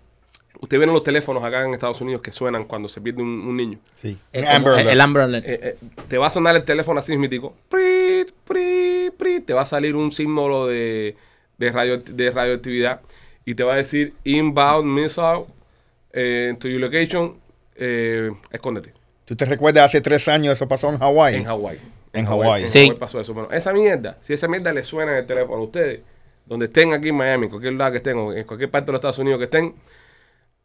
[SPEAKER 1] Ustedes vieron los teléfonos acá en Estados Unidos que suenan cuando se pierde un, un niño.
[SPEAKER 5] Sí.
[SPEAKER 3] El,
[SPEAKER 5] Amber
[SPEAKER 3] el-
[SPEAKER 5] Alert.
[SPEAKER 3] el Amber Alert.
[SPEAKER 1] Eh, eh, te va a sonar el teléfono así mítico. Prit, prit, prit. Te va a salir un símbolo de, de, radio, de radioactividad y te va a decir inbound missile eh, to your location. eh, escóndete.
[SPEAKER 5] ¿Tú te recuerdas hace tres años eso pasó en Hawái?
[SPEAKER 1] En Hawái.
[SPEAKER 5] En Hawái.
[SPEAKER 1] En
[SPEAKER 3] Sí.
[SPEAKER 1] Hawái pasó eso. Bueno, esa mierda, si esa mierda le suena en el teléfono a ustedes, donde estén aquí en Miami, en cualquier lado que estén, o en cualquier parte de los Estados Unidos que estén,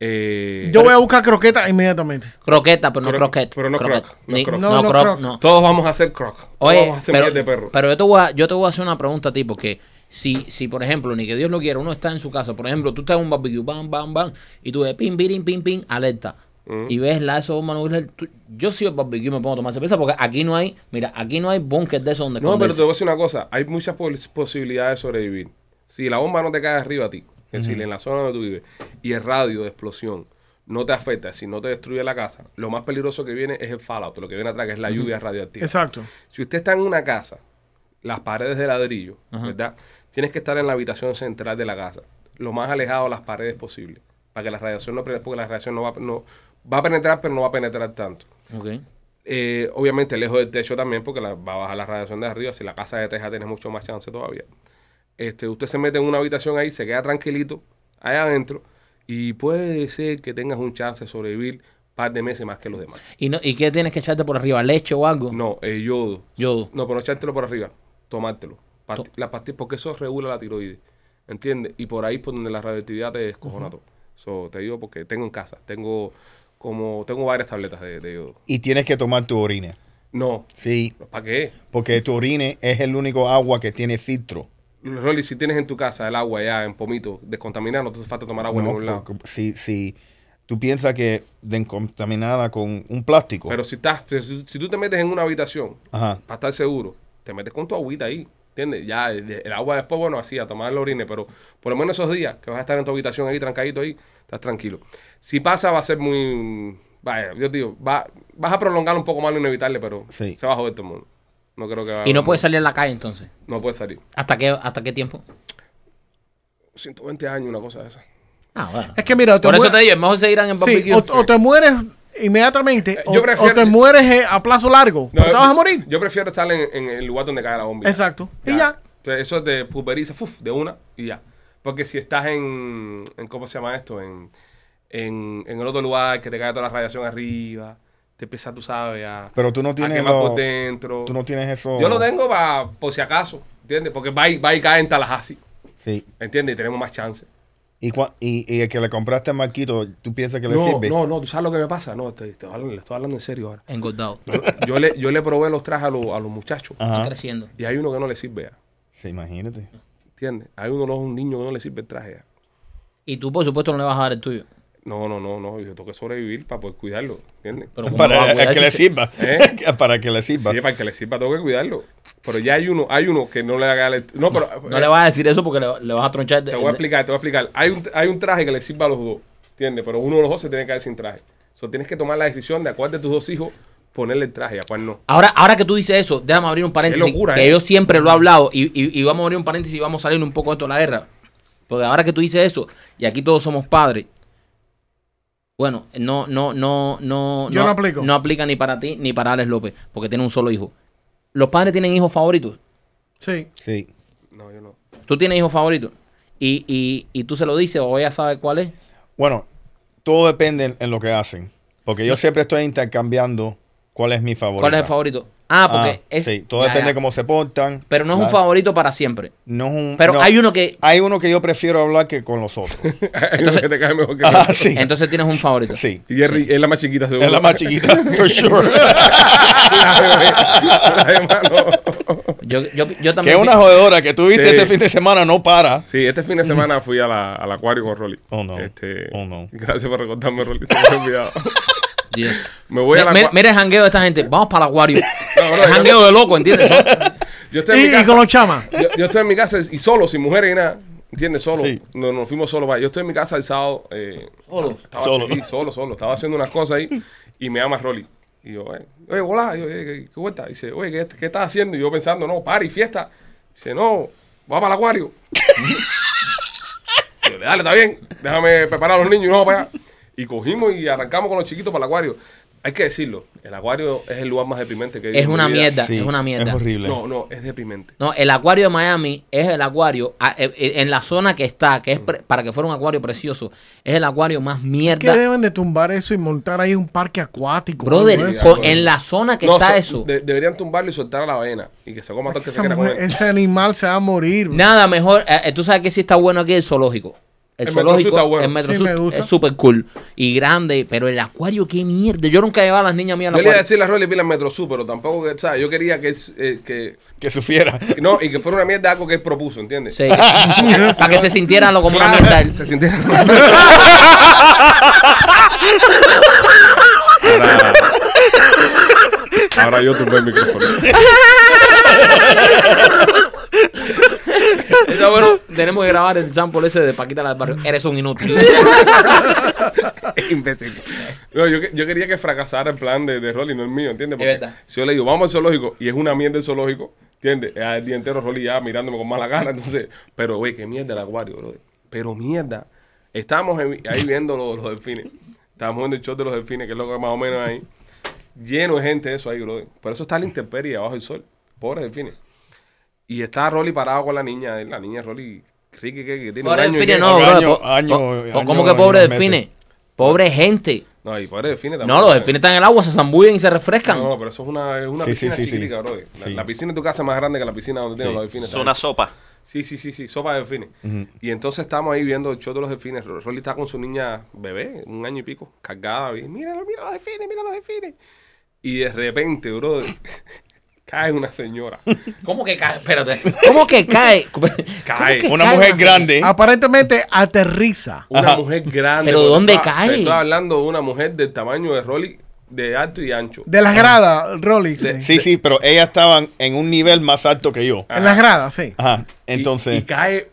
[SPEAKER 1] eh,
[SPEAKER 4] Yo voy a buscar croquetas inmediatamente.
[SPEAKER 3] Croqueta, pero no
[SPEAKER 1] Croque-
[SPEAKER 3] croquet.
[SPEAKER 1] pero no
[SPEAKER 3] Croquet.
[SPEAKER 1] croc, no
[SPEAKER 3] Ni-
[SPEAKER 1] croc.
[SPEAKER 3] No,
[SPEAKER 4] No, no
[SPEAKER 3] croc,
[SPEAKER 4] croc.
[SPEAKER 3] no.
[SPEAKER 1] todos vamos a hacer croc. Todos
[SPEAKER 3] Oye,
[SPEAKER 1] vamos a hacer
[SPEAKER 3] pero,
[SPEAKER 1] miel de perro.
[SPEAKER 3] pero yo, te voy a, yo te voy a hacer una pregunta a ti, porque si, si, por ejemplo, ni que Dios lo quiera, uno está en su casa, por ejemplo, tú estás en un barbecue, bam, bam, bam, y tú de pim, pirin, pim, pim, alerta.
[SPEAKER 1] Mm.
[SPEAKER 3] Y ves la de esos bombas nucleares, tú- yo sí el barbecue me pongo a tomar cerveza porque aquí no hay, mira, aquí no hay búnker de esos donde
[SPEAKER 1] No, pero te
[SPEAKER 3] esconderse.
[SPEAKER 1] voy a decir una cosa. Hay muchas pos- posibilidades de sobrevivir. Si la bomba no te cae arriba a ti, es decir, en la zona donde tú vives, y el radio de explosión no te afecta, si no te destruye la casa, lo más peligroso que viene es el fallout, lo que viene atrás, que es la lluvia radioactiva.
[SPEAKER 4] Exacto.
[SPEAKER 1] Si usted está en una casa, las paredes de ladrillo, ¿verdad? Tienes que estar en la habitación central de la casa, lo más alejado de las paredes posible, para que la radiación no, pre- porque la radiación no va, no, va a penetrar, pero no va a penetrar tanto.
[SPEAKER 3] Ok.
[SPEAKER 1] Eh, obviamente lejos del techo también, porque la- va a bajar la radiación de arriba. Si la casa de teja tiene mucho más chance todavía. Este, usted se mete en una habitación ahí, se queda tranquilito allá adentro y puede ser que tengas un chance de sobrevivir un par de meses más que los demás.
[SPEAKER 3] ¿Y, no, ¿Y qué tienes que echarte por arriba? ¿Leche o algo?
[SPEAKER 1] No, el yodo.
[SPEAKER 3] Yodo.
[SPEAKER 1] No, pero no echártelo por arriba, tomártelo. Pasti- la pastilla, porque eso regula la tiroides, ¿entiendes? Y por ahí por donde la radioactividad te descojona todo. So, te digo porque tengo en casa, tengo como tengo varias tabletas de, de yodo.
[SPEAKER 5] Y tienes que tomar tu orina.
[SPEAKER 1] No,
[SPEAKER 5] Sí,
[SPEAKER 1] ¿para qué?
[SPEAKER 5] porque tu orina es el único agua que tiene filtro.
[SPEAKER 1] Rolly, si tienes en tu casa el agua ya en pomito descontaminada, no te hace falta tomar agua en
[SPEAKER 5] No,
[SPEAKER 1] ningún lado.
[SPEAKER 5] porque si, si tú piensas que de contaminada con un plástico.
[SPEAKER 1] Pero si estás, si, si tú te metes en una habitación
[SPEAKER 5] Ajá.
[SPEAKER 1] para estar seguro, te metes con tu agüita ahí, ¿entiendes? Ya el, el agua después, bueno, así, a tomar los orines, pero por lo menos esos días que vas a estar en tu habitación ahí, trancadito ahí, estás tranquilo. Si pasa, va a ser muy. Vaya, yo te digo, va, vas a prolongar un poco más lo inevitable, pero
[SPEAKER 5] Sí.
[SPEAKER 1] se va a joder todo el mundo. No creo que va
[SPEAKER 3] ¿Y no puedes salir a la calle entonces?
[SPEAKER 1] No puede salir.
[SPEAKER 3] ¿Hasta qué, hasta qué tiempo?
[SPEAKER 1] 120 años, una cosa de esa.
[SPEAKER 3] Ah, bueno.
[SPEAKER 4] Es que mira, o te,
[SPEAKER 3] Por eso
[SPEAKER 4] muer-
[SPEAKER 3] te digo, es mejor se irán en
[SPEAKER 4] sí,
[SPEAKER 3] barbecue.
[SPEAKER 4] o, o te mueres inmediatamente o,
[SPEAKER 1] Eh, yo prefiero-
[SPEAKER 4] o te mueres eh, a plazo largo.
[SPEAKER 1] No,
[SPEAKER 4] pero te vas a morir.
[SPEAKER 1] Yo prefiero estar en, en el lugar donde cae la bomba.
[SPEAKER 4] Exacto. Y ya.
[SPEAKER 1] Entonces, eso te pulveriza fuf, de una y ya. Porque si estás en, en ¿cómo se llama esto? En, en, en el otro lugar que te cae toda la radiación arriba, te empieza, tú sabes, a,
[SPEAKER 5] Pero tú no
[SPEAKER 1] a
[SPEAKER 5] tienes
[SPEAKER 1] quemar
[SPEAKER 5] lo-
[SPEAKER 1] por dentro.
[SPEAKER 5] Tú no tienes eso.
[SPEAKER 1] Yo lo tengo para, por si acaso, ¿entiendes? Porque va y, va y cae en Tallahassee,
[SPEAKER 5] Sí.
[SPEAKER 1] ¿entiendes? Y tenemos más chance.
[SPEAKER 5] Y, cua- y, y el que le compraste a Marquito, ¿tú piensas que le
[SPEAKER 1] No,
[SPEAKER 5] sirve?
[SPEAKER 1] no, no, tú sabes lo que me pasa. No, te, te hablo- le estoy hablando en serio ahora.
[SPEAKER 3] Engordado.
[SPEAKER 1] Yo le, yo le probé los trajes a, los- a los muchachos
[SPEAKER 3] Está
[SPEAKER 5] Ajá.
[SPEAKER 3] creciendo.
[SPEAKER 1] y hay uno que no le sirve. ya.
[SPEAKER 5] Sí, imagínate.
[SPEAKER 1] ¿Entiendes? Hay uno de los niños que no le sirve el traje. ya.
[SPEAKER 3] Y tú, por supuesto, no le vas a dar el tuyo.
[SPEAKER 1] No, no, no, no. Yo tengo que sobrevivir para poder cuidarlo. ¿Entiendes?
[SPEAKER 3] Pero ¿cómo lo va a
[SPEAKER 5] Para
[SPEAKER 3] cuidar
[SPEAKER 5] [LAUGHS] que
[SPEAKER 3] si
[SPEAKER 5] le
[SPEAKER 3] se-
[SPEAKER 5] sirva.
[SPEAKER 1] ¿Eh?
[SPEAKER 5] [LAUGHS] Para que le sirva.
[SPEAKER 1] [LAUGHS] Sí, para que le sirva tengo que cuidarlo. Pero ya hay uno, hay uno que no le haga... el- No, pero...
[SPEAKER 3] No le vas a decir eso porque le, le vas a tronchar. de-
[SPEAKER 1] Eh. Te voy a
[SPEAKER 3] de-
[SPEAKER 1] explicar, te voy a explicar. Hay un, hay un traje que le sirva a los dos, ¿entiendes? Pero uno de los dos se tiene que quedar sin traje. So, tienes que tomar la decisión de a cuál de tus dos hijos ponerle el traje y a cuál no.
[SPEAKER 3] Ahora, ahora que tú dices eso, déjame abrir un paréntesis.
[SPEAKER 1] Qué locura,
[SPEAKER 3] que
[SPEAKER 1] ¿eh?
[SPEAKER 3] yo siempre lo he hablado y, y- y vamos a abrir un paréntesis y vamos a salir un poco de esto de la guerra. Porque ahora que tú dices eso, y aquí todos somos padres. Bueno, no, no, no, no.
[SPEAKER 4] Yo no aplico.
[SPEAKER 3] No aplica ni para ti ni para Alex López, porque tiene un solo hijo. Los padres tienen hijos favoritos.
[SPEAKER 4] Sí.
[SPEAKER 5] Sí.
[SPEAKER 1] No, yo no.
[SPEAKER 3] Tú tienes hijos favoritos. Y, y, y tú se lo dices o ella sabe cuál es.
[SPEAKER 5] Bueno, todo depende en, en lo que hacen. Porque yo siempre estoy intercambiando cuál es mi favorito.
[SPEAKER 3] ¿Cuál es el favorito? Ah, porque
[SPEAKER 5] Ah,
[SPEAKER 3] es.
[SPEAKER 5] sí, todo
[SPEAKER 3] ya,
[SPEAKER 5] depende
[SPEAKER 3] ya.
[SPEAKER 5] de cómo se portan.
[SPEAKER 3] Pero no es un
[SPEAKER 5] Claro.
[SPEAKER 3] favorito para
[SPEAKER 5] [LAUGHS]
[SPEAKER 3] siempre.
[SPEAKER 5] No es un-
[SPEAKER 3] Pero
[SPEAKER 5] no.
[SPEAKER 3] hay uno que.
[SPEAKER 5] Hay uno que yo prefiero hablar que con los
[SPEAKER 3] [LAUGHS]
[SPEAKER 5] otros.
[SPEAKER 1] [LAUGHS] Hay uno que te cae mejor que el
[SPEAKER 5] ah,
[SPEAKER 1] otro.
[SPEAKER 5] sí.
[SPEAKER 3] Entonces tienes un favorito.
[SPEAKER 5] sí.
[SPEAKER 1] Y es, ri- es la más chiquita, seguro.
[SPEAKER 5] Es la
[SPEAKER 3] [LAUGHS]
[SPEAKER 5] más chiquita, for sure.
[SPEAKER 1] [LAUGHS] La demás
[SPEAKER 5] [LAUGHS]
[SPEAKER 1] no.
[SPEAKER 3] Yo, yo, yo
[SPEAKER 5] que
[SPEAKER 3] también.
[SPEAKER 5] es una jodedora que tuviste
[SPEAKER 1] Sí.
[SPEAKER 5] este fin de semana, no para.
[SPEAKER 1] Sí, este fin de semana fui a la- al acuario con Rolly.
[SPEAKER 5] Oh, no.
[SPEAKER 1] Este,
[SPEAKER 5] Oh, no.
[SPEAKER 1] Gracias por recordarme, Rolly. Se me había olvidado.
[SPEAKER 3] Dios.
[SPEAKER 1] Me voy a la
[SPEAKER 3] Mira- mira, mira el jangueo de esta gente. Vamos para el acuario.
[SPEAKER 1] [LAUGHS] No, bro,
[SPEAKER 3] el jangueo de loco,
[SPEAKER 1] [LAUGHS]
[SPEAKER 3] ¿entiendes? Son-
[SPEAKER 1] Yo estoy en mi
[SPEAKER 4] Y, y
[SPEAKER 1] casa.
[SPEAKER 4] con los chamas.
[SPEAKER 1] yo, yo estoy en mi casa y solo, sin mujeres y nada. ¿Entiendes? Solo.
[SPEAKER 5] Sí.
[SPEAKER 1] No, nos fuimos solo. Yo estoy en mi casa el sábado. eh,
[SPEAKER 3] Solo.
[SPEAKER 1] Estaba
[SPEAKER 5] Solo.
[SPEAKER 1] solo. solo, solo. Estaba haciendo unas cosas ahí y me llama Rolly. Y yo, eh, oye, hola, Y yo, "Eh, ¿qué, qué vuelta? dice, oye, ¿qué, qué estás haciendo? Y yo pensando, no, party, fiesta. Dice, no, va para el acuario. [LAUGHS] Y yo, dale, está bien, déjame preparar a los niños y vamos para allá. Y cogimos y arrancamos con los chiquitos para el acuario. Hay que decirlo, el acuario es el lugar más deprimente que he
[SPEAKER 3] Es
[SPEAKER 1] vivido en
[SPEAKER 3] una
[SPEAKER 1] mi vida.
[SPEAKER 3] mierda, es una
[SPEAKER 5] Es
[SPEAKER 3] mierda.
[SPEAKER 5] horrible.
[SPEAKER 1] No, no, es deprimente.
[SPEAKER 3] No, el acuario de Miami es el acuario a- e- e- en la zona que está, que es pre- para que fuera un acuario precioso. Es el acuario más
[SPEAKER 4] Que
[SPEAKER 3] mierda.
[SPEAKER 4] deben de tumbar eso y montar ahí un parque acuático. algo de
[SPEAKER 3] Brother,
[SPEAKER 4] eso.
[SPEAKER 3] co- en la zona que
[SPEAKER 1] No,
[SPEAKER 3] está
[SPEAKER 1] so-
[SPEAKER 3] eso.
[SPEAKER 1] de- deberían tumbarlo y soltar a la ballena y que se coma todo el que se
[SPEAKER 4] Esa
[SPEAKER 1] quiera
[SPEAKER 4] mujer-
[SPEAKER 1] comer.
[SPEAKER 4] ese animal se va a morir. bro.
[SPEAKER 3] Nada mejor. eh, eh, tú sabes que sí está bueno aquí el zoológico. El,
[SPEAKER 1] El Metrosur
[SPEAKER 3] zoológico,
[SPEAKER 1] está bueno.
[SPEAKER 3] el Metrosur
[SPEAKER 4] Sí, me gusta.
[SPEAKER 3] es súper cool y grande, pero el acuario, qué mierda. Yo nunca llevaba a las niñas mías
[SPEAKER 1] Yo
[SPEAKER 3] al
[SPEAKER 1] le iba a
[SPEAKER 3] acuario.
[SPEAKER 1] decir a Rolly Pila Metro Sur, pero tampoco, que- o sea, yo quería que, es- eh, que
[SPEAKER 3] [LAUGHS]
[SPEAKER 5] Que sufriera.
[SPEAKER 1] No, y que fuera una mierda algo que él propuso, ¿entiendes?
[SPEAKER 3] Sí. para que se sintieran lo como una
[SPEAKER 1] Claro,
[SPEAKER 3] mierda. él.
[SPEAKER 1] [LAUGHS] Se sintiera.
[SPEAKER 3] [LAUGHS]
[SPEAKER 1] ahora, ahora yo tumbé el micrófono.
[SPEAKER 3] Está bueno, tenemos que grabar el sample ese de Paquita la del Barrio. Eres un
[SPEAKER 5] [LAUGHS]
[SPEAKER 3] inútil.
[SPEAKER 1] [LAUGHS] Imbécil. No, yo, que- yo quería que fracasara el plan de, de Rolly, no el mío, ¿entiendes?
[SPEAKER 3] Es
[SPEAKER 1] Porque
[SPEAKER 3] verdad.
[SPEAKER 1] si yo le digo, vamos al zoológico, y es una mierda el zoológico, ¿entiendes? Eh, El día entero Rolly ya mirándome con mala cara, [LAUGHS] entonces, pero, güey, qué mierda el acuario, bro. Pero mierda. Estábamos en- ahí viendo los, los delfines. Estábamos viendo el show de los delfines, que es lo que más o menos ahí. Lleno de gente eso ahí, bro. Por eso está la intemperie abajo del sol. Pobres delfines. Y está Rolly parado con la niña, eh, la niña Rolly, Ricky, que, que tiene
[SPEAKER 3] Pobre
[SPEAKER 1] un año y
[SPEAKER 3] delfines,
[SPEAKER 1] que-
[SPEAKER 3] no,
[SPEAKER 5] año,
[SPEAKER 3] bro. po-
[SPEAKER 5] año,
[SPEAKER 3] po- po- ¿Cómo
[SPEAKER 5] año,
[SPEAKER 3] que pobre
[SPEAKER 5] años, meses.
[SPEAKER 3] delfines? Pobre gente.
[SPEAKER 1] No, y pobres delfines eh. también.
[SPEAKER 3] No, los delfines están en el agua, se zambullen y se refrescan.
[SPEAKER 1] No, pero eso es una, es una
[SPEAKER 5] Sí,
[SPEAKER 1] piscina
[SPEAKER 5] sí, sí, sí.
[SPEAKER 1] chiquitica, bro. La,
[SPEAKER 5] Sí.
[SPEAKER 1] la piscina de tu casa es más grande que la piscina donde tienen los delfines.
[SPEAKER 6] Es
[SPEAKER 1] ¿sabes?
[SPEAKER 6] una sopa.
[SPEAKER 1] Sí, sí, sí, sí, sopa de delfines. Y entonces estamos ahí viendo el show de los delfines. Ro- Rolly está con su niña bebé, un año y pico, cargada. y, Míralo, mira los delfines, mira los delfines. Y de repente, bro, [LAUGHS] cae una señora.
[SPEAKER 3] ¿Cómo que cae?
[SPEAKER 5] [LAUGHS]
[SPEAKER 3] Espérate. ¿Cómo que cae? ¿Cómo
[SPEAKER 1] Cae.
[SPEAKER 3] que
[SPEAKER 5] Una
[SPEAKER 3] cae
[SPEAKER 5] mujer
[SPEAKER 3] una
[SPEAKER 1] ¿Eh?
[SPEAKER 5] grande.
[SPEAKER 4] Aparentemente aterriza.
[SPEAKER 1] Una
[SPEAKER 5] Ajá.
[SPEAKER 1] mujer grande.
[SPEAKER 3] ¿Pero
[SPEAKER 1] bro, te
[SPEAKER 3] dónde
[SPEAKER 1] estaba-
[SPEAKER 3] cae?
[SPEAKER 1] Te estoy hablando de una mujer del tamaño de Rolly, de alto y ancho.
[SPEAKER 4] De las gradas, Rolex.
[SPEAKER 1] Ah. De- Ah.
[SPEAKER 4] sí.
[SPEAKER 5] Sí, sí, pero ellas estaban en un nivel más alto que yo.
[SPEAKER 4] En las gradas, sí.
[SPEAKER 5] Ajá.
[SPEAKER 1] Y-
[SPEAKER 5] Entonces,
[SPEAKER 1] Y, cae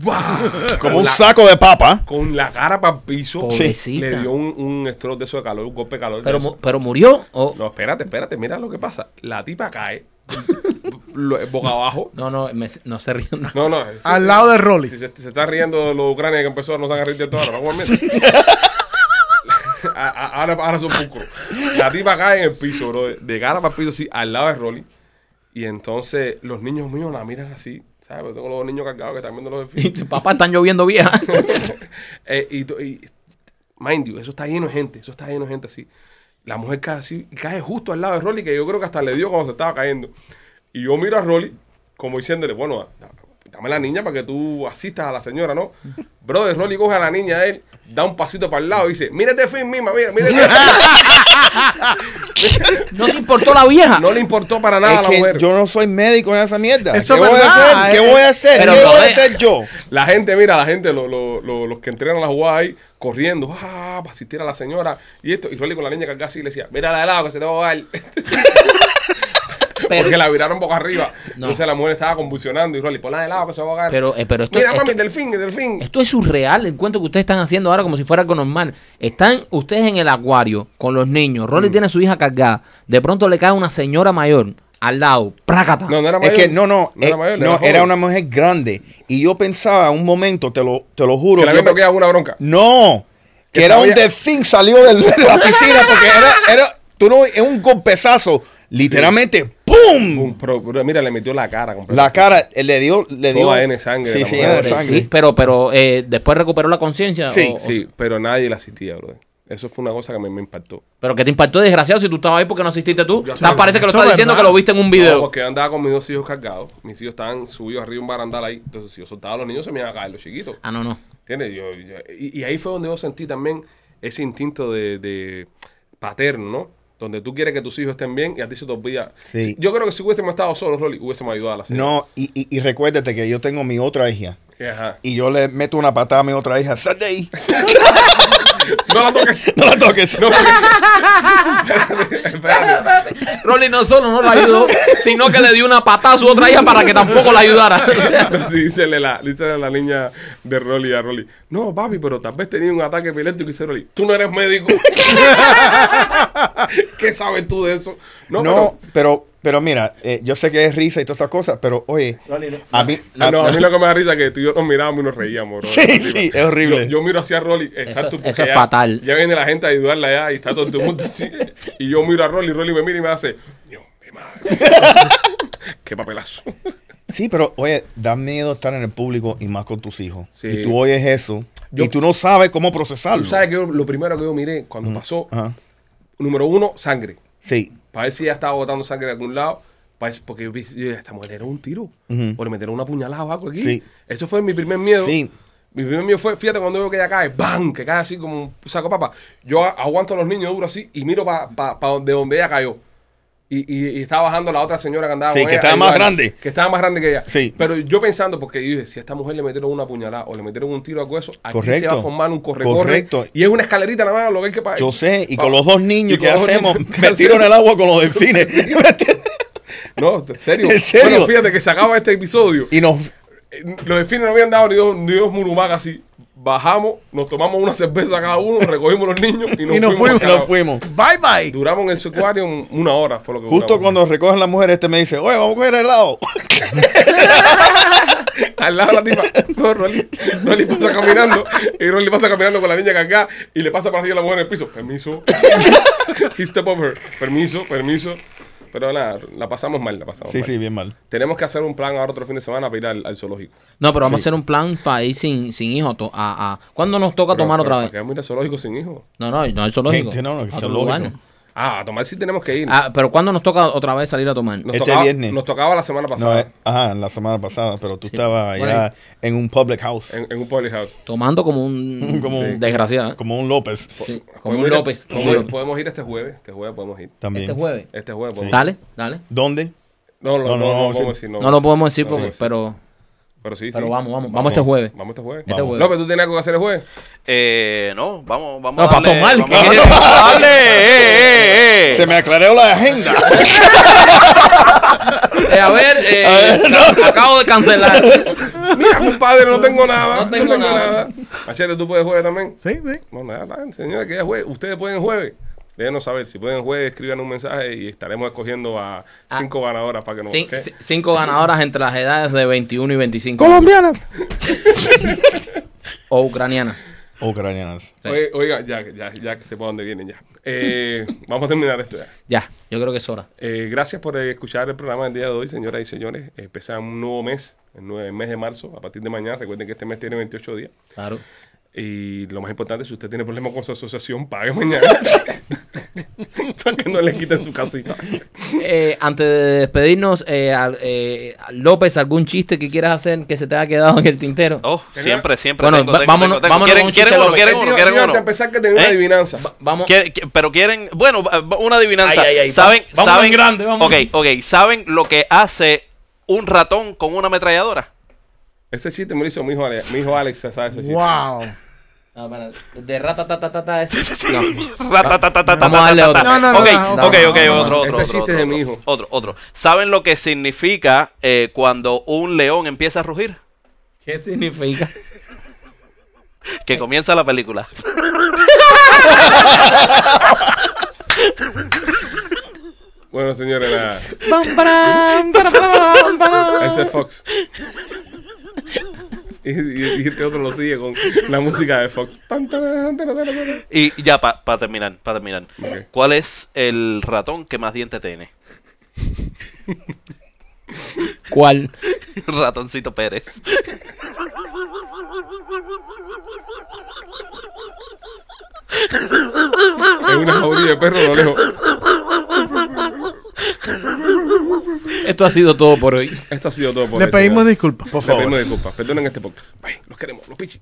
[SPEAKER 1] ¡buah!
[SPEAKER 5] como un
[SPEAKER 1] La-
[SPEAKER 5] saco de papa.
[SPEAKER 1] con la cara para el piso.
[SPEAKER 3] [LAUGHS] Pobrecita.
[SPEAKER 1] Le dio un, un stroke de eso de calor, un golpe de calor. de
[SPEAKER 3] Pero,
[SPEAKER 1] eso.
[SPEAKER 3] mu- pero murió. Oh, o-
[SPEAKER 1] No, espérate, espérate, mira lo que pasa. La tipa cae [LAUGHS] lo- boca abajo.
[SPEAKER 3] No, no, me- no se ríen. [LAUGHS] no.
[SPEAKER 1] No, no. sí,
[SPEAKER 4] Al lado de
[SPEAKER 1] sí,
[SPEAKER 4] Rolex.
[SPEAKER 1] se, se está riendo los ucranianos que empezó, no se han reído de todo ahora, normalmente. [LAUGHS] A- a- ahora, ahora son pucos. La tipa cae en el piso, bro. De cara para el piso, así, al lado de Rolly. Y entonces los niños míos la miran así. ¿Sabes? Yo tengo los niños cargados que están viendo los delfines.
[SPEAKER 3] Papá, están lloviendo vieja.
[SPEAKER 1] [LAUGHS] Eh, y, to- y- mind you, eso está lleno de gente, eso está lleno de gente así. La mujer cae así y cae justo al lado de Rolly, que yo creo que hasta le dio cuando se estaba cayendo. Y yo miro a Rolly como diciéndole, bueno, da- dame la niña para que tú asistas a la señora, ¿no? Brother, Rolly coge a la niña de él, da un pasito para el lado y dice, mírate Finn, mima, mira, mírate.
[SPEAKER 5] [LAUGHS]
[SPEAKER 3] No te importó la vieja.
[SPEAKER 1] no le importó para nada
[SPEAKER 5] Es
[SPEAKER 1] a la
[SPEAKER 5] que
[SPEAKER 1] mujer.
[SPEAKER 5] yo no soy médico en esa mierda.
[SPEAKER 4] Eso
[SPEAKER 5] ¿Qué
[SPEAKER 4] es
[SPEAKER 5] voy a
[SPEAKER 4] verdad,
[SPEAKER 5] hacer? ¿Qué
[SPEAKER 4] eh.
[SPEAKER 5] voy a hacer?
[SPEAKER 3] Pero
[SPEAKER 5] ¿Qué voy a
[SPEAKER 3] todavía-
[SPEAKER 5] hacer yo?
[SPEAKER 1] La gente, mira, la gente, lo- lo- lo- los que entrenan la jugada ahí, corriendo, ah, para asistir a la señora. Y esto, y Rolly con la niña cargada así le decía, mira la de lado que se te va a ahogar.
[SPEAKER 3] Pero-
[SPEAKER 1] Porque la viraron boca arriba.
[SPEAKER 3] No.
[SPEAKER 1] Entonces la mujer estaba convulsionando y Rolly, ponla de lado que se va a ahogar.
[SPEAKER 3] Pero, eh, pero esto,
[SPEAKER 1] mira,
[SPEAKER 3] esto-
[SPEAKER 1] mami, delfín, delfín.
[SPEAKER 3] Esto es surreal, el cuento que ustedes están haciendo ahora como si fuera algo normal. Están ustedes en el acuario con los niños.
[SPEAKER 1] Mm.
[SPEAKER 3] Rolly tiene a su hija cargada. De pronto le cae una señora mayor al lado. ¡Prácata!
[SPEAKER 1] No, no era
[SPEAKER 5] Es
[SPEAKER 1] mayor.
[SPEAKER 5] que no, no, eh,
[SPEAKER 1] era mayor,
[SPEAKER 5] no,
[SPEAKER 1] joven.
[SPEAKER 5] era una mujer grande. Y yo pensaba un momento, te lo, te lo
[SPEAKER 1] Que
[SPEAKER 5] juro.
[SPEAKER 1] la
[SPEAKER 5] que yo
[SPEAKER 1] había
[SPEAKER 5] pe-
[SPEAKER 1] toqueado una bronca.
[SPEAKER 5] no, que,
[SPEAKER 1] Que
[SPEAKER 5] era un
[SPEAKER 1] sabía-
[SPEAKER 5] delfín salió del- de la piscina porque era, era tú no, es un golpezazo, literalmente, ¡pum!
[SPEAKER 1] Pum, pero- pero mira, le metió Mm. la cara completamente.
[SPEAKER 5] La cara, eh, le dio, le dio.
[SPEAKER 1] Toda N sangre de
[SPEAKER 5] Sí,
[SPEAKER 1] la
[SPEAKER 5] sí,
[SPEAKER 1] mujer.
[SPEAKER 5] era de
[SPEAKER 3] Sí,
[SPEAKER 5] sangre.
[SPEAKER 3] pero, pero eh, después recuperó la conciencia.
[SPEAKER 5] Sí,
[SPEAKER 3] o-
[SPEAKER 1] Sí, pero nadie la asistía, brother. Eso fue una cosa que me, me impactó.
[SPEAKER 3] Pero que te impactó desgraciado si tú estabas ahí porque no asististe tú.
[SPEAKER 1] Yo
[SPEAKER 3] Te
[SPEAKER 1] sé,
[SPEAKER 3] parece que lo
[SPEAKER 4] eso
[SPEAKER 3] estás
[SPEAKER 4] es
[SPEAKER 3] diciendo que
[SPEAKER 4] verdad.
[SPEAKER 3] lo viste en un
[SPEAKER 1] No,
[SPEAKER 3] video.
[SPEAKER 1] porque yo andaba con mis dos hijos cargados. Mis hijos estaban subidos arriba de un barandal ahí. Entonces, si yo soltaba a los niños, se me iban a caer los chiquitos.
[SPEAKER 3] Ah, no, [LAUGHS] no.
[SPEAKER 1] ¿Entiendes? Yo, yo- y, y ahí fue donde yo sentí también ese instinto de, de paterno, ¿no? Donde tú quieres que tus hijos estén bien y a ti se te olvida.
[SPEAKER 5] Sí.
[SPEAKER 1] Yo creo que si hubiésemos estado solos, Rolly, hubiésemos ayudado a la señora.
[SPEAKER 5] No, y, y, y recuérdate que yo tengo mi otra hija.
[SPEAKER 1] Ajá.
[SPEAKER 5] Y yo le meto una patada a mi otra hija. ¡Sal de [LAUGHS] ahí!
[SPEAKER 1] No la toques. [LAUGHS]
[SPEAKER 5] ¡No la toques!
[SPEAKER 1] No la toques. Espérate.
[SPEAKER 3] Rolly no solo no la ayudó, sino que le dio una patada a su otra hija para que tampoco la ayudara. [LAUGHS]
[SPEAKER 1] [LAUGHS] Entonces, dícele la, dícele la niña de Rolly a Rolly. No, papi, pero tal vez tenía un ataque epiléptico y dice Rolly. Tú no eres médico. [LAUGHS] ¿Qué sabes tú de eso? No,
[SPEAKER 5] No,
[SPEAKER 1] no.
[SPEAKER 5] pero, pero, mira, eh, yo sé que es risa y todas esas cosas, pero oye, a mí.
[SPEAKER 1] Pero,
[SPEAKER 3] Ah,
[SPEAKER 5] a-
[SPEAKER 1] no, a mí lo que me da risa es que tú y yo nos mirábamos y nos reíamos, bro.
[SPEAKER 5] [LAUGHS] Sí, sí, es
[SPEAKER 1] Yo,
[SPEAKER 5] horrible.
[SPEAKER 1] yo miro hacia Rolly, está
[SPEAKER 3] Eso-
[SPEAKER 1] tú,
[SPEAKER 3] eso
[SPEAKER 1] porque
[SPEAKER 3] es
[SPEAKER 1] ya-
[SPEAKER 3] fatal.
[SPEAKER 1] Ya viene la gente a ayudarla ya y está todo el mundo así. [LAUGHS] Y yo miro a Rolly, Rolly me mira y me hace, Dios, qué madre. [LAUGHS] qué papelazo.
[SPEAKER 5] Sí, pero oye, da miedo estar en el público y más con tus hijos.
[SPEAKER 1] Sí.
[SPEAKER 5] Y tú oyes eso
[SPEAKER 1] Yo-
[SPEAKER 5] y tú no sabes cómo procesarlo.
[SPEAKER 1] Tú sabes que yo- lo primero que yo miré cuando pasó,
[SPEAKER 5] Ajá.
[SPEAKER 1] número uno, sangre.
[SPEAKER 5] Sí.
[SPEAKER 1] Para ver si ya estaba botando sangre de algún lado. para ver- Porque yo vi- yo, esta mujer era un tiro.
[SPEAKER 5] Ujú.
[SPEAKER 1] O le metieron una puñalada o algo aquí.
[SPEAKER 5] Sí.
[SPEAKER 1] Eso fue mi primer miedo.
[SPEAKER 5] Sí.
[SPEAKER 1] Mi primer miedo fue, fíjate cuando veo que ella cae, ¡bam! Que cae así como un saco de papa. Yo a- aguanto a los niños duro así y miro para pa, pa donde, donde ella cayó. Y, y- y estaba bajando la otra señora que andaba
[SPEAKER 5] Sí,
[SPEAKER 1] con
[SPEAKER 5] que
[SPEAKER 1] ella,
[SPEAKER 5] estaba más
[SPEAKER 1] ayudarla,
[SPEAKER 5] grande.
[SPEAKER 1] Que estaba más grande que ella.
[SPEAKER 5] Sí.
[SPEAKER 1] Pero yo pensando, porque yo dije, si a esta mujer le metieron una puñalada o le metieron un tiro a hueso, aquí se
[SPEAKER 5] Correcto.
[SPEAKER 1] va a formar un correcorre.
[SPEAKER 5] Correcto.
[SPEAKER 1] Y es una escalerita nada más lo que hay que pagar.
[SPEAKER 5] Yo sé, y con los
[SPEAKER 1] Vamos.
[SPEAKER 5] dos niños
[SPEAKER 1] Y con
[SPEAKER 5] que
[SPEAKER 1] los dos
[SPEAKER 5] hacemos,
[SPEAKER 1] niños, ¿qué
[SPEAKER 5] [LAUGHS] me tiro en
[SPEAKER 1] hacemos?
[SPEAKER 5] el agua con los delfines.
[SPEAKER 1] [LAUGHS]
[SPEAKER 5] ¿Me entiendes?
[SPEAKER 1] No, en serio.
[SPEAKER 5] ¿En serio?
[SPEAKER 1] Bueno, fíjate que se acaba este episodio.
[SPEAKER 5] y nos.
[SPEAKER 1] Eh, Los delfines no habían dado ni dos, ni dos murumacas así. Bajamos, nos tomamos una cerveza cada uno, recogimos los niños y nos,
[SPEAKER 4] Y nos
[SPEAKER 1] fuimos.
[SPEAKER 5] y nos fuimos.
[SPEAKER 4] Bye bye.
[SPEAKER 1] Duramos en ese acuario un- una hora, fue lo que
[SPEAKER 5] Justo
[SPEAKER 1] duramos.
[SPEAKER 5] cuando recogen las mujeres, este me dice, oye, vamos a coger helado. [LAUGHS]
[SPEAKER 1] Al lado de la tipa, no, Rolly, Rolly pasa caminando y Rolly pasa caminando con la niña cargada y le pasa para arriba la mujer en el
[SPEAKER 5] [LAUGHS]
[SPEAKER 1] piso. Permiso. He step over. Permiso, permiso. Pero nada, la pasamos mal, la pasamos
[SPEAKER 5] Sí,
[SPEAKER 1] mal.
[SPEAKER 5] sí, bien mal.
[SPEAKER 1] Tenemos que hacer un plan ahora otro fin de semana para ir al, al zoológico.
[SPEAKER 3] No, pero vamos a hacer un plan para ir sin, sin hijos. to- a, a- ¿Cuándo nos toca tomar otra vez?
[SPEAKER 1] Que vamos a ir al zoológico sin hijos.
[SPEAKER 3] No, no, no es zoológico.
[SPEAKER 5] Sí, no, no, es
[SPEAKER 3] A otro
[SPEAKER 5] zoológico.
[SPEAKER 3] lugar.
[SPEAKER 1] Ah, a tomar sí tenemos que ir.
[SPEAKER 3] Ah, pero ¿cuándo nos toca otra vez salir a tomar?
[SPEAKER 1] Nos
[SPEAKER 5] Este
[SPEAKER 1] tocaba,
[SPEAKER 5] viernes.
[SPEAKER 1] Nos tocaba la semana
[SPEAKER 5] No,
[SPEAKER 1] pasada
[SPEAKER 5] eh, ajá, la semana pasada, pero tú estabas allá en un public house,
[SPEAKER 1] en, en un public house.
[SPEAKER 3] Tomando como un
[SPEAKER 5] Como un-
[SPEAKER 3] desgraciado. ¿eh?
[SPEAKER 5] como un López
[SPEAKER 3] Sí, como
[SPEAKER 1] Podemos
[SPEAKER 3] un
[SPEAKER 1] ir-
[SPEAKER 3] López.
[SPEAKER 1] podemos-
[SPEAKER 3] Sí.
[SPEAKER 1] Podemos ir este jueves. Este jueves podemos ir.
[SPEAKER 5] también.
[SPEAKER 3] Este jueves.
[SPEAKER 1] Este jueves podemos ir.
[SPEAKER 3] Dale, dale.
[SPEAKER 5] ¿Dónde?
[SPEAKER 1] No, no, no,
[SPEAKER 5] No, no,
[SPEAKER 1] no,
[SPEAKER 5] no,
[SPEAKER 1] podemos
[SPEAKER 5] sí.
[SPEAKER 1] decir. No,
[SPEAKER 3] No, lo podemos decir, porque-
[SPEAKER 1] sí.
[SPEAKER 3] pero,
[SPEAKER 1] Pero sí, sí.
[SPEAKER 3] pero vamos, vamos. Vamos este jueves.
[SPEAKER 1] Vamos este jueves.
[SPEAKER 3] Este jueves.
[SPEAKER 1] López, ¿tú tienes algo que hacer el jueves? [LAUGHS]
[SPEAKER 6] Eh, no, vamos, vamos
[SPEAKER 3] No, para tomar,
[SPEAKER 6] vamos
[SPEAKER 3] ¿qué
[SPEAKER 6] a
[SPEAKER 3] quieres?
[SPEAKER 6] vamos
[SPEAKER 5] [LAUGHS]
[SPEAKER 6] a darle, eh, eh, eh.
[SPEAKER 5] Se me aclaró la agenda.
[SPEAKER 3] Eh, a ver, eh, acabo de cancelar.
[SPEAKER 1] Mira, compadre, no tengo nada.
[SPEAKER 3] No tengo nada.
[SPEAKER 1] Machete, ¿tú puedes jueves también?
[SPEAKER 4] Sí, sí.
[SPEAKER 1] No, nada, nada, señores, que ya es jueves. Ustedes pueden jueves. Déjenos saber. Si pueden jueves, escriban un mensaje y estaremos escogiendo a
[SPEAKER 3] Ah.
[SPEAKER 1] cinco ganadoras para que nos...
[SPEAKER 3] Cin-
[SPEAKER 1] ¿qué?
[SPEAKER 3] c- cinco ganadoras entre las edades de 21 y 25.
[SPEAKER 5] Colombianas.
[SPEAKER 3] O ucranianas.
[SPEAKER 5] Ucranianas.
[SPEAKER 3] Sí.
[SPEAKER 1] Oye, Oiga, ya, ya, ya que sepa dónde vienen ya. Eh, vamos a terminar esto ya.
[SPEAKER 3] Ya, yo creo que es hora.
[SPEAKER 1] Eh, gracias por eh, escuchar el programa del día de hoy, señoras y señores. Empezamos un nuevo mes, el, nue- el mes de marzo, a partir de mañana. Recuerden que este mes tiene 28 días.
[SPEAKER 3] Claro.
[SPEAKER 1] Eh, Y lo más importante, si usted tiene problemas con su asociación, pague mañana. Para que no le quiten su casita.
[SPEAKER 3] Eh, antes de despedirnos, eh, al- eh, López, ¿algún chiste que quieras hacer que se te haya quedado en el tintero?
[SPEAKER 6] Oh, siempre, siempre.
[SPEAKER 3] Bueno,
[SPEAKER 6] tengo,
[SPEAKER 3] va-
[SPEAKER 6] tengo,
[SPEAKER 3] vámonos-
[SPEAKER 6] tengo, tengo.
[SPEAKER 3] vámonos
[SPEAKER 6] ¿Quieren,
[SPEAKER 3] con un
[SPEAKER 6] quieren
[SPEAKER 3] chiste
[SPEAKER 6] uno,
[SPEAKER 3] de
[SPEAKER 6] quieren
[SPEAKER 1] Digo,
[SPEAKER 6] uno, quieren
[SPEAKER 1] digo,
[SPEAKER 6] uno.
[SPEAKER 1] antes de empezar que tenía
[SPEAKER 6] ¿Eh?
[SPEAKER 1] una adivinanza.
[SPEAKER 3] Vamos.
[SPEAKER 6] Quiere- que- pero quieren, bueno, va- va- una adivinanza.
[SPEAKER 3] Ay, ay, ay,
[SPEAKER 6] ¿Saben?
[SPEAKER 3] vamos- vamos
[SPEAKER 6] saben,
[SPEAKER 3] en grande, vamos.
[SPEAKER 6] Ok, ok. ¿Saben lo que hace un ratón con una ametralladora?
[SPEAKER 1] Ese chiste me lo hizo mi hijo Alex. Mi hijo Alex se sabe ese chiste.
[SPEAKER 4] Wow.
[SPEAKER 3] Ah, para- de rata, ta, ta, ta, ta, [LAUGHS] es- no.
[SPEAKER 6] Vamos
[SPEAKER 3] Vamos a darle otro.
[SPEAKER 4] No, no, no,
[SPEAKER 6] Ok,
[SPEAKER 4] no,
[SPEAKER 6] ok,
[SPEAKER 4] no,
[SPEAKER 6] ok,
[SPEAKER 4] no,
[SPEAKER 6] ok,
[SPEAKER 4] no,
[SPEAKER 6] otro,
[SPEAKER 1] no.
[SPEAKER 6] otro.
[SPEAKER 1] Ese
[SPEAKER 6] otro,
[SPEAKER 1] chiste es de
[SPEAKER 6] otro,
[SPEAKER 1] mi
[SPEAKER 6] otro,
[SPEAKER 1] hijo.
[SPEAKER 6] Otro, otro. ¿Saben lo que significa eh, cuando un león empieza a rugir?
[SPEAKER 3] ¿Qué significa?
[SPEAKER 6] Que comienza la película.
[SPEAKER 1] Bueno, señores, nada.
[SPEAKER 3] Bam, baram, baram, baram, baram.
[SPEAKER 1] Ese es Fox. Y, y- y este otro lo sigue con la música de Fox. Tan, taran, taran, taran, taran.
[SPEAKER 6] Y ya, para terminar, para terminar.
[SPEAKER 1] Ok.
[SPEAKER 6] ¿Cuál es el ratón que más dientes tiene? [LAUGHS]
[SPEAKER 3] ¿Cuál?
[SPEAKER 6] Ratoncito Pérez.
[SPEAKER 1] Es una jauría de perro, lo lejos.
[SPEAKER 3] Esto ha sido todo por hoy.
[SPEAKER 1] Esto ha sido todo por
[SPEAKER 4] Le
[SPEAKER 1] hoy,
[SPEAKER 4] pedimos
[SPEAKER 1] señores.
[SPEAKER 4] disculpas.
[SPEAKER 5] Por
[SPEAKER 1] Le
[SPEAKER 5] favor.
[SPEAKER 1] pedimos disculpas. Perdonen este podcast. Bye. Los queremos, los pichis.